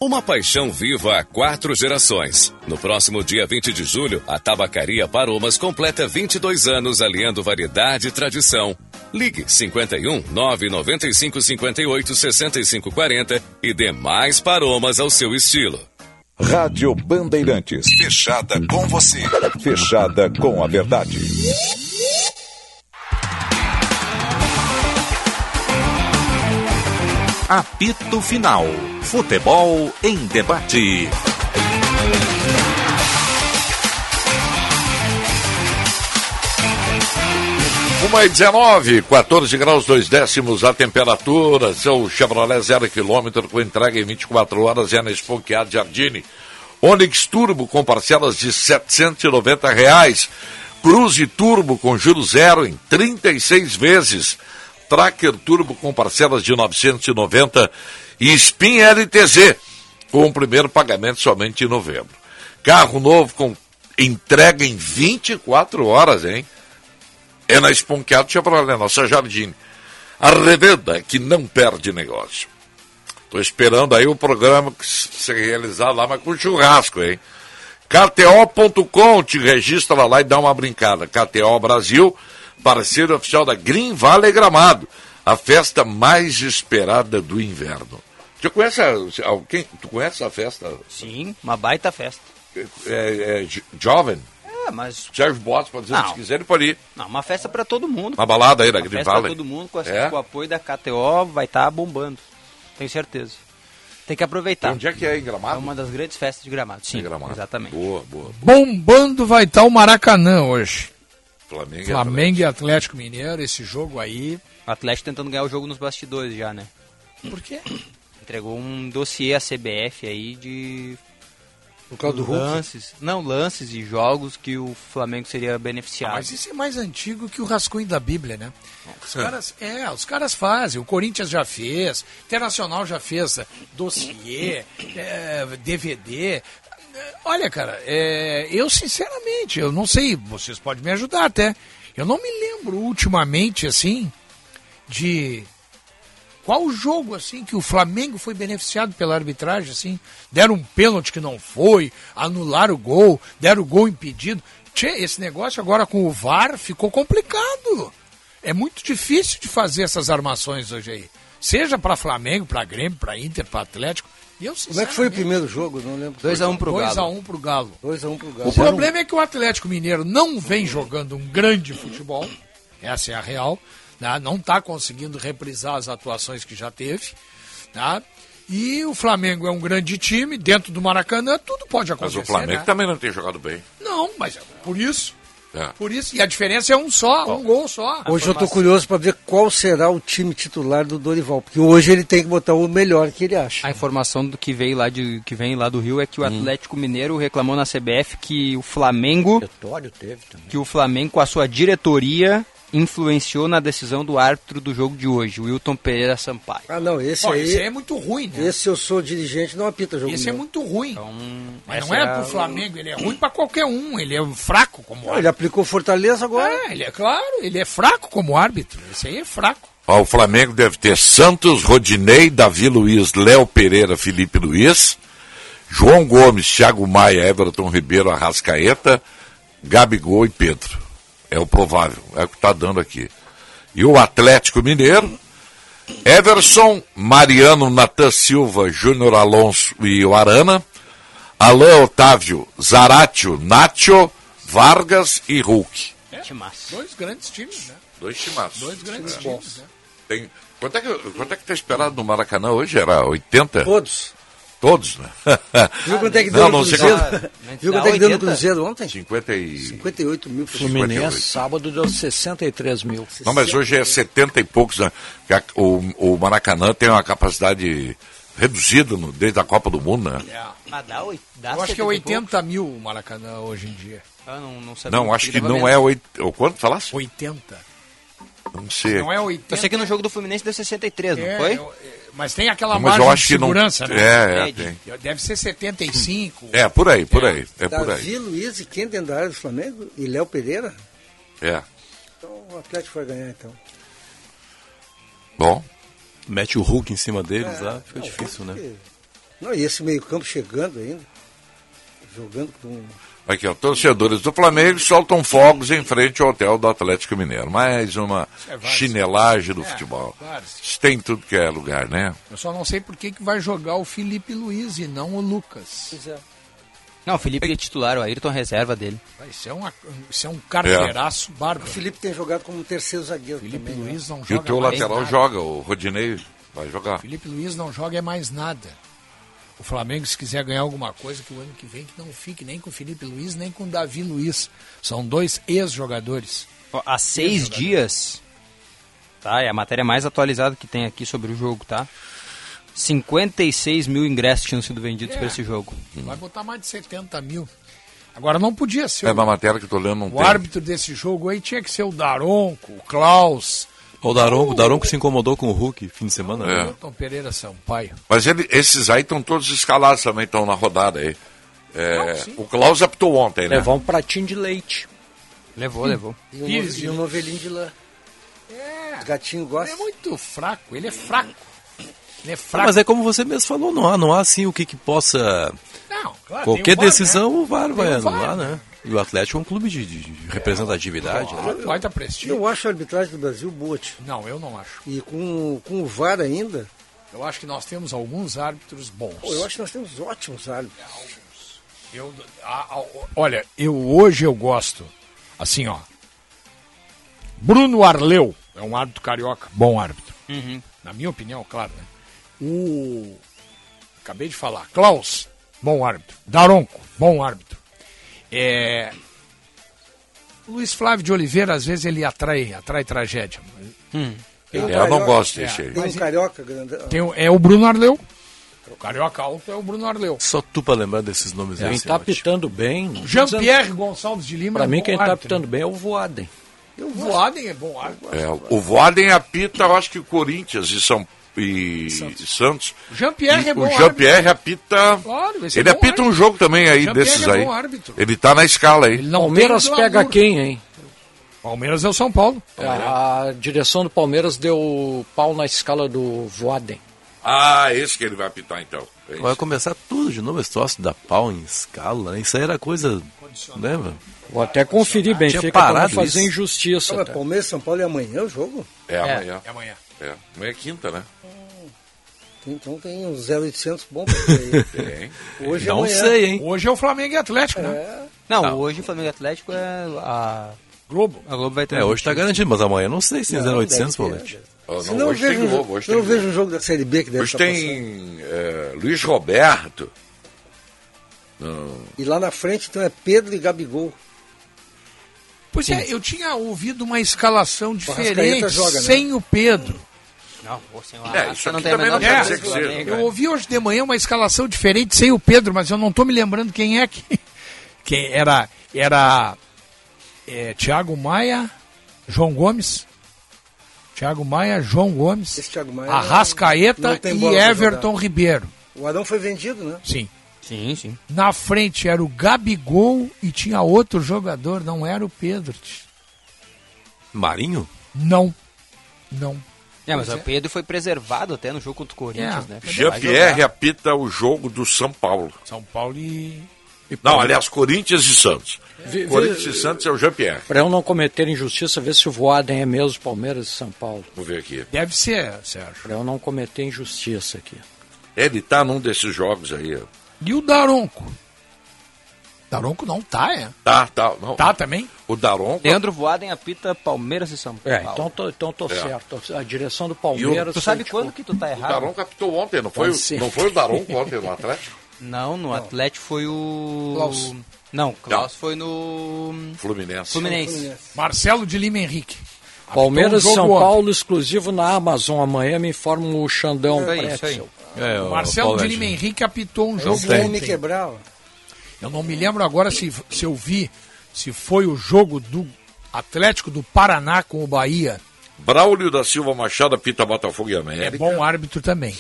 Uma paixão viva há quatro gerações. No próximo dia 20 de julho, a Tabacaria Paromas completa 22 anos aliando variedade e tradição. Ligue 51 995 58 65 40 e dê mais paromas ao seu estilo.
Rádio Bandeirantes. Fechada com você. Fechada com a verdade.
Apito Final. Futebol em debate.
Uma e 19, 14 graus, 2 décimos a temperatura. Seu Chevrolet zero quilômetro com entrega em 24 horas é na Esponqueado Jardine. Onix Turbo com parcelas de R$ 790 reais. Cruze Turbo com juros zero em 36 vezes. Tracker Turbo com parcelas de 990 e Spin LTZ com o primeiro pagamento somente em novembro. Carro novo com entrega em 24 horas, hein? É na Esponqueado Chevrolet, nossa Jardim. A revenda que não perde negócio. Tô esperando aí o programa que se realizar lá, mas com churrasco, hein? KTO.com, te registra lá e dá uma brincada. KTO Brasil, parceiro oficial da Green Valley Gramado, a festa mais esperada do inverno. Tu conhece a- alguém? Tu conhece a festa?
Sim, uma baita festa.
É, é, jo- jovem?
É, mas
Sérgio Botes, pode dizer o que
Não.
se quiser, ele pode ir.
não, uma festa para todo mundo.
Uma balada aí da
Uma
Green
festa
Valley.
pra todo mundo, com, a-
É?
com o apoio da KTO, vai estar bombando. Tenho certeza. Tem que aproveitar.
Onde é que é, em Gramado?
É uma das grandes festas de Gramado. Sim, exatamente.
Boa, boa.
Bombando vai estar o Maracanã hoje.
Flamengo,
Flamengo e Atlético Mineiro, esse jogo aí.
O Atlético tentando ganhar o jogo nos bastidores já, né?
Por quê?
Entregou um dossiê à CBF aí de.
Por causa do Hulk?
lances. Não, lances e jogos que o Flamengo seria beneficiado.
Mas isso é mais antigo que o rascunho da Bíblia, né? Os caras, é, os caras fazem. O Corinthians já fez, Internacional já fez eh, dossiê, eh, DVD. Eh, Olha, cara, eh, eu sinceramente, eu não sei, vocês podem me ajudar até. Eu não me lembro ultimamente, assim, de qual jogo, assim, que o Flamengo foi beneficiado pela arbitragem, assim? Deram um pênalti que não foi, anularam o gol, deram o gol impedido. Tchê, esse negócio agora com o VAR ficou complicado. É muito difícil de fazer essas armações hoje aí. Seja para Flamengo, para Grêmio, para Inter, para Atlético. E eu,
Como é que foi o primeiro jogo? Não lembro.
2x1 2x1 pro Galo.
2x1 pro Galo.
O problema é que o Atlético Mineiro não vem jogando um grande futebol, essa é a real, né? não está conseguindo reprisar as atuações que já teve. Tá? E o Flamengo é um grande time, dentro do Maracanã tudo pode
Mas
acontecer.
o Flamengo
né?
também não tem jogado bem.
Não, mas é por isso,
É.
por isso. E a diferença é um só, um gol só.
Hoje eu tô curioso para ver qual será o time titular do Dorival, porque hoje ele tem que botar o melhor que ele acha.
A informação do que veio lá de que vem lá do Rio é que
Hum.
o Atlético Mineiro reclamou na CBF que o Flamengo
Vitório teve também.
que o Flamengo com a sua diretoria influenciou na decisão do árbitro do jogo de hoje, o Wilton Pereira Sampaio.
Ah, não, esse
Ó,
aí...
esse aí é
muito ruim, né?
Esse eu sou dirigente, não apita jogo
Esse é
meu.
muito ruim. mas
essa
não é,
é a-
pro Flamengo, ele é ruim pra qualquer um, ele é fraco como
Não, ele aplicou Fortaleza agora.
É, ele é claro, ele é fraco como árbitro. Esse aí é fraco.
Ó, o Flamengo deve ter Santos, Rodinei, Davi Luiz, Léo Pereira, Felipe Luiz, João Gomes, Thiago Maia, Everton Ribeiro, Arrascaeta, Gabigol e Pedro. É o provável, é o que está dando aqui. E o Atlético Mineiro, Everson, Mariano, Natan Silva, Júnior Alonso e o Arana, Alain Otávio, Zaratio, Nacho, Vargas e Hulk.
É? Dois grandes times, né?
Dois timaços. É.
Dois grandes times, né?
Tem... Quanto, é que, quanto é que tá esperado no Maracanã hoje? Era 80?
Todos.
Todos, né?
Viu
[LAUGHS]
quanto é que deu
Não,
no
não sei
Cruzeiro?
quanto-
Viu quanto é que deu no Cruzeiro ontem?
50 e...
58 mil pessoas.
Fluminense,
sábado deu 63 mil.
Não, mas hoje é 70 e poucos. Né? Que a- O, o Maracanã tem uma capacidade reduzida no- desde a Copa do Mundo, né?
Mas dá, oi- dá
Eu acho que
70
é
e
80 mil o Maracanã hoje em dia.
Ah, não, não
Não, acho que não é 80. O quanto falasse?
80.
Não sei.
Não é 80.
Eu sei que no jogo do Fluminense deu 63, não
É,
foi?
eu- Mas tem aquela
Mas eu
margem
acho
de
que não-
segurança,
É,
né?
é, tem.
Deve ser 75.
É, por aí, por aí. É por aí.
Davi Luiz e quem dentro da área do Flamengo? E Léo Pereira?
É.
Então o Atlético vai ganhar então.
Bom.
Mete o Hulk em cima deles lá, fica difícil, né?
É, Não, e esse meio-campo chegando ainda, jogando com. um
Aqui, ó, torcedores do Flamengo soltam fogos em frente ao hotel do Atlético Mineiro. Mais uma chinelagem do
É,
futebol.
várzea.
Isso tem em tudo que é lugar, né?
Eu só não sei por que, que vai jogar o Felipe Luiz e não o Lucas.
é. Não, o Felipe é titular, o Ayrton reserva dele.
Ah, Isso é, uma, isso é um carteiraço bárbaro.
O Felipe tem jogado como um terceiro zagueiro.
Felipe
também, né?
Luiz não
E o
joga
teu
mais
lateral
nada.
joga, o Rodinei vai jogar.
Felipe Luiz não joga é mais nada. O Flamengo, se quiser ganhar alguma coisa, que o ano que vem que não fique nem com o Felipe Luiz, nem com o Davi Luiz. São dois ex-jogadores.
Ó, Há seis dias, tá? É a matéria mais atualizada que tem aqui sobre o jogo, tá? 56 mil ingressos tinham sido vendidos
É.
para esse jogo.
Hum.
Vai botar mais de 70 mil. Agora não podia ser.
É
o-
na matéria que eu tô lendo, não
o
tem.
árbitro desse jogo aí tinha que ser o Daronco, o Klaus,
O Daronco, o Daronco se incomodou com o Hulk fim de semana.
É.
né?
Tom Pereira Sampaio.
Mas ele- esses aí estão todos escalados também, estão na rodada aí. É, o Klaus apitou ontem,
É,
né?
Levar um pratinho de leite.
Levou,
levou.
E um, e um novelinho de lã. Os gatinhos gostam.
Ele é muito fraco, ele é fraco. Ele é
Ah,
fraco.
mas é como você mesmo falou, não há, não há assim o que, que possa.
Não, claro,
Qualquer
tem o VAR,
decisão
né?
o VAR
Tem
vai
o VAR,
anular, né? E o Atlético é um clube de, de- de representatividade. né?
Baita prestígio.
Eu acho a arbitragem do Brasil boa. tio.
Não, eu não acho.
E com, com o VAR ainda,
Eu acho que nós temos alguns árbitros bons.
pô, eu acho que nós temos ótimos árbitros.
Eu- a- a- olha, eu hoje eu gosto. Assim, ó. Bruno Arleu é um árbitro carioca, bom árbitro. Na minha opinião, claro, né? O acabei de falar, Klaus, bom árbitro. Daronco, bom árbitro. É Luiz Flávio de Oliveira, às vezes ele atrai, atrai tragédia. É,
Eu não gosto desse aí.
Tem um carioca grandão.
Tem o- é o Bruno Arleu. O carioca alto é o Bruno Arleu.
Só tu pra lembrar desses nomes
Quem
aí.
está pitando bem.
Jean-Pierre Gonçalves de Lima.
Para
é
mim,
bom
tá
quem está
árbitro.
pitando bem é o Voaden.
Eu gosto. Voaden é bom árbitro.
É, o Voaden apita, eu acho que Corinthians e São e Santos.
O Jean-Pierre
E
é bom
o
árbitro.
Jean-Pierre apita.
Claro, esse é
ele
bom
apita um jogo também aí
Jean-Pierre
desses
é
aí.
bom árbitro.
Ele tá na escala aí.
Palmeiras pega quem, hein?
Palmeiras é o São Paulo.
A direção do Palmeiras deu pau na escala do Voaden.
Ah, esse que ele vai apitar então. É
Vai
isso.
começar tudo de novo, esse troço da pau em escala, né? Isso aí era coisa. Lembra?
Vou até conferir bem,
Tinha
fica pra não
parado
fazer
isso.
injustiça.
Ah, mas Palmeiras São Paulo é amanhã o jogo?
É amanhã.
É amanhã.
É. Amanhã é quinta, né?
Então tem um 0800 bom pra ter.
[LAUGHS]
Tem.
Hoje
Não
é amanhã.
sei,
hein?
Hoje é o Flamengo e Atlético, Tá.
né?
É. Não, hoje o Flamengo Atlético é a
Globo.
A Globo vai ter um
É, hoje tá garantido, mas amanhã não sei se é
Não,
0800,
deve ter,
Paulete.
Ah,
Se
não,
não
hoje
vejo,
tem Globo, hoje
eu não
tem
vejo um jogo da Série B que deve
Hoje
estar
tem eh, Luiz Roberto. Não.
passando. E lá na frente então é Pedro e Gabigol.
Pois é, eu tinha ouvido uma escalação
Arrascaeta
diferente
joga, né?
sem o Pedro.
Não, o senhor
É,
Arrasca
isso aqui
não tem a
também
menor
não quer dizer
chance
que
do
seja, É.
Flamengo. né?
Eu ouvi hoje de manhã uma escalação diferente sem o Pedro, mas eu não tô me lembrando quem é que. [LAUGHS] Quem era.
Ah.
Era. É, Thiago Maia, João Gomes. Thiago Maia, João Gomes.
Esse Thiago Maia não
Arrascaeta
tem
e
bola pra
Everton
jogar.
Ribeiro.
O Arão foi vendido, né?
Sim.
Sim, sim.
Na frente era o Gabigol e tinha outro jogador, não era o Pedro.
Marinho?
Não. Não.
É, mas
Pois
o Pedro foi preservado até no jogo contra o Corinthians,
É.
né?
Jean-Pierre apita o jogo do São Paulo.
São Paulo e.
Não, aliás, Corinthians e Santos.
Vi- vi-
Corinthians e Santos é o Jean-Pierre.
Para eu não cometer injustiça, ver se o Voaden é mesmo Palmeiras e São Paulo.
Vou ver aqui.
Deve ser, Sérgio.
Para eu não cometer injustiça aqui.
Ele tá num desses jogos aí. ó.
E o Daronco? Daronco não tá, é?
Tá, tá. Não.
Tá também?
O Daron.
Leandro Voaden apita Palmeiras e São Paulo.
É, então tô, então tô
É.
certo. A direção do Palmeiras.
Tu sabe
foi,
quando que tu tá
O
errado? Tá
Daron captou ontem, não foi,
Pode
o-
ser.
não foi o Daron ontem no [LAUGHS] Atlético?
[LAUGHS] Não, no Atlético foi o.
Klaus.
Não, Klaus foi no.
Fluminense.
Fluminense.
Marcelo de Lima Henrique.
Ah, Palmeiras e
Apitou um
São
jogo ontem.
Paulo exclusivo na Amazon. Amanhã me informa o Xandão.
Isso aí,
Pretzel.
isso aí.
É,
O
o
Marcelo de
Paulete.
Lima Henrique apitou um
Esse
jogo
tem.
Me
ontem.
quebrar, ó.
Eu não me lembro agora se, se eu vi se foi o jogo do Atlético do Paraná com o Bahia.
Braulio da Silva Machado apita Botafogo e
É
América.
bom árbitro também.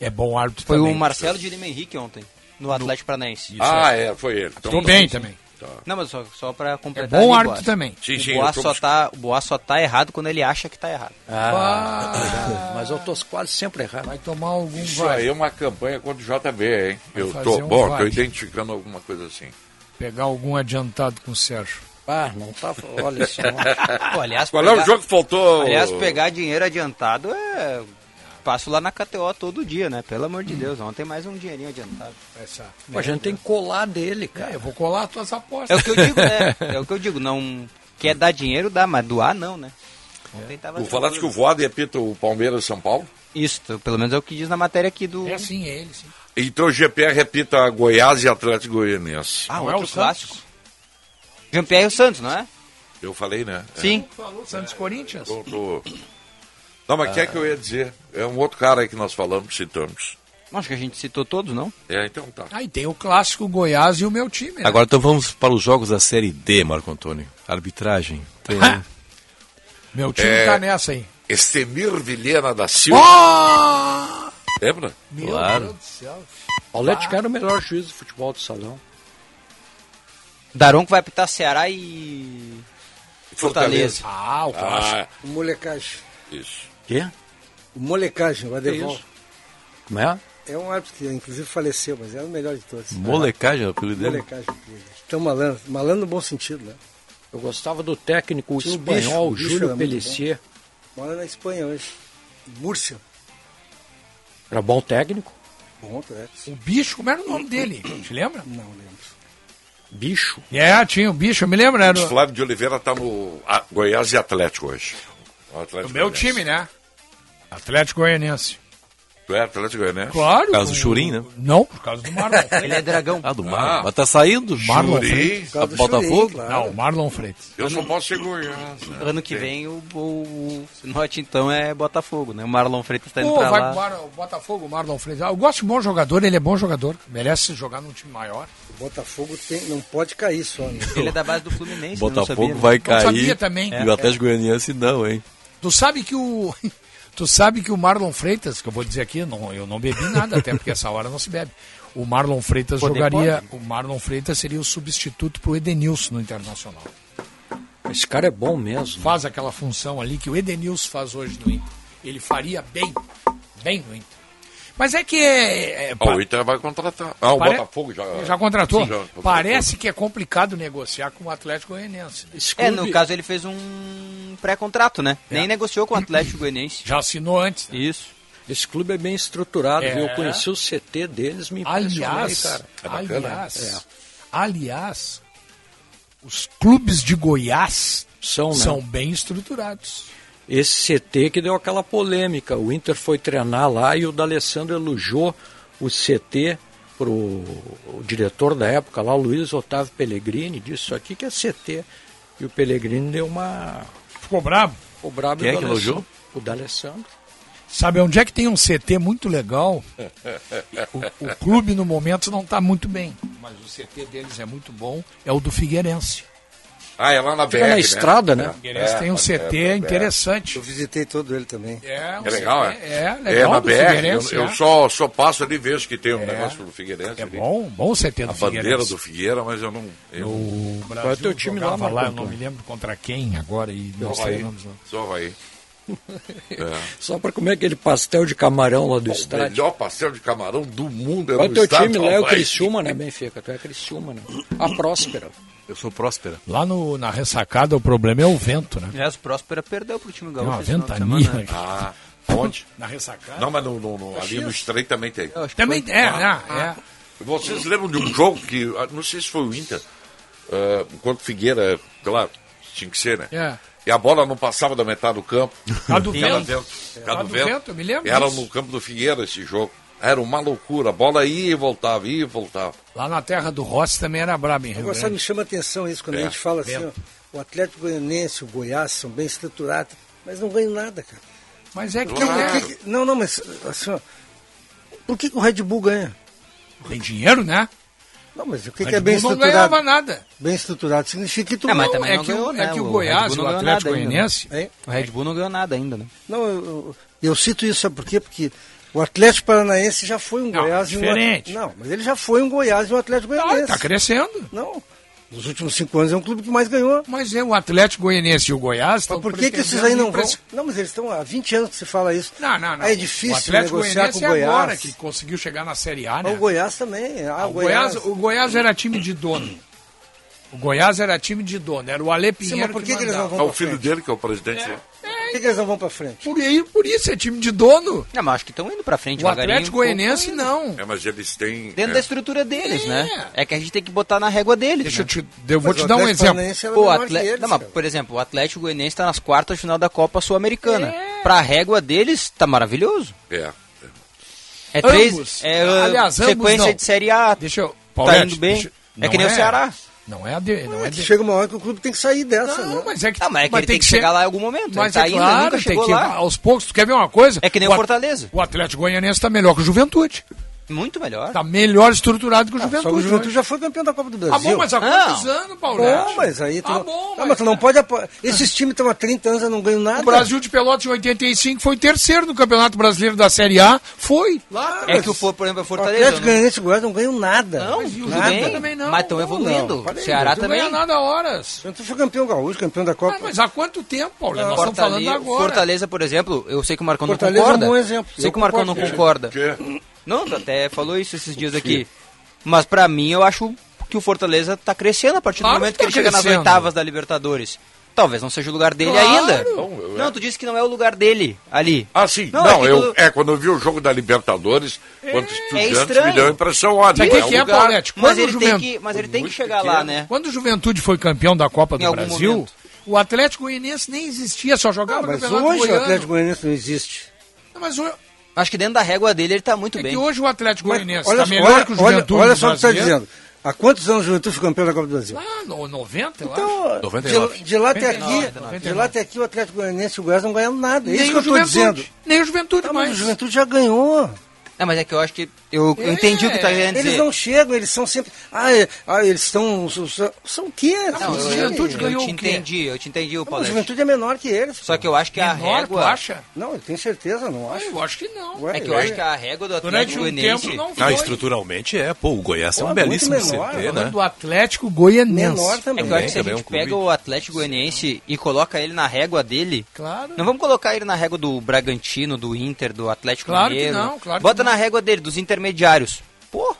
É bom árbitro
Foi
também.
o Marcelo de Lima Henrique ontem, no Atlético Paranaense.
ah, é, foi ele.
Tô bem também. Não, mas só, só para completar.
bom
ali,
árbitro
Boas.
também.
Sim, sim,
o, Boas
eu tô
só tá, o Boas só tá errado quando ele acha que tá errado.
Ah, mas eu tô quase sempre errado.
Vai tomar algum
Isso aí é uma campanha contra o JB, hein?
Vai
eu
fazer
tô,
um
bom,
vai.
tô identificando alguma coisa assim.
Pegar algum adiantado com o Sérgio.
Ah, não tá.
Olha só. [LAUGHS] Pô, aliás,
Qual é o jogo que faltou?
Aliás, pegar dinheiro adiantado é. Passo lá na KTO todo dia, né? Pelo amor de Deus. Ontem mais um dinheirinho adiantado.
Pô, a gente tem que colar dele, cara.
eu vou colar as tuas
É
apostas.
o que eu digo, né? É o que eu digo. Não quer dar dinheiro, dá, mas doar não, né? Ontem tava
Tu falaste que o Voado apita o Palmeiras e São Paulo?
Isso, pelo menos é o que diz na matéria aqui do.
É assim, é ele, sim.
Então o GPR repita Goiás e Atlético Goianiense.
Ah,
é
outro clássico. Jean-Pierre e o Santos, não é?
Eu falei, né? É.
Sim.
Falou Santos Corinthians.
Tô- tô- Não, mas o que é que eu ia dizer? É um outro cara aí que nós falamos, citamos.
Acho que a gente citou todos, não?
É, então tá.
Aí Ah, tem o clássico Goiás e o meu time. né?
Agora então vamos para os jogos da Série D, Marco Antônio. Arbitragem. Treino.
Meu time
É.
tá nessa, hein?
Estemir Vilhena da Silva.
Oh!
Lembra?
Meu Deus do céu. Ah.
Paulete era o melhor juiz do futebol do salão.
Daronco vai apitar Ceará e. Fortaleza.
Ah, o
clássico.
O molecagem.
Isso.
Quê?
O molecagem, o
É
Adeval.
isso? Como é?
É um árbitro que inclusive faleceu, mas era o melhor de todos.
Molecagem, é o apelido dele?
Molecagem. Então malandro, malandro no bom sentido, né?
Eu gostava do técnico
Tinha um
é
bicho,
espanhol
o bicho era
Júlio
muito
Pellissier.
bom. Mora na Espanha hoje. Múrcia.
Era bom técnico?
Bom, atleta.
O bicho, como era o nome dele? Te lembra?
Não lembro.
Bicho.
É, tinha o bicho, eu me lembro, né, era
O
o-
Flávio de Oliveira tá no ah, Goiás e Atlético hoje. O Atlético
o meu
Goianiense.
time, né? Atlético Goianiense.
Tu é Atlético Goianiense?
Claro.
Por causa do Churim, né?
Não, por causa
[LAUGHS]
do Marlon.
Ele é dragão.
Ah, do Marlon.
Ah.
Mas tá saindo.
Marlon
Juri.
Freitas.
Tá pro Botafogo?
Não, Marlon Freitas.
Eu só posso ser Goiás. né?
Ano que
Tem.
vem o, o, o Norte então é Botafogo, né? O Marlon Freitas tá indo
Pô,
pra
vai
lá.
pro Mar- o Botafogo, o Marlon Freitas. Ah, eu gosto de bom jogador, ele é bom jogador. Merece jogar num time maior.
O Botafogo tem, não pode cair só. Né?
Ele é da base do Fluminense,
Botafogo
né? Eu não sabia, né?
vai
Não
cair.
sabia também.
E o Atlético Goianiense não, hein?
Tu sabe que o. [LAUGHS] Tu sabe que o Marlon Freitas, que eu vou dizer aqui, não, eu não bebi nada, até porque essa hora não se bebe. O Marlon Freitas
Poder
jogaria. O Marlon Freitas seria o substituto pro Edenilson no Internacional.
Esse cara é bom mesmo.
Faz aquela função ali que o Edenilson faz hoje no Inter. Ele faria bem, bem no Inter. Mas é que é, é,
Ah, o Inter vai contratar. Ah, o
Pare-
Botafogo já.
Já contratou?
Sim, já contratou.
Parece que é complicado negociar com o Atlético Goianiense. né?
É, no caso ele fez um pré-contrato, né? Nem negociou com o Atlético Goianiense.
É. Já assinou antes. né?
Isso.
Esse clube é bem estruturado,
É.
viu? Eu conheci o CT deles, me impressionei,
Aliás,
cara.
É
É
bacana,
né?
né?
aliás, aliás, os clubes de Goiás
São, né?
são bem estruturados.
Esse CT que deu aquela polêmica. O Inter foi treinar lá e o D'Alessandro elogiou o CT pro o diretor da época lá, o Luiz Otávio Pellegrini, disse isso aqui que é CT. E o Pellegrini deu uma...
Ficou bravo?
O brabo
Quem
do
é que
D'Alessandro.
elogiou?
O D'Alessandro.
Sabe onde é que tem um CT muito legal? O, o clube no momento não está muito bem, mas o CT deles é muito bom. É o do Figueirense.
Ah, é lá na BR. É.
Fica na estrada, né?
Figueirense tem um CT interessante.
Eu visitei todo ele também.
É, um
É legal,
CT,
é?
É, legal
na
do
BR.
Figueirense.
eu eu
é.
só, só passo ali e vejo que tem um negócio do Figueirense.
É
ali.
bom, bom o CT do
A
Figueirense.
bandeira do Figueira, mas eu não. Eu...
O Brasil
é o teu time lá,
jogava
Marco
lá, eu não
Antônio?
me lembro contra quem agora e não
Só
sei
aí.
o nome dos nomes.
Só vai.
é.
[LAUGHS]
É.
Só para comer aquele pastel de camarão lá do
O
estádio.
melhor pastel de camarão do mundo é
Qual é o
no
teu
estado
time
do
lá? É o
Havaí.
Criciúma, né, Benfica? Tu é Criciúma, né? A Próspera.
Eu sou próspera.
Lá no, na ressacada o problema é o vento, né?
Aliás, o Próspera perdeu pro time
Tem
gaúcho.
uma
esse final de
ventania.
semana, né?
Ah, onde?
Na ressacada?
Não, mas no, no- no- ali no estreito também tem. Ah,
Eu acho que
Também
foi-
é, né? é.
Vocês lembram de um jogo que, ah, não sei se foi o Inter, ah, enquanto Figueira, claro, tinha que ser, né?
É.
E a bola não passava da metade do campo.
A do
Era
vento.
dentro. Era
Lá
do
do
vento.
vento, eu me lembro
Era
disso.
no campo do Figueira esse jogo. Era uma loucura. A bola ia e voltava, ia e voltava.
Lá na terra do Rossi também era brabo em Rio
Agora só É um me
Grande.
chama atenção isso quando
É,
a gente fala assim,
vento.
ó, o Atlético Goianense, o Goiás são bem estruturados, mas não ganham nada, cara.
Mas é que
Por
Claro.
que que- não, não, mas assim, ó, por que, que o Red Bull ganha?
tem dinheiro, né?
Não, mas o que, que
O Red
é bem
Bull não
estruturado?
ganhava nada.
Bem estruturado significa que tu
É, mas
não,
também
é
não
que o-
ganhou,
é
né?
que o
Red
Goiás,
Bull
o
não ganhou
Atlético
nada ainda, né?
Goianiense-
Hein?
O Red Bull não ganhou nada ainda, né?
Não, eu, eu- eu cito isso, sabe por quê? Porque o Atlético Paranaense já foi um
Não,
Goiás e um.
diferente.
Não, mas ele já foi um Goiás e um Atlético
Tá,
Goianiense.
tá crescendo.
Não. Nos últimos cinco anos é um clube que mais ganhou.
Mas é o Atlético Goianiense e o Goiás.
Mas por que, que esses aí não vão? Não, mas eles estão há 20 anos que se fala isso.
Não, não, não.
Aí é difícil
o Atlético
negociar com
Goianiense
o
é
Goiás.
agora que conseguiu chegar na Série A, né?
O Goiás também. Ah,
O Goiás, o Goiás era time de dono. O Goiás era time de dono. Era o Ale
Sim,
Pinheiro
mas por que que eles não
mandava.
vão
Tá
É o filho dele que é o presidente. né?
Por que, que eles não vão pra frente?
Por, aí, por isso é time de dono.
Não, mas acho que estão indo pra frente um
O Atlético Goianiense não.
É, mas eles têm.
Dentro
é,
da estrutura deles, né? É que a gente tem que botar na régua deles. Deixa
eu, te, eu vou Mas te o dar um Atlético exemplo. Paranaense era
Pô,
menor
atle...
que eles,
não, mas, por exemplo, o Atlético Goianiense está nas quartas de final da Copa Sul-Americana.
É.
Pra régua deles, tá maravilhoso.
É.
É três.
Ambos.
É,
Aliás, ambos
sequência
não.
de Série A.
Deixa eu.
tá indo bem. É que nem o Ceará.
Não é a de, não é de-
Chega uma hora que o clube tem que sair dessa, né?
Mas é que,
mas é que ele tem que chegar lá em algum momento.
Mas
Ele tá
é
indo,
claro,
nunca chegou
tem que ir
lá.
aos poucos. Tu quer ver uma coisa? É que
nem o Fortaleza.
O Atlético Goianiense tá melhor que o Juventude.
Muito melhor.
Tá melhor estruturado que o Juventude.
Ah, Só que o Juventude
né?
já foi campeão da Copa do Brasil.
Ah, bom, mas há quantos anos, Paulete?
Bom, mas aí tu,
Ah,
não-
bom,
não, mas tu não pode... apo- Esses times estão há 30 anos e não ganham nada.
O Brasil de Pelotas em 85 foi terceiro no Campeonato Brasileiro da Série A. Foi.
Lá,
É que o, por exemplo, o
O
Fortaleza.
Atlético
né?
não-
Goianiense e o Goiás não ganham nada.
Não,
Mas e o
tudo bem, mas estão evoluindo.
Não, para aí,
Ceará
não
também.
ganha
nada horas. Ah,
Eu tu foi campeão gaúcho, campeão da Copa.
mas há quanto tempo, Paulo? Nós estamos
Fortaleza,
falando agora.
Fortaleza, por exemplo, eu sei que o Marcão não
Fortaleza é um
concorda.
bom exemplo.
Sei
Eu
que o Marcão não concorda.
concordo.
Que?
Não, tu até falou isso esses dias aqui. Mas pra mim, eu acho que o Fortaleza tá crescendo a partir do
Claro
momento
que
que, ele
tá
chega nas
crescendo.
oitavas da Libertadores. Talvez não seja o lugar dele
Claro.
ainda.
Não, eu-
Não, tu disse que não é o lugar dele ali.
Ah, sim. Não,
Não, é que
eu,
tu- É,
é quando eu vi o jogo da Libertadores, quanto estudiantes, me
estranho.
deu a impressão, olha,
Sabe o que que é,
um lugar-
Paulete?
Mas
Quando o
ele, tem
Juventude-
que, mas ele tem que chegar lá, né?
Quando o Juventude foi campeão da Copa
Em
do
algum
Brasil,
momento.
o Atlético Goianiense nem existia, só jogava no
Ah, Mas
Campeonato
hoje o
Goiano.
Atlético Goianiense não existe.
Não, Mas o-
Acho que dentro da régua dele ele tá muito
é
bem.
que hoje o Atlético Goianiense
olha,
está melhor
olha,
que o
olha,
Juventude
olha só o que tu tá
brasileiro.
dizendo. Há quantos anos o Juventude foi campeão da Copa do Brasil?
Ah, no 90, eu
Então,
acho.
De, de lá até aqui,
99,
de
99.
lá até aqui o Atlético Goianiense e o Goiás não ganharam nada. É
Nem
isso que
o
eu tô
Juventude.
dizendo.
Nem o Juventude
Tá, mas
mais.
o Juventude já ganhou.
É, mas é que eu acho que. Eu, eu entendi o que tu tá querendo
Eles
dizer.
não chegam, eles são sempre. Ah, é- ah, eles estão. São, são- são o quê?
Ah,
Não,
São
eu,
o quê?
eu, eu te entendi, eu te entendi, o
Não, a
Paulo.
juventude é menor que eles.
Só que eu acho que é a
Menor,
régua.
tu acha? Não, eu tenho certeza, não acho.
Ah, Eu acho que não.
É que eu acho que a régua do
Durante
Atlético
um
Goianiense.
tempo não
Ah,
foi.
estruturalmente é, pô, o Goiás é
Pô,
um
muito
belíssimo
menor,
CT,
falando
né?
do Atlético Goianiense.
É que eu acho que se a
um
gente pega o Atlético Goianiense e coloca ele na régua dele.
Claro.
Não vamos colocar ele na régua do Bragantino, do Inter, do Atlético
Claro que
Mineiro.
não, claro que
Bota
não.
na régua dele, dos intermediários. Pô,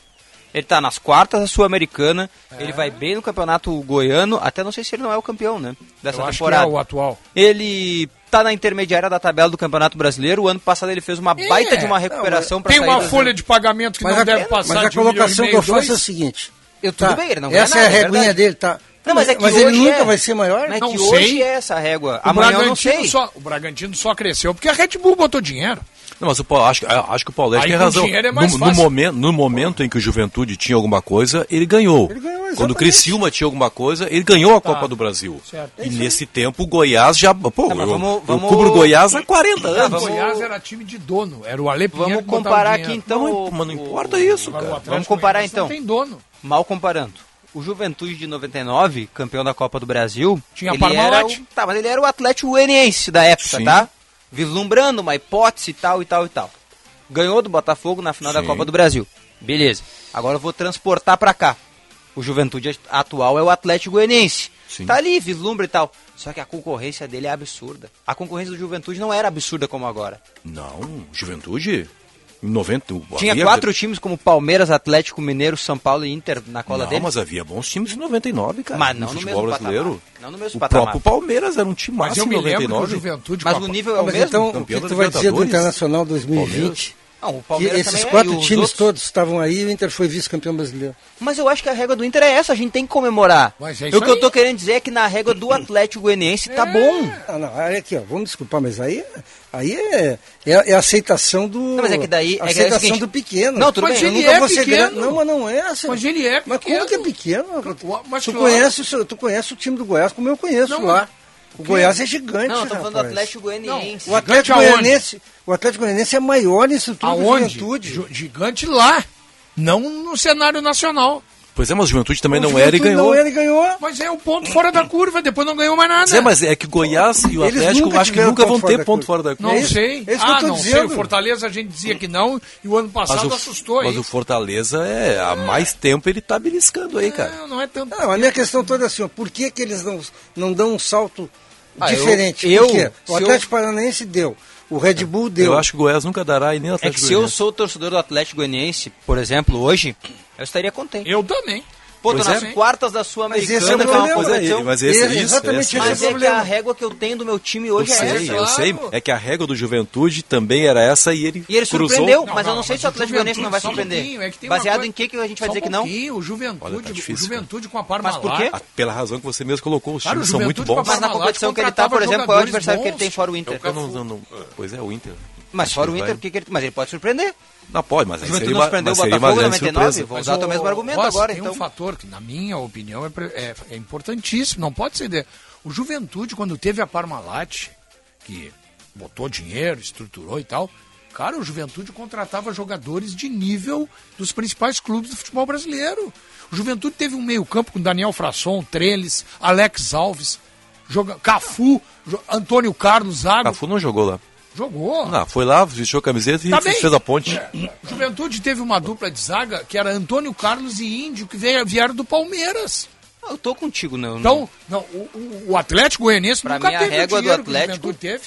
ele tá nas quartas da Sul-Americana.
É.
Ele vai bem no campeonato goiano. Até não sei se ele não é o campeão, né? Dessa
Eu acho que
temporada.
é o atual.
Ele tá na intermediária da tabela do Campeonato Brasileiro. O ano passado ele fez uma baita
É.
de uma recuperação
Não,
pra
mas Tem
sair
uma
das-
folha de pagamento que
Mas
não
a-
deve
mas
passar
Mas a
de um milhão
colocação
e
que eu
meio,
faço é a
dois.
seguinte.
Eu, tudo bem, ele não ganha
Essa é a
nada, é
reguinha
verdade.
dele, tá?
Não, mas é que
ele
hoje
nunca
é.
vai ser maior?
Mas é que hoje é essa régua. Amanhã eu não sei.
Só, o Bragantino só cresceu porque a Red Bull botou dinheiro.
Não, mas o Paulo, acho, que- é, acho que o Paulo
Aí
tem
com
razão.
dinheiro é
no,
mais
no
fácil.
momento, no momento em que o Juventude tinha alguma coisa, ele ganhou. Quando o Criciúma tinha alguma coisa, ele ganhou a
Tá.
Copa do Brasil. E nesse tempo o Goiás já. Pô, eu,
Tá, vamos-
eu
vamos- Ah, Tá,
cubro o Goiás há 40 anos.
O Goiás era time de dono, era o Ale Pinheiro
Vamos
que botava
comparar
dinheiro.
aqui então.
Não,
o-
Mas não importa isso, cara.
Vamos comparar
Goianiense não
então.
tem dono.
Mal comparando. O Juventude de 99, campeão da Copa do Brasil,
Tinha
ele
Parmalat.
era o, tá, mas ele era o Atlético Goianiense da época,
Sim.
tá? Vislumbrando uma hipótese e tal e tal e tal. Ganhou do Botafogo na final da
Sim.
Copa do Brasil. Beleza. Agora eu vou transportar pra cá. O Juventude atual é o Atlético Goianiense. Tá ali, vislumbra e tal. Só que a concorrência dele é absurda. A concorrência do Juventude não era absurda como agora.
Não, Juventude. Em 90.
Tinha
havia-
quatro times como Palmeiras, Atlético Mineiro, São Paulo e Inter na cola
não,
dele.
mas havia bons times em 99, cara.
Mas não no
futebol
mesmo
brasileiro.
patamar. Não no mesmo
o
patamar.
próprio Palmeiras era um time
Mas eu
máximo em
me lembro que o
99.
Juventude Mas com a- o nível é
Mas então, o que
Campeão da
tu vai dizer do
Libertadores?
Internacional 2020?
Não, o
Que
Palmeiras
esses
também é,
quatro
e os
times
outros-
todos estavam aí e o Inter foi vice-campeão brasileiro.
Mas eu acho que a regra do Inter é essa, a gente tem que comemorar.
Mas é
o
isso
que eu
aí.
tô querendo dizer é que na regra do Atlético Goianiense tá bom.
Ah, não, aí aqui, ó, vamos desculpar, mas aí, aí é, é, é a aceitação do.
Não, mas é que daí- é que é o
aceitação
seguinte-
do pequeno.
Não, tudo
mas
bem,
Ele
eu
nunca
nunca vou
vou ser
ser
grande.
grande.
Não, mas não é assim.
Mas ele é
Mas como que é pequeno?
Mas
tu,
claro.
conhece, o seu- tu conhece o time do Goiás como eu conheço
Não,
lá. O
o quê?
Goiás é gigante.
Não, eu tô falando do
rapaz.
Atlético Goianiense.
O Atlético
Gigante aonde?
Goianiense. O Atlético Goianiense é maior em estrutura de
Aonde?
juventude.
Ju- Gigante lá, não no cenário nacional.
Pois é, mas Juventude também
O
não era e
Juventude
ganhou.
não era e Mas é um ponto fora da curva, depois não ganhou mais nada.
Zé, mas é que Goiás e o
Eles
Atlético
nunca
acho que
tiveram
nunca
ponto
vão
fora
ter
da
ponto fora da
Não sei.
É isso que eu
ah,
tô
não sei.
dizendo.
O Fortaleza a gente dizia que não, e o ano passado
o-
assustou. é
mas
hein?
o Fortaleza é há mais tempo ele tá beliscando aí, cara.
Não, não é tanto.
Não, a minha questão toda é assim, ó, por que, que eles não, não dão um salto
Ah, eu-
diferente?
eu-
por quê? O
se eu-
Atlético Paranaense deu, o Red Bull deu.
Eu acho que o Goiás nunca dará e nem o
É
Atlético
que se eu
Goianiense.
sou torcedor do Atlético Goianiense, por exemplo, hoje, eu estaria contente.
Eu também.
Pô, tô
Pois
nas
é.
quartas da Sul-Americana. tá
Mas esse é o
que
problema,
uma
pois é,
competição-
mas esse- Esse- isso, exatamente esse é o
Mas é que
problema.
a régua que eu tenho do meu time
Eu
hoje
sei,
é essa.
eu sei. É que a régua do Juventude também era essa e ele,
E ele
cruzou.
surpreendeu, mas eu não sei
mas
se o
o
Atlético Goianiense não vai
Juventude, só um
surpreender.
pouquinho, é que tem uma
Baseado
coisa-
em que que a gente vai
só
dizer que
um
não?
pouquinho, O Juventude,
Olha, tá difícil,
o Juventude com a Parma
Mas por quê?
Ah, Pela razão que você mesmo colocou, os
Cara,
times
o
são muito
Juventude com a
bons.
Mas na
Parmalat
competição que ele tá,
contratava
por exemplo, qual é o
jogadores
adversário que ele tem
monstros.
fora o Inter?
Eu não- não- não- Pois é, o Inter.
Mas
Acho
fora
que
o
vai-
Inter, o que que ele- mas ele pode surpreender.
Não, pode, mas aí
Juventude
seria
não
uma,
surpreendeu
mas
o
seria uma
Vou
grande
Botafogo em
surpresa.
99, vou usar o teu mesmo argumento
Rossi,
agora,
Tem
então.
um fator que, na minha opinião, é, pre- é- é importantíssimo. Não pode ser. de- O Juventude, quando teve a Parmalat, que botou dinheiro, estruturou e tal, cara, o Juventude contratava jogadores de nível dos principais clubes do futebol brasileiro. O Juventude teve um meio-campo com Daniel Frasson, Treles, Alex Alves, joga... Cafu, jo- Antônio Carlos, Zago.
Cafu não jogou lá.
Jogou.
Não, foi lá, vestiu a camiseta e
Tá bem.
fez a ponte.
Juventude teve uma dupla de zaga que era Antônio Carlos e Índio, que veio- vieram do Palmeiras.
Ah, Eu tô contigo, não.
Então, não, o, o- o Atlético Goianiense
Pra
nunca
mim, a
teve o
régua do
dinheiro que o
Atlético-
Juventude teve.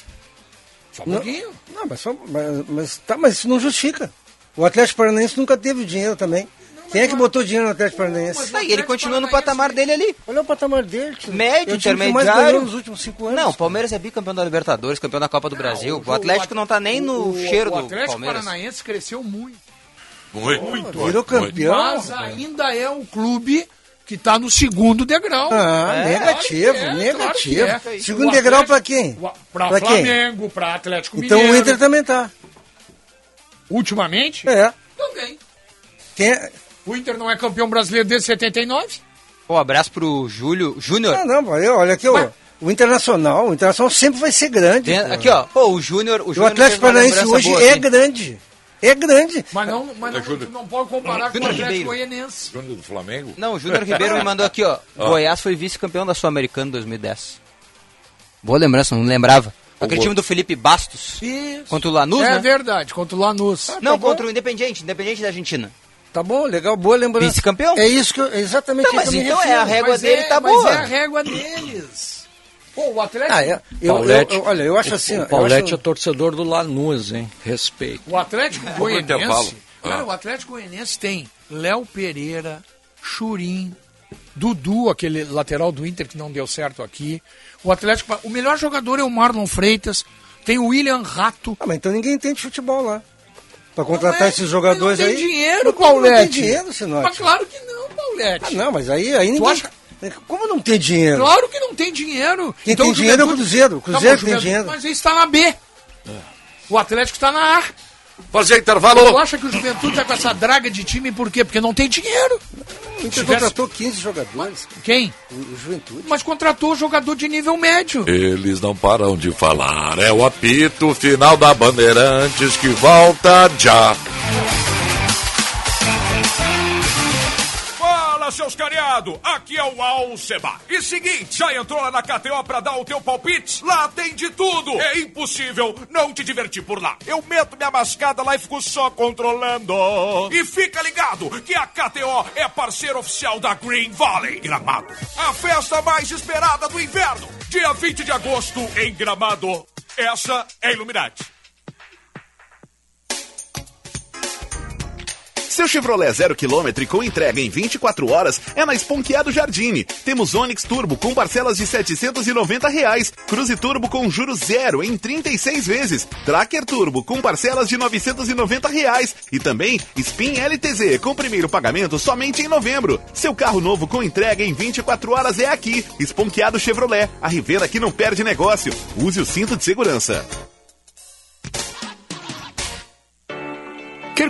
Só um
Não,
pouquinho.
não mas, só, mas, mas tá, mas isso não justifica. O Atlético Paranaense nunca teve o dinheiro também. Quem é que botou dinheiro no Atlético Paranaense?
Tá, e ele continua no patamar dele ali.
Olha o patamar dele, tio.
Médio,
É o time que mais
intermediário.
ganhou nos últimos cinco anos.
Não, o Palmeiras é bicampeão da Libertadores, campeão da Copa do Brasil. O Atlético não tá nem no
O-
cheiro
O
do
Atlético
Palmeiras.
Paranaense cresceu muito.
Muito, muito.
Virou campeão.
Mas ainda é um clube que está no segundo degrau. É,
Ah, negativo,
claro que é.
negativo.
que
Segundo degrau pra quem?
Para
Pra quem?
Flamengo, para Atlético
Então
Mineiro.
o Inter também tá.
Ultimamente?
É.
Também.
Quem-
O Inter não é campeão brasileiro desde 79?
Um abraço pro Júlio Júnior.
Ah, não, pô, eu- olha aqui, ó, o Internacional, o Internacional sempre vai ser grande.
Tem-
pô.
Aqui, ó. Pô, o Júnior. O,
O,
Júnior
Atlético
fez uma
Paranaense
lembrança
hoje
boa assim.
é
aqui.
grande. É grande.
Mas não, mas não, tu não pode comparar com o
Júnior
Atlético
Ribeiro.
Goianense.
Júnior do Flamengo? Ah.
Não, o Júnior Ribeiro me mandou aqui, ó.
[LAUGHS] Ó.
Goiás foi vice-campeão da Sul-Americana em 2010. Boa lembrança, não lembrava. Aquele
boa.
time do Felipe Bastos.
Isso.
Contra o Lanús,
é
né?
verdade, contra o Lanús.
Não, contra o Independiente, Independiente da Argentina.
Tá bom, legal, boa lembrança.
Vice-campeão?
É isso que eu, é exatamente
Tá,
isso
mas
que eu me
então é
refiro.
a régua
Mas
dele
é-
tá
mas
boa.
é a régua deles. Pô, o Atlético...
Ah, é. Eu, eu,
Paulete.
eu- olha, eu acho
O-
assim. ó,
O
eu
Paulete
acho-
é torcedor do Lanús, hein? Respeito.
O Atlético
Vamos pro
Goianiense.
intervalo.
Cara,
Ah.
o Atlético Goianiense tem Léo Pereira, Churim, Dudu, aquele lateral do Inter que não deu certo aqui. O Atlético, o melhor jogador é o Marlon Freitas. Tem o William Rato.
Ah, mas então ninguém entende futebol lá. Pra contratar esses jogadores
não tem
aí.
dinheiro,
Mas como Não tem
Paulete?
dinheiro, Sinote.
Mas claro que não, Paulete.
Ah, não, mas aí, aí ninguém.
acha-
Como não tem dinheiro?
Claro que não tem dinheiro.
Quem tem
o
dinheiro é o
Juventude- Tá
Cruzeiro. O Cruzeiro
bom,
tem
Juventude-
dinheiro. É.
Mas ele está na B. O Atlético está na A.
Fazer intervalo.
Tu acha que o Juventude tá com essa draga de time por quê? Porque não tem dinheiro.
O Inter
Tivesse-
Hum, contratou 15 jogadores.
Quem?
O, o Juventude.
Mas contratou jogador de nível médio.
Eles não param de falar. É o apito final da Bandeirantes que volta já.
Fala, seus cariado! Aqui é o Alceba. E seguinte, já entrou lá na KTO pra dar o teu palpite? Lá tem de tudo! É impossível não te divertir por lá. Eu meto minha mascada lá e fico só controlando. E fica ligado que a KTO é parceira oficial da Green Valley. Gramado. A festa mais esperada do inverno. Dia 20 de agosto em Gramado. Essa é Illuminati.
Seu Chevrolet zero quilômetro e com entrega em 24 horas é na Esponqueado Jardine. Temos Onix Turbo com parcelas de R$ 790 reais, Cruze Turbo com juros zero em 36 vezes, Tracker Turbo com parcelas de R$ 990 reais e também Spin LTZ com primeiro pagamento somente em novembro. Seu carro novo com entrega em 24 horas é aqui. Esponqueado Chevrolet, a Rivera que não perde negócio. Use o cinto de segurança.
Quer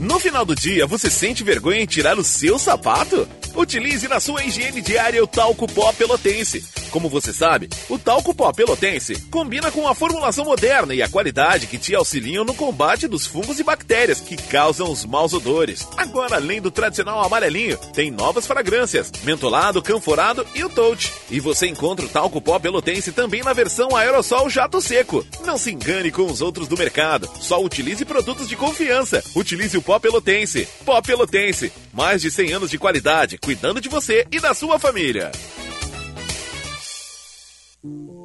No final do dia, você sente vergonha em tirar o seu sapato? Utilize na sua higiene diária o talco pó pelotense. Como você sabe, o talco pó pelotense combina com a formulação moderna e a qualidade que te auxiliam no combate dos fungos e bactérias que causam os maus odores. Agora, além do tradicional amarelinho, tem novas fragrâncias, mentolado, canforado e o touch. E você encontra o talco pó pelotense também na versão aerossol jato seco. Não se engane com os outros do mercado. Só utilize produtos de confiança. Utilize o pó pelotense. Pó pelotense. Mais de 100 anos de qualidade, cuidando de você e da sua família.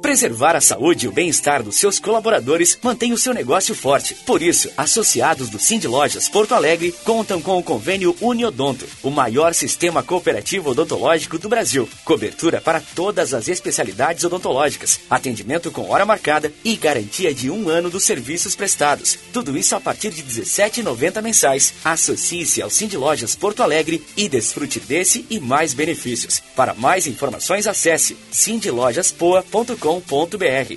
Preservar a saúde e o bem-estar dos seus colaboradores mantém o seu negócio forte. Por isso, associados do Cindy Lojas Porto Alegre contam com o convênio Uniodonto, o maior sistema cooperativo odontológico do Brasil. Cobertura para todas as especialidades odontológicas, atendimento com hora marcada e garantia de um ano dos serviços prestados. Tudo isso a partir de R$ 17,90 mensais. Associe-se ao Cindy Lojas Porto Alegre e desfrute desse e mais benefícios. Para mais informações, acesse cindylojaspoa.com www.jb.com.br.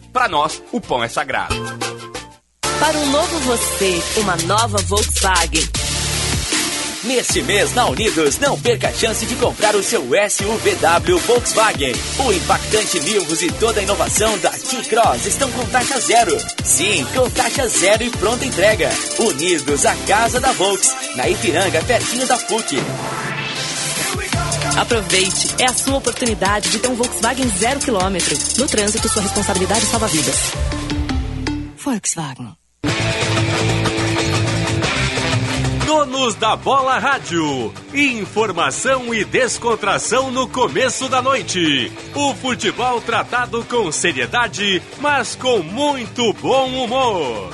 para nós, o pão é sagrado.
Para um novo você, uma nova Volkswagen.
Neste mês, na Unidos, não perca a chance de comprar o seu SUVW Volkswagen. O impactante Nivus e toda a inovação da T-Cross estão com taxa zero. Sim, com taxa zero e pronta entrega. Unidos, a casa da Volks, na Ipiranga, pertinho da PUC.
Aproveite, é a sua oportunidade de ter um Volkswagen zero quilômetro. No trânsito, sua responsabilidade salva vidas. Volkswagen.
Donos da Bola Rádio. Informação e descontração no começo da noite. O futebol tratado com seriedade, mas com muito bom humor.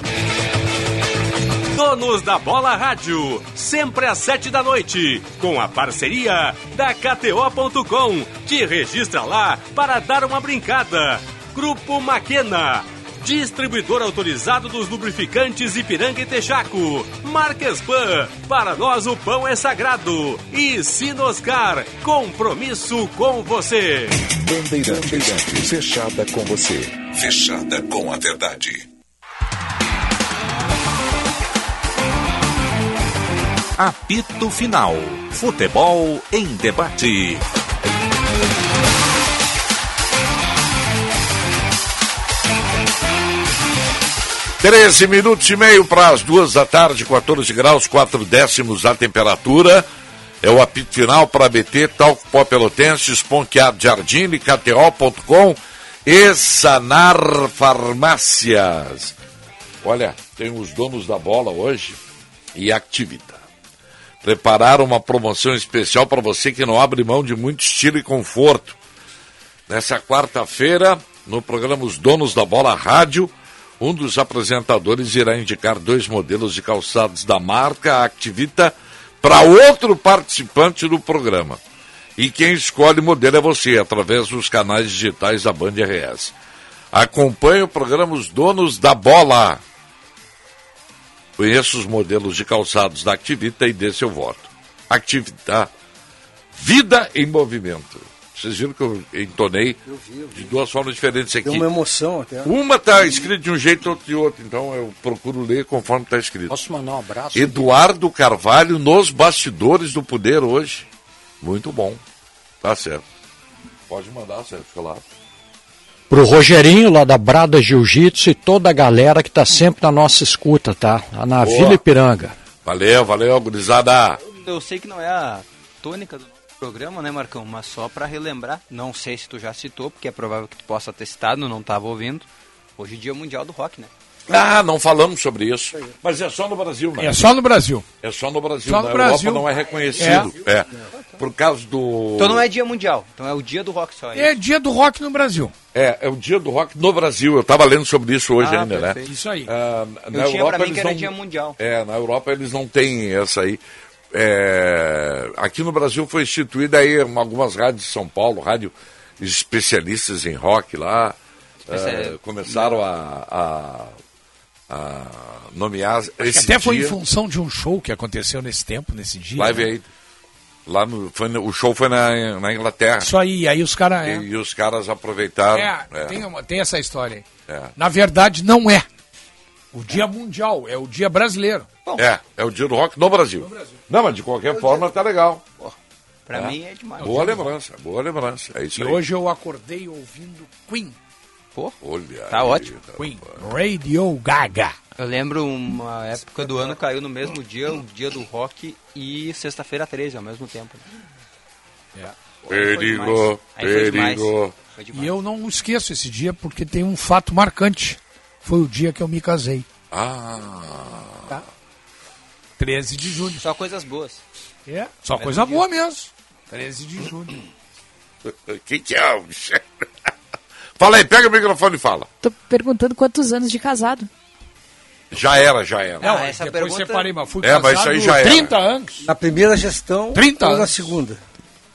Donos da Bola Rádio, sempre às sete da noite, com a parceria da KTO.com. Te registra lá para dar uma brincada. Grupo Maquena, distribuidor autorizado dos lubrificantes Ipiranga e Texaco. Marquespan, para nós o pão é sagrado. E Sinoscar, compromisso com você.
Bandeirantes, fechada com você. Fechada com a verdade.
Apito Final. Futebol em debate.
Treze minutos e meio para as duas da tarde, 14 graus, 4 décimos a temperatura. É o apito final para BT, Talco Pó Pelotense, Esponqueado Jardine, KTO.com e Sanar Farmácias. Olha, tem os donos da bola hoje e Activita. Prepararam uma promoção especial para você que não abre mão de muito estilo e conforto. Nessa quarta-feira, no programa Os Donos da Bola Rádio, um dos apresentadores irá indicar dois modelos de calçados da marca Activita para outro participante do programa. E quem escolhe o modelo é você, através dos canais digitais da Band RS. Acompanhe o programa Os Donos da Bola. Conheça os modelos de calçados da Activita e dê seu voto. Activita, vida em movimento. Vocês viram que eu entonei de duas formas diferentes aqui.
Deu uma emoção até.
Uma está escrita de um jeito, outra de outro. Então eu procuro ler conforme está escrito.
Posso mandar um abraço?
Eduardo Carvalho nos bastidores do poder hoje. Muito bom. Tá certo. Pode mandar, Sérgio, claro.
Pro Rogerinho, lá da Brada Jiu-Jitsu, e toda a galera que tá sempre na nossa escuta, tá? Lá Na
Boa.
Vila Ipiranga.
Valeu, valeu, gurizada.
Eu sei que não é a tônica do programa, né, Marcão? Mas só para relembrar, não sei se tu já citou, porque é provável que tu possa ter citado, não estava ouvindo. Hoje em dia é o Mundial do Rock, né?
Ah, não falamos sobre isso. Mas é só no Brasil, né?
É só no Brasil.
É só no Brasil. Só
Só no
na
Brasil.
Europa não é reconhecido. É. Por causa do.
Então não é dia mundial, então é o dia do rock só.
É dia do rock no Brasil.
É, é o dia do rock no Brasil. Eu estava lendo sobre isso hoje
Ah,
ainda,
perfeito.
né?
Isso aí.
na
Eu tinha
Europa
pra mim
eles
que era
não-
dia mundial.
É, na Europa eles não têm essa aí. É, aqui no Brasil foi instituída aí uma- algumas rádios de São Paulo, rádio especialistas em rock lá.
Especial-
é, começaram a, a- a nomear esse
Até foi em
dia.
função de um show que aconteceu nesse tempo, nesse dia.
Live
né?
Aid. Lá no, foi no- o show foi na, na Inglaterra.
Isso aí, aí os caras.
E,
É,
e os caras aproveitaram.
É, Tem, uma- tem essa história aí.
é.
Na verdade, não é. O dia mundial, é o dia brasileiro.
É, é o dia do rock no Brasil. Não, mas de qualquer forma tá legal.
pra mim é demais.
Boa lembrança, boa lembrança. É isso
E
aí.
hoje eu acordei ouvindo Queen.
Olha.
Tá ótimo.
Queen. Radio Gaga.
Eu lembro uma época do ano caiu no mesmo dia, o dia do rock e sexta-feira 13 ao mesmo tempo.
né?
Perigo,
Aí foi demais.
perigo.
E eu não esqueço esse dia porque tem um fato marcante. Foi o dia que eu me casei.
Ah.
13 Tá. de junho.
Só coisas boas.
É, Só coisa boa mesmo. 13 de junho.
O [LAUGHS] que, que é? bicho? [LAUGHS] fala aí, pega o microfone e fala.
Tô perguntando quantos anos de casado.
Já era, já era.
Não, essa Ah, depois separei, mas fui
É, mas isso
casado
aí já era.
30 anos.
Na primeira gestão
30
ou na
anos.
segunda?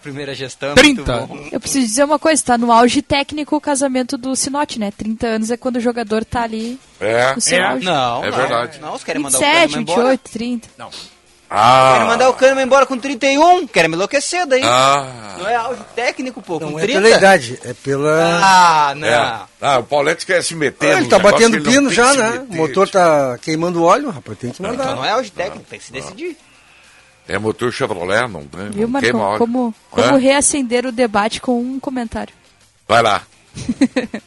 Primeira gestão.
30.
Eu preciso dizer uma coisa, tá no auge técnico o casamento do Sinote, né? 30 anos é quando o jogador tá ali.
É,
O seu
é.
auge.
Não, é
não.
verdade.
Não, os querem mandar o
27,
Kahneman
28,
embora.
30.
Querem
Ah.
mandar o Kahneman embora com 31. Querem me enlouquecer daí.
Ah.
Não é auge técnico, pô. com
Não é
30.
pela idade, é pela.
Ah, não.
É. Ah, o Paulete quer se meter.
Ah, ele
no
tá
negócio que
batendo
ele não
pino
tem
já,
que se
né?
meter.
O motor tá queimando óleo, rapaz, tem que
Não,
mandar.
então não é auge técnico, tem que se decidir.
É motor Chevrolet, não, né? não
Viu,
queima É.
Marcão?
óleo.
Como, como
Hã?
reacender o debate com um comentário.
Vai lá.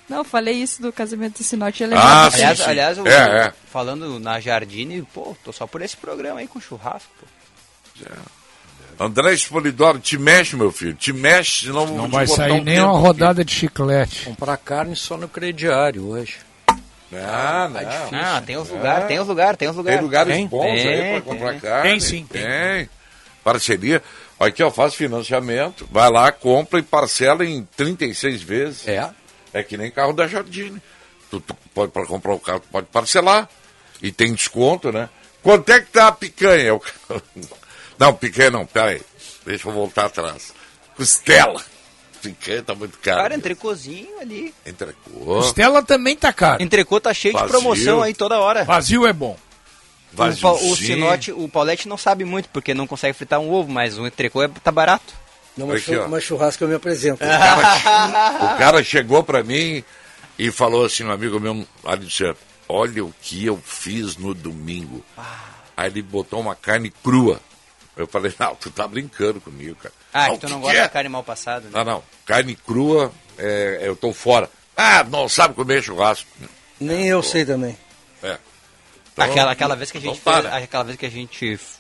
Não, eu falei isso do casamento do Sinote. eu
Ah,
lembrava.
sim,
aliás,
sim.
aliás o-
É, é.
falando na Jardine, pô, tô só por esse programa aí com churrasco, pô.
André Espolidoro, te mexe, meu filho. Te mexe, senão
Não
vou te
vai
botar
sair
um
nem
dedo
uma
aqui. Um
rodada de chiclete.
Comprar carne só no crediário hoje.
Ah, não.
Ah, tem os lugares, tem os lugares, tem os lugares.
Tem lugares
Tem,
bons aí pra
tem,
comprar
tem.
carne.
Tem sim,
Tem. Parceria. Aqui eu faço financiamento, vai lá, compra e parcela em 36 vezes. É. É que nem carro da Jardine. Tu, tu pode para comprar o carro, tu pode parcelar. E tem desconto, né? Quanto é que tá a picanha? Eu- [LAUGHS] Não, picanha não, peraí. Deixa eu voltar atrás. Costela. Picanha tá muito caro.
Cara, entrecôzinho ali.
Entrecô.
Costela também tá caro.
Entrecô tá cheio
Vazio.
de promoção aí toda hora.
Vazio é bom.
O, pa- o sinote, o Paulette não sabe muito, porque não consegue fritar um ovo, mas o entrecô é, tá barato.
Não,
mas Aqui, chu- ó.
Uma churrasca eu
[LAUGHS]
me apresento.
O cara chegou pra mim e falou assim, um amigo meu, ali do centro, olha o que eu fiz no domingo. Aí ele botou uma carne crua. Eu falei, não, tu tá brincando comigo, cara.
Ah,
Não,
que tu
que
não
que
gosta
é?
da carne mal passada, né?
Não, não, carne crua, é, eu tô fora. Ah, não sabe comer churrasco.
Nem eu sei também.
É. Então,
Aquela, aquela vez que a gente
então
fez,
para.
aquela vez que a gente f-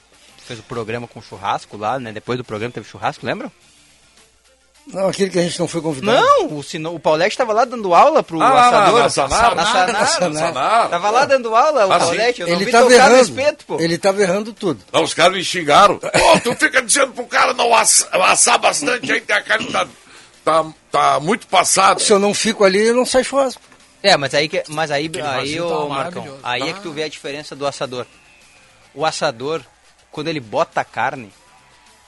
fez o programa com churrasco lá, né? Depois do programa teve churrasco, lembram?
Não, aquele que a gente não foi convidado.
Não, o, sino, o Paulette tava lá dando aula pro
Ah, lá, lá,
assador.
na Sanara.
Na Sanara,
Na Sanara.
na Sanara. Tava lá dando aula o
Ah, sim.
Paulette, eu não
Ele
vi
tava
tocar no
errando.
espeto, pô.
Ele tava errando tudo.
Não, os caras me xingaram. Tá Pô, tu fica dizendo pro cara não assa- assar, bastante aí, que a carne tá, tá, tá muito passada.
Se eu não fico ali, eu não saio churrasco.
É, mas aí, que, mas aí,
Aquele
aí
vazio tá
ô, Marcão,
maravilhoso.
aí é que tu vê a diferença do assador. O assador, quando ele bota a carne,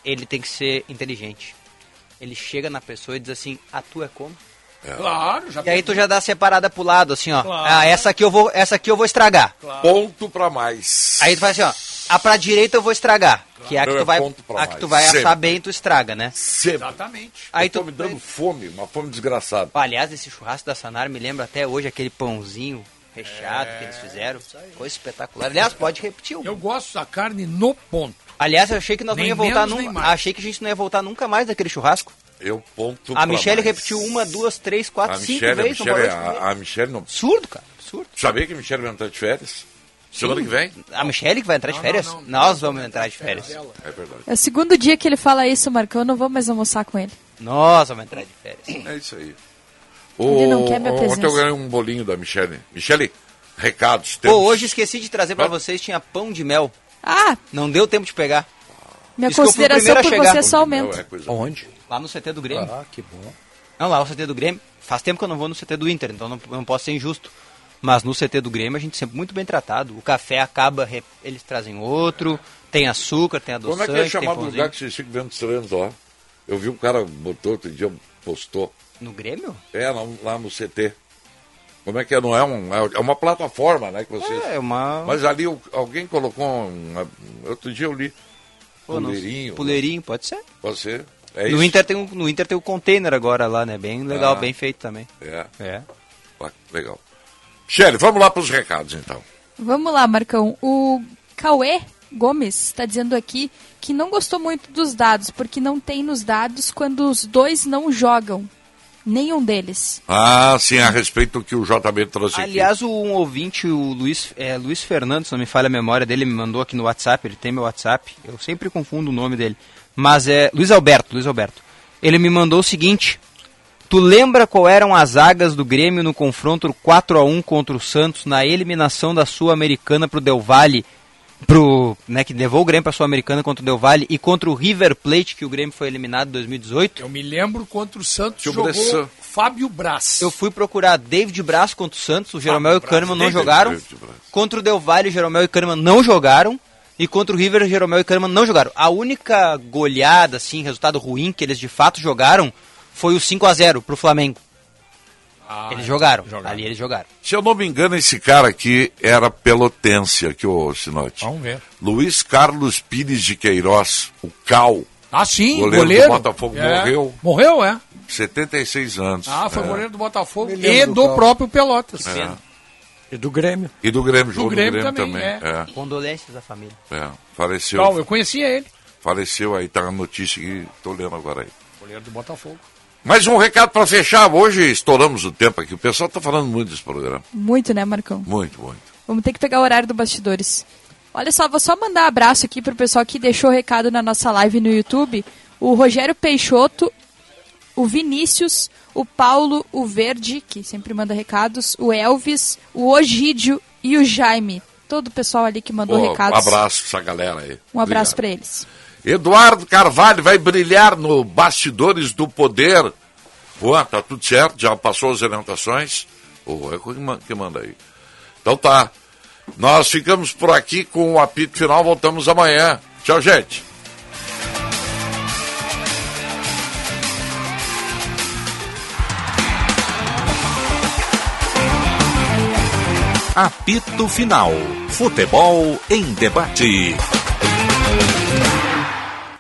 ele tem que ser inteligente. Ele chega na pessoa e diz assim, a tua é como?
Claro, já
E aí tu já dá a separada pro lado, assim, ó.
Claro.
Ah, essa aqui eu vou, essa aqui eu vou estragar.
Ponto pra mais.
Aí tu faz assim, ó. A pra direita eu vou estragar. Que é a que
Então
tu
é
vai,
ponto pra
a que tu
mais.
vai assar
Sempre.
bem e tu estraga, né?
Exatamente.
Aí
eu tô
tu-
me dando fome, uma fome desgraçada.
Aliás, esse churrasco da Sanar me lembra até hoje aquele pãozinho recheado que eles fizeram. Coisa espetacular. Aliás, pode repetir.
Eu gosto da carne no ponto.
Aliás, eu achei que nós não
Nem
ia voltar
menos, nem
nunca.
mais.
Achei que a gente não ia voltar nunca mais daquele churrasco.
Eu ponto
a
pra
Michelle
mais.
repetiu uma, duas, três,
a
quatro, cinco
Michelle, é a
vezes. não
Michelle,
parou de comer.
a, a Michelle não...
Absurdo, cara. Absurdo.
Sabia que a Michelle vai entrar de férias? Semana que vem?
A Michelle que vai entrar de férias? Nós vamos entrar de férias.
É verdade.
É o segundo dia que ele fala isso, Marcão. Eu não vou mais almoçar com ele.
Nós vamos entrar de férias.
É isso aí.
Ele não quer minha
ontem eu
presença.
ganhei um bolinho da Michele. Michele, recados.
Pô,
temos-
hoje esqueci de trazer pra vocês, tinha pão de mel.
Ah,
Não deu tempo de pegar.
minha
Isso que eu fui o
consideração
primeiro a
por
chegar.
é
você só aumenta.
Onde? Lá no CT do Grêmio.
Ah, que bom.
Não, lá o CT do Grêmio. Faz tempo que eu não vou no CT do Inter, então não, não posso ser injusto. Mas no CT do Grêmio a gente é sempre muito bem tratado. O café acaba, re- eles trazem outro, tem açúcar, tem
Como
adoçante,
é que é
tem
chamado o
pãozinho.
lugar que vocês ficam vendo estranhos lá? Eu vi um cara botou outro dia, postou.
No Grêmio?
É, lá, lá no CT. Como é que é? Não é, um, é uma plataforma, né? Que vocês...
É, uma-
Mas ali o- alguém colocou. uma- Outro dia eu li.
Pô, não-
Puleirinho. né?
Puleirinho, pode ser.
Pode ser. É
no,
isso.
Inter tem um, no Inter tem o container agora lá, né? Bem legal,
Ah.
bem feito também.
É.
É.
Legal. Michele, vamos lá para os recados então.
Vamos lá, Marcão. O Cauê Gomes está dizendo aqui que não gostou muito dos dados, porque não tem nos dados quando os dois não jogam. Nenhum deles.
Ah, sim, a respeito do que o JB trouxe
Aliás, o- um ouvinte, o Luiz, é, Luiz Fernandes, não me falha a memória dele, me mandou aqui no WhatsApp, ele tem meu WhatsApp, eu sempre confundo o nome dele. Mas é Luiz Alberto, Luiz Alberto. Ele me mandou o seguinte: Tu lembra qual eram as zagas do Grêmio no confronto 4 a 1 contra o Santos na eliminação da Sul-Americana pro Del Valle, pro, né, que levou o Grêmio pra Sul-Americana contra o Del Valle e contra o River Plate que o Grêmio foi eliminado em 2018?
Eu me lembro contra o Santos
Tio
jogou
Bressan.
Fábio Braz.
Eu fui procurar David Braz contra o Santos, o Jeromel e o
Braz.
Kahneman não
David
jogaram.
Braz,
Contra o Del Valle, o Jeromel e o Kahneman não jogaram. E contra o River, o Jeromel e o Kahneman não jogaram. A única goleada, assim, resultado ruim que eles de fato jogaram foi o 5 a 0 pro Flamengo.
Ah,
eles jogaram. Ali eles jogaram.
Se eu não me engano, esse cara aqui era pelotência, que o Sinote.
Vamos ver.
Luiz Carlos Pires de Queiroz, o Cal.
Ah, sim,
goleiro.
goleiro.
do Botafogo
É.
morreu,
Morreu, é.
76 anos.
Ah, foi
É.
goleiro do Botafogo
Me lembro
e
do
do,
Cal.
próprio Pelotas.
É.
E do Grêmio.
E do Grêmio,
Do
jogou
Grêmio
no Grêmio também.
também,
É.
Condolências à família.
É. Faleceu.
Cal, eu conhecia ele.
Faleceu aí, tá a notícia que tô lendo agora aí.
Goleiro do Botafogo.
Mais um recado para fechar. Hoje estouramos o tempo aqui. O pessoal tá falando muito desse programa.
Muito, né, Marcão?
Muito, muito.
Vamos ter que pegar o horário do bastidores. Olha só, vou só mandar um abraço aqui pro pessoal que deixou recado na nossa live no YouTube. O Rogério Peixoto, o Vinícius, o Paulo, o Verde, que sempre manda recados, o Elvis, o Ogídio e o Jaime. Todo o pessoal ali que mandou
Pô,
recados.
Um abraço pra essa galera aí.
Um abraço
Obrigado.
para eles.
Eduardo Carvalho vai brilhar no Bastidores do Poder. Pô, tá tudo certo, já passou as orientações. Ou é que man- que manda aí. Então tá. Nós ficamos por aqui com o apito final, voltamos amanhã. Tchau, gente.
Apito Final. Futebol em debate.